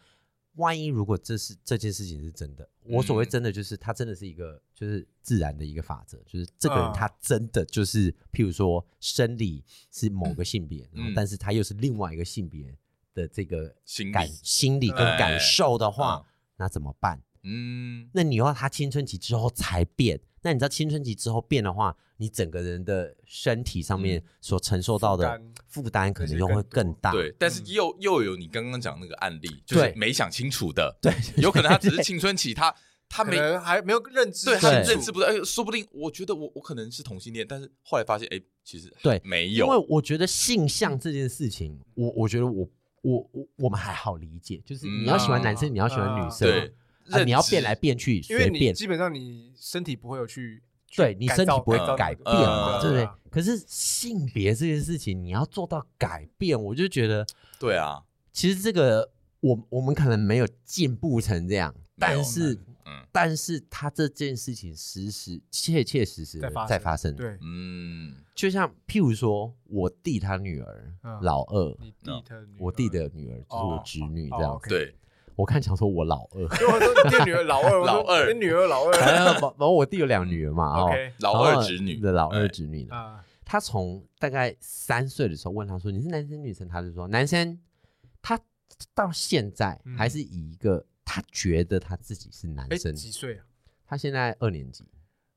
Speaker 2: 万一如果这是这件事情是真的，我所谓
Speaker 3: 嗯
Speaker 2: 真的就是它真的是一个就是自然的一个法则，就是这个人
Speaker 3: 嗯
Speaker 1: 啊
Speaker 2: 他真的就是，譬如说生理是某个性别，
Speaker 3: 嗯
Speaker 2: 然后但是他又是另外一个性别的这个
Speaker 3: 心理
Speaker 2: 感心理跟
Speaker 3: 哎
Speaker 2: 感受的
Speaker 3: 嗯，
Speaker 2: 话那怎么办？
Speaker 3: 嗯，
Speaker 2: 那你要他青春期之后才变，那你知道青春期之后变的话，你整个人的身体上面所承受到
Speaker 1: 负
Speaker 2: 的
Speaker 1: 担
Speaker 2: 负担可
Speaker 1: 这
Speaker 2: 能
Speaker 1: 些
Speaker 2: 又会
Speaker 1: 更多
Speaker 2: 更大。
Speaker 3: 对，但是
Speaker 1: 嗯
Speaker 3: 又又有你刚刚讲那个案例，就是
Speaker 2: 对
Speaker 3: 没想清楚 的，
Speaker 2: 对，
Speaker 3: 有可能他只是青春期，他他
Speaker 1: 可
Speaker 3: 没
Speaker 1: 能还没有认知
Speaker 3: 对
Speaker 1: 清楚，
Speaker 3: 他认知不到，哎，说不定我觉得我我可能是同性恋，但是后来发现，哎，其实
Speaker 2: 对
Speaker 3: 没
Speaker 2: 因为
Speaker 3: 有，
Speaker 2: 我觉得性向这件事情，我我觉得我我我我们还好理解，就是
Speaker 3: 嗯
Speaker 2: 你要喜欢男
Speaker 1: 啊
Speaker 2: 生，你要喜欢女
Speaker 1: 啊
Speaker 2: 生，
Speaker 3: 对，
Speaker 2: 啊，
Speaker 3: 认
Speaker 2: 你要
Speaker 3: 知
Speaker 2: 变来变去，
Speaker 1: 因为
Speaker 2: 随
Speaker 1: 你
Speaker 2: 便，
Speaker 1: 基本上你身体不会有去，
Speaker 2: 对
Speaker 1: 去
Speaker 2: 你
Speaker 1: 改
Speaker 2: 身体
Speaker 1: 造
Speaker 2: 不会
Speaker 1: 造
Speaker 2: 改
Speaker 1: 那
Speaker 2: 变
Speaker 1: 个
Speaker 2: 嘛，
Speaker 3: 嗯
Speaker 2: 对不
Speaker 1: 对
Speaker 2: 对
Speaker 1: 啊？
Speaker 2: 可是性别这件事情，你要做到改变，我就觉得。
Speaker 3: 对啊，
Speaker 2: 其实这个我我们可能没有进步成这样，
Speaker 3: 没有
Speaker 2: 但是
Speaker 3: 嗯
Speaker 2: 但是他这件事情实实切切实实
Speaker 1: 在
Speaker 2: 的
Speaker 1: 发
Speaker 2: 在
Speaker 1: 生
Speaker 2: 发生，，
Speaker 1: 对，
Speaker 3: 嗯，
Speaker 2: 就像譬如说我弟他女儿、
Speaker 1: 嗯
Speaker 2: 老二，
Speaker 1: 你弟的女儿，
Speaker 2: 我 弟的女儿就是我侄女这
Speaker 1: 哦
Speaker 2: 样子，
Speaker 1: ，OK
Speaker 3: 对，
Speaker 2: 我看想说我老 二，
Speaker 1: 因为我说你弟女儿老二，我说
Speaker 3: 老二
Speaker 1: 你女儿老二
Speaker 2: 然后然后我弟有两女儿嘛，哦，
Speaker 1: 嗯，OK
Speaker 3: 老
Speaker 2: 然后
Speaker 3: 二侄女哎
Speaker 2: 对老二
Speaker 3: 对
Speaker 2: 侄女呢，
Speaker 1: 啊，
Speaker 2: 他从大概三岁的时候问他说：“你是男生女生？”他就说：“男生。”他到现在
Speaker 1: 嗯
Speaker 2: 还是以一个他觉得他自己是男
Speaker 1: 哎，
Speaker 2: 生，
Speaker 1: 几岁啊？
Speaker 2: 他现在二年级。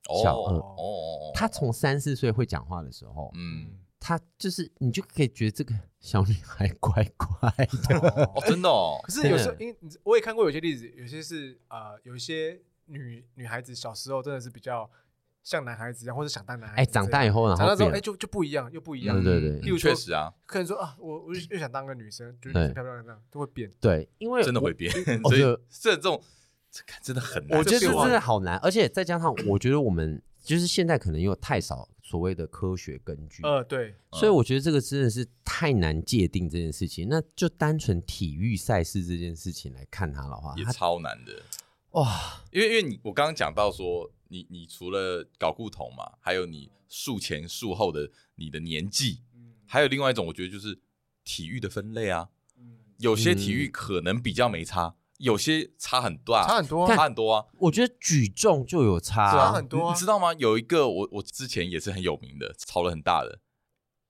Speaker 3: 哦
Speaker 2: 小二
Speaker 3: 哦哦，哦
Speaker 2: 他从三四岁会讲话的时候，
Speaker 3: 嗯，
Speaker 1: 嗯，
Speaker 2: 他就是你就可以觉得这个小女孩乖乖 的。
Speaker 1: 哦
Speaker 3: 哦，真的哦，
Speaker 1: 可是有时候，
Speaker 2: 真的
Speaker 1: 因为你我也看过有些例子，有些是呃，有一些女女孩子小时候真的是比较像男孩子一啊样，或者想当男孩
Speaker 2: 哎，
Speaker 1: 子这样。
Speaker 2: 长大以后然
Speaker 1: 长
Speaker 2: 后
Speaker 1: 大之后，
Speaker 2: 变
Speaker 1: 哎，
Speaker 2: 了，
Speaker 1: 就就不一样，又不一样
Speaker 2: 对。对对
Speaker 1: 例如
Speaker 3: 嗯
Speaker 1: 说
Speaker 3: 确实啊，
Speaker 1: 客人说啊，我我就又想当个女生，觉得女生
Speaker 2: 对
Speaker 1: 漂漂亮亮，都会变。
Speaker 2: 对，因为
Speaker 3: 真的
Speaker 2: 我
Speaker 3: 会变，
Speaker 2: 我
Speaker 3: 所以
Speaker 2: 就
Speaker 3: 这种这看真的很难，
Speaker 2: 我觉得
Speaker 1: 这
Speaker 2: 这
Speaker 1: 是
Speaker 2: 真
Speaker 1: 我
Speaker 2: 的好难，而且再加上我觉得我们就是现在可能又太少所谓的科学根据，
Speaker 1: 呃，对，
Speaker 2: 所以我觉得这个真的是太难界定这件事情。那就单纯体育赛事这件事情来看它的
Speaker 1: 啊
Speaker 2: 话，
Speaker 3: 也
Speaker 2: 它
Speaker 3: 超难的，
Speaker 2: 哇，
Speaker 3: 因为因为你我刚刚讲到说，你你除了搞固酮嘛，还有你术前术后的你的年纪，还有另外一种，我觉得就是体育的分类啊，有
Speaker 1: 嗯
Speaker 3: 些体育可能比较没差，有些差很大，
Speaker 1: 差很多啊
Speaker 3: 差很多啊，
Speaker 2: 我觉得举重就有差、
Speaker 1: 是啊很多啊
Speaker 3: 你你知道吗？有一个我我之前也是很有名的，吵了很大的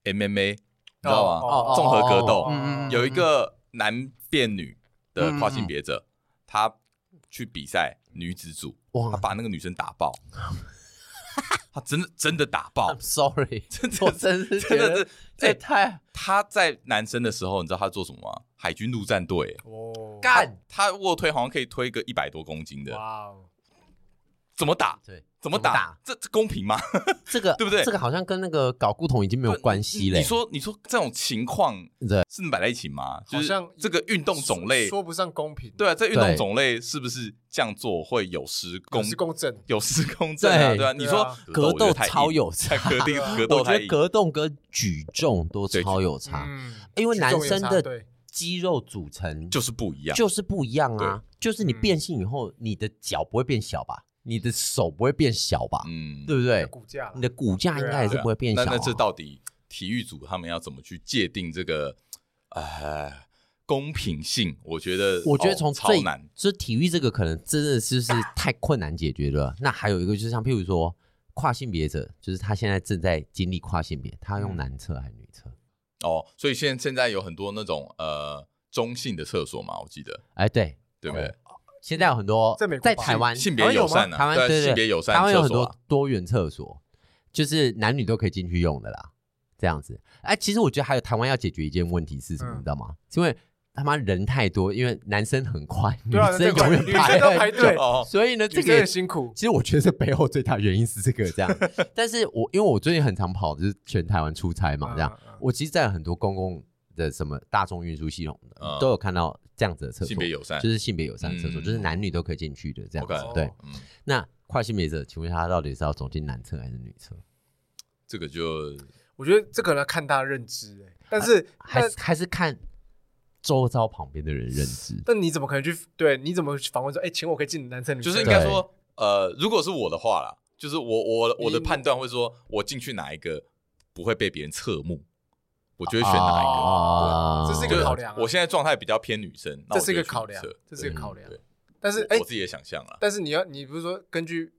Speaker 3: MMA，你知道吗？
Speaker 1: 哦
Speaker 3: 综合格斗
Speaker 1: 嗯嗯嗯
Speaker 3: 有一个男变女的跨性别者，他去比赛女子组，
Speaker 2: 哇
Speaker 3: 他把那个女生打爆， 他真的真的打爆
Speaker 2: I'm，sorry，
Speaker 3: 真的
Speaker 2: 我真是觉
Speaker 3: 真的
Speaker 2: 得
Speaker 3: 是
Speaker 2: 这
Speaker 3: 哎，
Speaker 2: 太
Speaker 3: 他在男生的时候，你知道他做什么吗？海军陆战队，
Speaker 1: 哦，
Speaker 2: 干
Speaker 3: 他卧推好像可以推个一百多公斤的，
Speaker 1: 哇哦，
Speaker 3: 怎么打？
Speaker 2: 对，
Speaker 3: 怎么
Speaker 2: 怎么
Speaker 3: 打
Speaker 2: 打？
Speaker 3: 这这公平吗？
Speaker 2: 这个
Speaker 3: 对不对
Speaker 2: 这个好像跟那个搞固酮已经没有关系嘞。
Speaker 3: 你说你说这种情况
Speaker 2: 对
Speaker 3: 是摆在一起吗？就是
Speaker 1: 像
Speaker 3: 这个运动种类，
Speaker 1: 说不上公平，
Speaker 3: 对，啊，这运动
Speaker 2: 对
Speaker 3: 种类是不是这样做会有失公
Speaker 1: 是公正，
Speaker 3: 有失公正啊？
Speaker 2: 对
Speaker 3: 对啊，
Speaker 1: 对
Speaker 3: 你
Speaker 1: 啊
Speaker 3: 说
Speaker 2: 格斗
Speaker 3: 我觉得太硬
Speaker 2: 超有差
Speaker 3: 格斗格
Speaker 2: 我
Speaker 3: 斗
Speaker 2: 觉
Speaker 3: 太
Speaker 2: 得
Speaker 3: 硬
Speaker 2: 格斗跟举重都超有差，
Speaker 1: 嗯，
Speaker 2: 因为
Speaker 1: 举
Speaker 2: 男
Speaker 1: 重有
Speaker 2: 生
Speaker 1: 差
Speaker 2: 的
Speaker 1: 对
Speaker 2: 肌肉组成
Speaker 3: 就是不一样，
Speaker 2: 就是不一样啊，就是你
Speaker 1: 嗯
Speaker 2: 变性以后，你的脚不会变小吧？你的手不会变小吧？
Speaker 3: 嗯，
Speaker 2: 对不对？
Speaker 1: 骨架啦，
Speaker 2: 你的骨架应该也
Speaker 3: 对
Speaker 2: 是
Speaker 3: 啊
Speaker 2: 不会变小、
Speaker 3: 那
Speaker 2: 啊
Speaker 3: 那这到底体育组他们要怎么去界定这个呃公平性？我觉得
Speaker 2: 我觉
Speaker 3: 哦
Speaker 2: 得从
Speaker 3: 超
Speaker 2: 最
Speaker 3: 难，
Speaker 2: 就体育这个可能真的就是太困难解决了。那还有一个就是像譬如说跨性别者，就是他现在正在经历跨性别，他要用
Speaker 1: 嗯
Speaker 2: 男厕还是女厕？
Speaker 3: 哦，所以现现在有很多那种呃中性的厕所嘛，我记得
Speaker 2: 哎，对，
Speaker 3: 对不对？
Speaker 2: 现在有很多
Speaker 1: 在美国吧
Speaker 2: 台湾
Speaker 3: 性
Speaker 1: 台
Speaker 3: 别
Speaker 1: 湾有
Speaker 3: 友
Speaker 1: 吗
Speaker 3: 善
Speaker 2: 台
Speaker 3: 啊，
Speaker 2: 湾
Speaker 3: 对
Speaker 2: 对
Speaker 3: 啊
Speaker 2: 对
Speaker 3: 性别友善
Speaker 2: 台湾有
Speaker 3: 厕
Speaker 2: 很
Speaker 3: 所
Speaker 2: 多
Speaker 3: 啊，
Speaker 2: 多元厕所，就是男女都可以进去用的啦。这样子，哎，其实我觉得还有台湾要解决一件问题是什么，
Speaker 1: 嗯
Speaker 2: 你知道吗？是因为他妈人太多，因为男生很快，女
Speaker 1: 对啊
Speaker 2: 生永远
Speaker 1: 女生都排
Speaker 2: 很
Speaker 1: 队
Speaker 2: 久
Speaker 3: 哦
Speaker 2: 所以呢，这
Speaker 1: 女
Speaker 2: 个
Speaker 1: 生
Speaker 2: 也
Speaker 1: 很辛苦
Speaker 2: 其，实我觉得这背后最大原因是这个 这样，但是我因为我最近很常跑，就是全台湾出差嘛，这样，
Speaker 1: 嗯，嗯嗯
Speaker 2: 我其实在很多公共的什么大众运输系统的、
Speaker 3: 嗯
Speaker 2: 都有看到这样子的厕所，
Speaker 3: 性别友善
Speaker 2: 就是性别友善的厕所，
Speaker 3: 嗯
Speaker 2: 就是男女都可以进去的这样子。
Speaker 3: OK
Speaker 2: 对，
Speaker 3: 嗯，
Speaker 2: 那跨性别者，请问一下，他到底是要走进男厕还是女厕？
Speaker 3: 这个就
Speaker 1: 我觉得这可能要看他的认知，哎，但是
Speaker 2: 还
Speaker 1: 但
Speaker 2: 是还是看周遭旁边的人认知？
Speaker 1: 但你怎么可能去对？你怎么去访问说，哎，请我可以进你男厕女厕？
Speaker 3: 就是应
Speaker 2: 对
Speaker 3: 该说，呃，如果是我的话啦，就是我我我的
Speaker 1: 你
Speaker 3: 判断会说，我进去哪一个不会被别人侧目，我就会选哪一个。
Speaker 2: 啊
Speaker 1: 对这是一
Speaker 3: 就
Speaker 1: 个
Speaker 3: 是
Speaker 1: 考量啊
Speaker 3: 我现在状态比较偏女生，那
Speaker 1: 这
Speaker 3: 我
Speaker 1: 是
Speaker 3: 就
Speaker 1: 一个
Speaker 3: 会去
Speaker 1: 考
Speaker 3: 女
Speaker 1: 量
Speaker 3: 厕，
Speaker 1: 这是一个
Speaker 2: 对
Speaker 1: 考量
Speaker 3: 对。
Speaker 1: 但是哎
Speaker 3: 我，自己的想象啦。
Speaker 1: 但是你要你不是说根据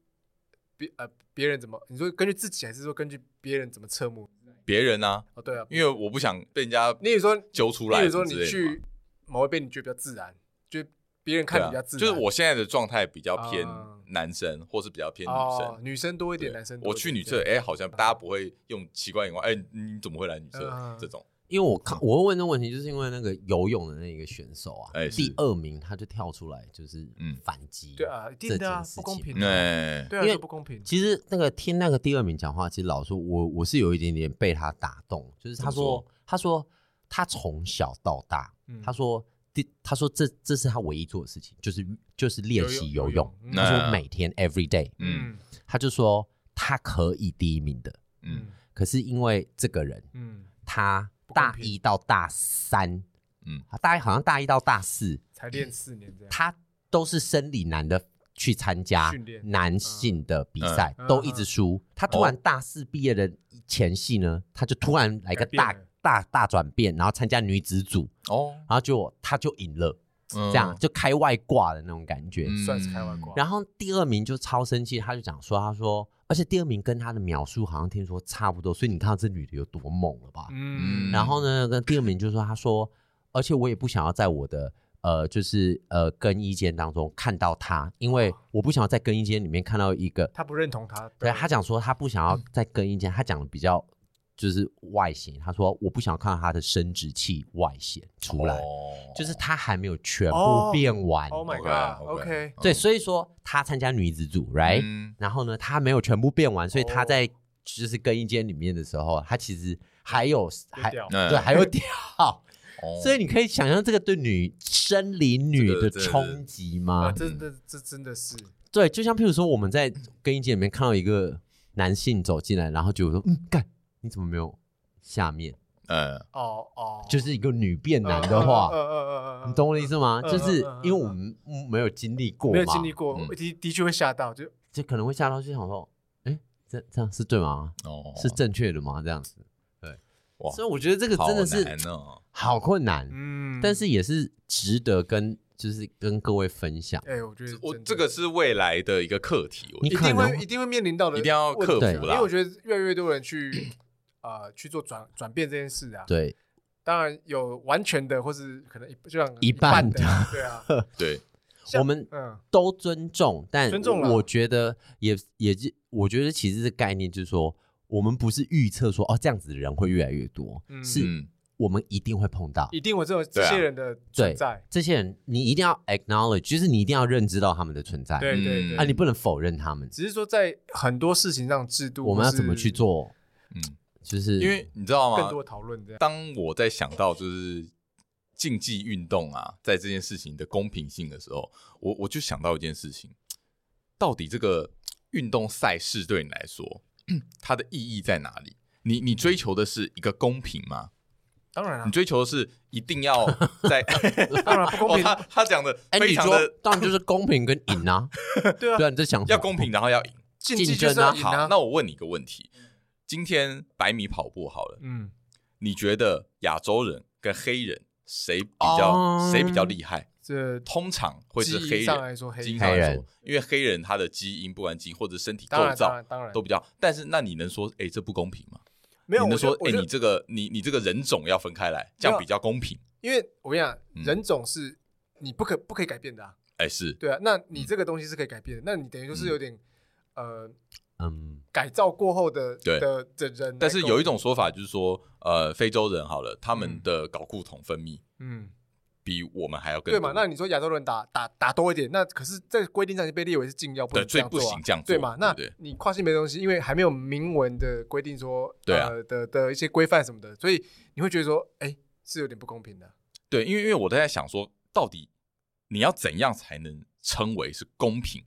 Speaker 1: 别呃别人怎么？你说根据自己还是说根据别人怎么侧目？
Speaker 3: 别人啊，
Speaker 1: 哦，对啊，
Speaker 3: 因为我不想被人家
Speaker 1: 例如说，例
Speaker 3: 揪出来，
Speaker 1: 如说你去某位被你觉得比较自然，就别人看
Speaker 3: 对
Speaker 1: 你
Speaker 3: 啊
Speaker 1: 比较自然，
Speaker 3: 就是我现在的状态比较偏
Speaker 1: 啊
Speaker 3: 男生，或是比较偏女
Speaker 1: 哦，
Speaker 3: 生。
Speaker 1: 女生多一
Speaker 3: 对
Speaker 1: 点，男生多一
Speaker 3: 我
Speaker 1: 点啊
Speaker 3: 去女厕，
Speaker 1: 这样
Speaker 3: 哎，好像大家不会用奇怪眼光，哎，你怎么会来女厕
Speaker 1: 嗯？
Speaker 3: 这种，
Speaker 2: 因为我看我会问这个问题，就是因为那个游泳的那个选手啊，
Speaker 3: 哎是
Speaker 2: 第二名他就跳出来就是
Speaker 3: 嗯
Speaker 2: 反击，
Speaker 1: 对啊，一定的啊
Speaker 2: 这件事，
Speaker 1: 不
Speaker 2: 情
Speaker 1: 公平啊，
Speaker 3: 哎，
Speaker 1: 对啊，
Speaker 2: 因为
Speaker 1: 这不公平。
Speaker 2: 其实那个听那个第二名讲话，其实老实说，我我是有一点点被他打动，就是他
Speaker 3: 怎么
Speaker 2: 说
Speaker 3: 说，
Speaker 2: 他说他从小到大，
Speaker 1: 嗯
Speaker 2: 他说第，他说这这是他唯一做的事情，就是就是练习
Speaker 1: 游
Speaker 2: 游
Speaker 1: 泳
Speaker 2: 泳
Speaker 1: 游泳。
Speaker 2: 他说
Speaker 3: 嗯
Speaker 2: 每天 every day，
Speaker 3: 嗯
Speaker 1: 嗯
Speaker 2: 他就说他可以第一名的，
Speaker 3: 嗯
Speaker 2: 可是因为这个人
Speaker 1: 嗯，
Speaker 2: 他
Speaker 1: 不公
Speaker 2: 大
Speaker 1: 平
Speaker 2: 一到大三，
Speaker 3: 嗯，
Speaker 2: 他大一好像大一到大四，
Speaker 1: 才练四年这样，
Speaker 2: 他都是生理男的去参加
Speaker 1: 训练
Speaker 2: 男性的比赛，
Speaker 1: 嗯
Speaker 2: 都一直输。他突然大四毕业的前夕呢，他就突然来个大
Speaker 1: 改变了
Speaker 2: 大大转变，然后参加女子组，
Speaker 3: 哦，嗯
Speaker 2: 然后结果他就赢了，
Speaker 1: 嗯
Speaker 3: 这
Speaker 2: 这样就开外挂的那种感觉。
Speaker 1: 算是
Speaker 3: 嗯
Speaker 1: 开外挂。
Speaker 2: 然后第二名就超生气，他就讲说，他说，而且第二名跟他的描述好像听说差不多，所以你看到这女的有多猛了吧？
Speaker 1: 嗯，
Speaker 2: 然后呢，跟第二名就说，他说，而且我也不想要在我的呃，就是呃更衣间当中看到他，因为我不想要在更衣间里面看到一个。
Speaker 1: 哦他不嗯认同他，
Speaker 2: 对他讲说，他不想要在更衣间，他讲的比较就是外形，他说我不想看到他的生殖器外显出来，
Speaker 3: 哦
Speaker 2: 就是他还没有全
Speaker 1: 哦
Speaker 2: 部变完。
Speaker 1: ，Oh my
Speaker 3: OK，OK
Speaker 1: God，OK，
Speaker 2: 对，所以说他参加女子组，right？、
Speaker 3: 嗯
Speaker 2: 然后呢，他没有全部变完，所以他
Speaker 1: 哦
Speaker 2: 在就是更衣间里面的时候，他其实还有还
Speaker 1: 掉
Speaker 3: 嗯
Speaker 2: 对还有掉，
Speaker 3: 哦
Speaker 2: 所以你可以想象这个对女生理女
Speaker 3: 这个
Speaker 2: 的
Speaker 3: 真的是
Speaker 2: 冲击
Speaker 1: 啊，
Speaker 3: 嗯
Speaker 2: 吗？
Speaker 1: 这这这真的是，
Speaker 2: 对，就像譬如说我们在更衣间里面看到一个男性走进来，然后就说嗯，干你怎么没有下面？
Speaker 3: 嗯
Speaker 1: 哦哦，
Speaker 2: 就是一个女变男的话，
Speaker 1: 嗯嗯嗯，
Speaker 2: 你懂我的意思吗？
Speaker 1: 嗯
Speaker 2: 就是
Speaker 1: 嗯嗯
Speaker 2: 因为我们没有经历过嘛，
Speaker 1: 没有经历过
Speaker 3: 嗯，
Speaker 1: 的的确会吓到，就
Speaker 2: 就可能会吓到，就想说，哎，这这样是对吗？
Speaker 3: 哦
Speaker 2: 是正确的吗？这样子，对，
Speaker 3: 哇
Speaker 2: 所以我觉得这个
Speaker 3: 好
Speaker 2: 真的是
Speaker 3: 难哦，
Speaker 2: 好困难，
Speaker 1: 嗯，
Speaker 2: 但是也是值得跟就是跟各位分享。
Speaker 1: 哎，我觉得
Speaker 3: 我
Speaker 1: 真的
Speaker 3: 这个是未来的一个课题，我
Speaker 2: 你
Speaker 1: 一
Speaker 2: 可
Speaker 1: 定会
Speaker 2: 能
Speaker 1: 一定会面临到的，啊
Speaker 3: 一定要克
Speaker 2: 对
Speaker 3: 服
Speaker 1: 因为
Speaker 3: 啦
Speaker 1: 我。觉得越来越多人去呃去做转转变这件事啊，
Speaker 2: 对，
Speaker 1: 当然有完全的，或是可能一就像
Speaker 2: 一
Speaker 1: 半
Speaker 2: 半
Speaker 1: 的
Speaker 2: 的，
Speaker 1: 对啊，
Speaker 3: 对，
Speaker 1: 像
Speaker 2: 我们
Speaker 1: 嗯
Speaker 2: 都尊重，但
Speaker 1: 尊重啦
Speaker 2: 我觉得也也是，我觉得其实这个概念就是说，我们不是预测说哦这样子的人会越来越多，
Speaker 1: 嗯
Speaker 2: 是
Speaker 3: 嗯
Speaker 2: 我们一定会碰到
Speaker 1: 一定有这种这
Speaker 3: 对啊
Speaker 1: 些人的
Speaker 2: 对
Speaker 1: 存在，
Speaker 2: 这些人，你一定要 acknowledge，就是你一定要认知到他们的存在，
Speaker 1: 对对对
Speaker 2: 啊，你不能否认他们，
Speaker 1: 只是说在很多事情上制度
Speaker 2: 我们要
Speaker 1: 或是
Speaker 2: 怎么去做，
Speaker 3: 嗯，
Speaker 2: 就是
Speaker 3: 因为你知道
Speaker 1: 更
Speaker 3: 吗？
Speaker 1: 多的讨论这样，
Speaker 3: 当我在想到就是竞技运动啊，在这件事情的公平性的时候，我我就想到一件事情，到底这个运动赛事对你来说， 它的意义在哪里？你你追求的是一个公平吗？
Speaker 1: 当然啊
Speaker 3: 你，追求的是一定要在
Speaker 1: 当然啊不 公
Speaker 3: 哦，
Speaker 1: 平
Speaker 3: 他，他讲的
Speaker 2: 哎，
Speaker 3: 非
Speaker 2: 你
Speaker 3: 常
Speaker 2: 说
Speaker 3: 的
Speaker 2: 当然就是公平跟 赢啊，
Speaker 1: 对
Speaker 2: 对
Speaker 1: 啊，
Speaker 2: 啊，你在想什么
Speaker 3: 要公平，然后要赢。
Speaker 1: 竞
Speaker 2: 竞
Speaker 1: 技就是
Speaker 2: 争啊
Speaker 1: 要赢
Speaker 3: 好，
Speaker 1: 啊，
Speaker 3: 那我问你一个问题：今天百米跑步好了，
Speaker 1: 嗯，
Speaker 3: 你觉得亚洲人跟黑人谁比较
Speaker 2: 哦
Speaker 3: 谁比较厉害？
Speaker 1: 这
Speaker 3: 通常会是
Speaker 1: 基因
Speaker 3: 黑
Speaker 1: 上
Speaker 3: 人，
Speaker 1: 来说黑
Speaker 3: 基因
Speaker 1: 人
Speaker 3: 上来
Speaker 2: 黑
Speaker 3: 说
Speaker 2: 人
Speaker 3: 因为黑人他的基因不管基因或者身体构
Speaker 1: 当然当
Speaker 3: 造
Speaker 1: 然当然
Speaker 3: 都比较，但是那你能说，哎，这不公平吗？
Speaker 1: 没有
Speaker 3: 你
Speaker 1: 我
Speaker 3: 能
Speaker 1: 觉
Speaker 3: 说
Speaker 1: 得，我
Speaker 3: 哎，
Speaker 1: 觉
Speaker 3: 你
Speaker 1: 得
Speaker 3: 这个你你这个人种要分开来，这
Speaker 1: 没有
Speaker 3: 样比较公平？
Speaker 1: 因为我跟你讲，
Speaker 3: 嗯
Speaker 1: 人种是你不可不可以改变的啊，
Speaker 3: 哎，是，
Speaker 1: 对啊，那你这个东西是可以改变的，那你等于就是
Speaker 3: 嗯
Speaker 1: 有点呃
Speaker 2: 嗯，
Speaker 1: 改造过后的
Speaker 3: 对
Speaker 1: 的的人，
Speaker 3: 但是有一种，说法就是说，呃，非洲人好了，他们的睾固酮分泌
Speaker 1: 嗯，
Speaker 3: 比我们还要更
Speaker 1: 对嘛？
Speaker 3: 多
Speaker 1: 那你说亚洲人打打打多一点，那可是，在规定上已经被列为是禁药，不
Speaker 3: 对，
Speaker 1: 能这
Speaker 3: 最
Speaker 1: 样
Speaker 3: 不
Speaker 1: 做啊
Speaker 3: 行这样做，
Speaker 1: 对嘛？那
Speaker 3: 不对
Speaker 1: 你跨性别的东西，因为还没有明文的规定说，
Speaker 3: 对啊
Speaker 1: 呃的的一些规范什么的，所以你会觉得说，哎，是有点不公平的。
Speaker 3: 对，因为因为我都在想说，到底你要怎样才能称为是公平？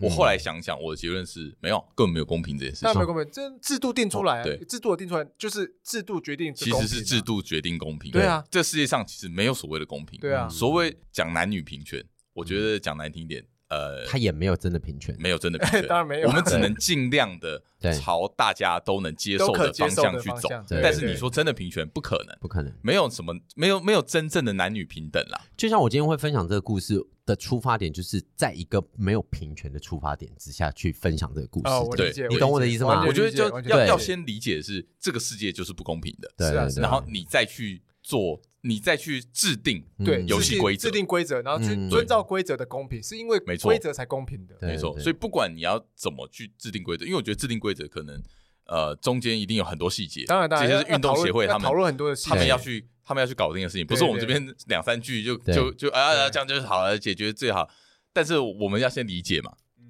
Speaker 3: 我后来想想，我的结论是没有，根本没有公平这件事
Speaker 1: 嗯那没
Speaker 3: 情
Speaker 1: 有。公平，这制度定出来啊，
Speaker 3: 哦对
Speaker 1: 制度定出来就是制度决定
Speaker 3: 其
Speaker 1: 公
Speaker 3: 实
Speaker 1: 平啊
Speaker 3: 是制，度决定公平。
Speaker 1: 对啊，
Speaker 3: 这世界上其实没有所谓的公平。
Speaker 1: 对啊
Speaker 3: 所谓讲男女平权，我觉得讲难听一点，呃，
Speaker 2: 他也没有真的平权。
Speaker 3: 没有真的平权，
Speaker 1: 当然没有啊
Speaker 3: 我们只能尽量的
Speaker 2: 对
Speaker 3: 朝大家都能接受
Speaker 1: 都可
Speaker 3: 的
Speaker 1: 接
Speaker 3: 方
Speaker 1: 受的
Speaker 3: 向去
Speaker 1: 方
Speaker 3: 走
Speaker 1: 向。
Speaker 2: 对
Speaker 3: 但是
Speaker 1: 对
Speaker 3: 你说真的平权，不可能，
Speaker 2: 不可能，
Speaker 3: 没有什么，没有没有真正的男女平等啦。
Speaker 2: 就像我今天会分享这个故事的出发点，就是在一个没有平权的出发点之下去分享这个故事。
Speaker 1: 哦，我
Speaker 3: 对
Speaker 1: 理解，
Speaker 2: 你懂我的
Speaker 1: 理解
Speaker 2: 意思吗
Speaker 1: 完全
Speaker 3: 我觉得
Speaker 1: 理解
Speaker 3: 就
Speaker 1: 完全
Speaker 3: 要
Speaker 1: 理解
Speaker 3: 要先理解的是这个世界就是不公平的，
Speaker 2: 对
Speaker 1: 是啊
Speaker 2: 对
Speaker 1: 是
Speaker 2: 对
Speaker 1: 啊
Speaker 3: 然后你再去做，你再去制定，
Speaker 1: 对
Speaker 2: 嗯
Speaker 3: 游
Speaker 1: 制
Speaker 3: 戏
Speaker 1: 定
Speaker 3: 规则
Speaker 1: 制定规则，然后去
Speaker 2: 嗯
Speaker 1: 遵照规则的公平，是因为
Speaker 3: 没错
Speaker 1: 规则才公平的。
Speaker 2: 对
Speaker 3: 没错。
Speaker 2: 对
Speaker 3: 所以不管你要怎么去制定规则，因为我觉得制定规则可能呃中间一定有很多细节，
Speaker 1: 当然，当然，
Speaker 3: 这
Speaker 1: 要
Speaker 3: 些是运动协会
Speaker 1: 要
Speaker 3: 他
Speaker 1: 讨
Speaker 3: 们
Speaker 1: 论很多的细
Speaker 3: 他们
Speaker 1: 节
Speaker 3: 要去他们要去搞定的事情，不是
Speaker 1: 对
Speaker 3: 我们这
Speaker 1: 对
Speaker 3: 边两三句就
Speaker 2: 对
Speaker 3: 就就啊啊
Speaker 1: 对
Speaker 3: 这样就好了，解决最好。但是我们要先理解嘛，
Speaker 1: 嗯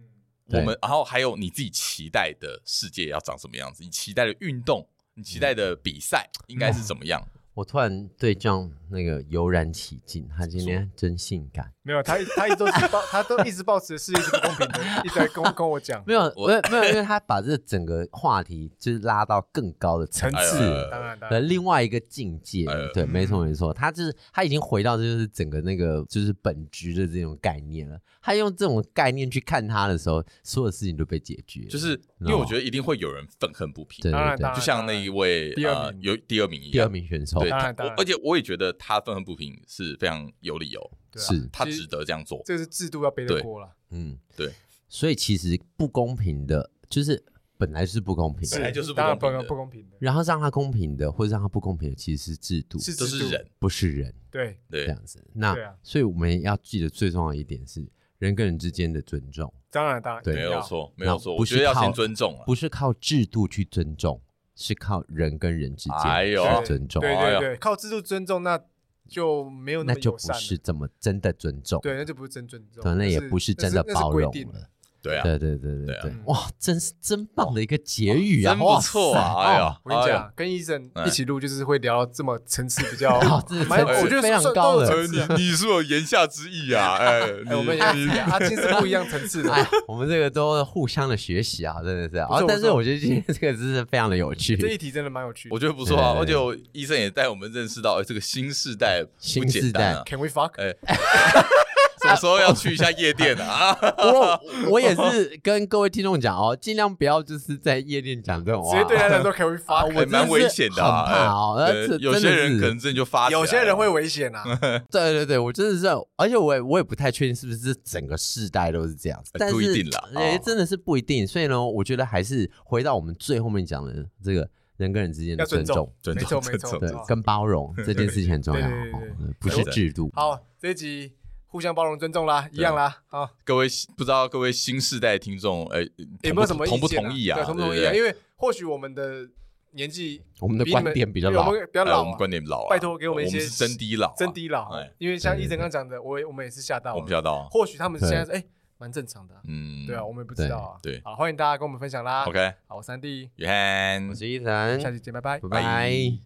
Speaker 2: 对
Speaker 3: 我们然后还有你自己期待的世界要长什么样子，你期待的运动，你期待
Speaker 2: 嗯
Speaker 3: 的比赛应该是怎么样？
Speaker 2: 我突然对这样那个油然起敬，他今天真性感。
Speaker 1: 没有，他他一直都是抱，他都一直抱持的世界是不公平的，一直在跟我跟 我讲
Speaker 2: 没有，没有，没有，因为他把这整个话题就是拉到更高的层
Speaker 1: 层
Speaker 3: 哎呦
Speaker 1: 次
Speaker 2: 次，
Speaker 1: 当然当
Speaker 2: 的
Speaker 1: 然，
Speaker 2: 另外一个境界
Speaker 3: 哎呦。
Speaker 2: 对，没错，
Speaker 1: 嗯
Speaker 2: 没错，他就是他已经回到这就是整个那个就是本质的这种概念了。他用这种概念去看他的时候，所有事情都被解决了。
Speaker 3: 就是因为我觉得一定会有人愤恨不平
Speaker 2: 对，
Speaker 1: 当然
Speaker 2: 对
Speaker 1: 当
Speaker 2: 对，
Speaker 1: 然
Speaker 3: 就像那一位
Speaker 1: 第二
Speaker 3: 呃
Speaker 1: 名
Speaker 3: 有第二名一样，
Speaker 2: 第二名选手
Speaker 3: 对，
Speaker 1: 当
Speaker 3: 他
Speaker 1: 然当
Speaker 3: 我
Speaker 1: 然
Speaker 3: 而且我也觉得他愤恨不平是非常有理由，
Speaker 1: 对啊
Speaker 2: 是
Speaker 3: 他
Speaker 1: 其实
Speaker 3: 值得这样做。
Speaker 1: 这是制度要背的
Speaker 3: 对
Speaker 1: 锅了，
Speaker 2: 嗯，
Speaker 3: 对。
Speaker 2: 所以其实不公平的，就是本来是不公平
Speaker 3: 本来
Speaker 2: 的，
Speaker 3: 就是不
Speaker 1: 当然不
Speaker 3: 公平
Speaker 1: 公
Speaker 3: 的
Speaker 1: 不公平的，
Speaker 2: 然后让他公平的，或者让他不公平的，其实是制度，
Speaker 1: 是
Speaker 3: 这
Speaker 1: 制
Speaker 3: 是
Speaker 1: 度
Speaker 3: 人，
Speaker 2: 不是人
Speaker 1: 对
Speaker 2: 这
Speaker 3: 对，
Speaker 2: 样子。那、
Speaker 1: 对啊
Speaker 2: 所以我们要记得最重要的一点是，人跟人之间的尊重，
Speaker 1: 当然当然
Speaker 2: 对
Speaker 3: 没有，错，没
Speaker 2: 那
Speaker 3: 有错。
Speaker 2: 不
Speaker 3: 我
Speaker 2: 是
Speaker 3: 觉得要
Speaker 2: 靠
Speaker 3: 先尊重啊。
Speaker 2: 不是靠制度去尊重，是靠人跟人之
Speaker 3: 哎
Speaker 2: 间
Speaker 3: 呦
Speaker 2: 去尊重，
Speaker 1: 对
Speaker 3: 哎
Speaker 1: 对
Speaker 3: 呦
Speaker 1: 对，靠制度尊重那就没有
Speaker 2: 那
Speaker 1: 么
Speaker 2: 就
Speaker 1: 友
Speaker 2: 不
Speaker 1: 善
Speaker 2: 是
Speaker 1: 了，
Speaker 2: 怎么真的尊重，
Speaker 1: 对，那就不是真尊重，
Speaker 2: 对，那也不
Speaker 1: 是
Speaker 2: 真的
Speaker 1: 那是
Speaker 2: 包容
Speaker 1: 那是规定
Speaker 2: 了。
Speaker 3: 对啊，
Speaker 2: 对对对对
Speaker 3: 对啊
Speaker 2: 对
Speaker 1: 嗯，
Speaker 2: 哇，真是真棒的一个结语啊，
Speaker 3: 真不
Speaker 2: 哇
Speaker 3: 错啊！
Speaker 2: 塞
Speaker 3: 哎
Speaker 2: 哦
Speaker 3: 呀，
Speaker 1: 我跟你
Speaker 3: 哎呦
Speaker 1: 讲，，跟医生
Speaker 3: 哎
Speaker 1: 一起录就是会聊到这么层次比 较
Speaker 2: 哦这是，
Speaker 1: 蛮
Speaker 2: 层次
Speaker 1: 我觉得
Speaker 2: 非常
Speaker 1: 算
Speaker 2: 高的
Speaker 1: 都有
Speaker 3: 呃
Speaker 1: 层次啊，
Speaker 3: 你你是有言下之意 啊？哎，
Speaker 1: 哎，我们也
Speaker 3: 你你
Speaker 1: 阿青是不一样层次 的，
Speaker 2: 哎，我们这个都互相的学习啊，真的是啊。
Speaker 1: 不错
Speaker 2: 哦但
Speaker 1: 不
Speaker 2: 是
Speaker 1: 错
Speaker 2: 我觉得今天这个真是非常的有趣。
Speaker 1: 这一题真的蛮有趣的
Speaker 3: 我。觉得不错啊，而
Speaker 2: 对
Speaker 3: 且我医生也带我们认识到，哎，这个新世代不
Speaker 2: 新世
Speaker 3: 简单啊。
Speaker 1: Can we fuck？
Speaker 3: 哎，什么时候要去一下夜店啊？啊
Speaker 2: 不过我也是跟各位听众讲哦，尽量不要就是在夜店讲这种
Speaker 1: 直
Speaker 2: 话
Speaker 1: 接。对他来说 Can we
Speaker 2: 啊
Speaker 1: fuck？
Speaker 2: 我
Speaker 3: 还蛮危险的啊，
Speaker 2: 真的是很怕哦
Speaker 3: 哎
Speaker 2: 呃
Speaker 3: 对
Speaker 2: 这
Speaker 3: 有
Speaker 2: 真
Speaker 3: 些
Speaker 2: 的
Speaker 3: 人
Speaker 2: 是
Speaker 3: 可能真的就发起来
Speaker 1: 有
Speaker 3: 了，
Speaker 1: 些人会危险啊，
Speaker 3: 嗯
Speaker 2: 对对对，我真的是，哦而且我也我也不太确定是不是整个世代都是这样子，
Speaker 3: 呃
Speaker 2: 但是
Speaker 3: 不一定啦
Speaker 2: 哎
Speaker 3: 哦
Speaker 2: 真的是不一定。所以呢，我觉得还是回到我们最后面讲的这个人跟人之间的
Speaker 1: 要尊
Speaker 2: 尊重
Speaker 1: 重，，
Speaker 3: 尊
Speaker 1: 没
Speaker 3: 重
Speaker 1: 错
Speaker 3: 尊
Speaker 1: 没错。
Speaker 2: 对
Speaker 1: 没，错
Speaker 2: 跟包容 这件事情很重要，
Speaker 1: 对对对对
Speaker 2: 哦不是制度。
Speaker 1: 好，这一集互相包容尊重
Speaker 3: 啊
Speaker 1: 啦，一样啦。好，
Speaker 3: 各位不知道各位新世代听众，哎、
Speaker 1: 有
Speaker 3: 同
Speaker 1: 没
Speaker 3: 不
Speaker 1: 有什么
Speaker 3: 同不
Speaker 1: 意见
Speaker 3: 同意啊？
Speaker 1: 对同不
Speaker 3: 对
Speaker 1: 同
Speaker 3: 不
Speaker 1: 意啊？
Speaker 3: 对
Speaker 1: 因为或许我们的年纪
Speaker 2: 我们的
Speaker 1: 比你们，
Speaker 2: 观点比较
Speaker 1: 对我
Speaker 2: 老
Speaker 1: 们，比较
Speaker 3: 哎
Speaker 1: 老
Speaker 3: 我们
Speaker 1: 啊，
Speaker 3: 观点老啊、
Speaker 1: 拜托给我
Speaker 3: 我
Speaker 1: 们一些
Speaker 3: 是真低老、啊，
Speaker 1: 真低老啊
Speaker 3: 哎。
Speaker 1: 因为像医生
Speaker 2: 对对对
Speaker 1: 刚讲的，我也我们也是吓到
Speaker 3: 我们
Speaker 1: 了。
Speaker 3: 吓到啊。
Speaker 1: 或许他们现在是哎，蛮正常的啊。
Speaker 3: 嗯，
Speaker 1: 对啊，我们也不知道啊。
Speaker 3: 对对
Speaker 1: 好，欢迎大家跟我们分享啦。
Speaker 3: ，OK，
Speaker 1: 好，我三弟，
Speaker 3: 约翰
Speaker 2: 我，是伊
Speaker 1: 下
Speaker 2: 藤，
Speaker 1: 期见，拜拜。
Speaker 2: 拜拜。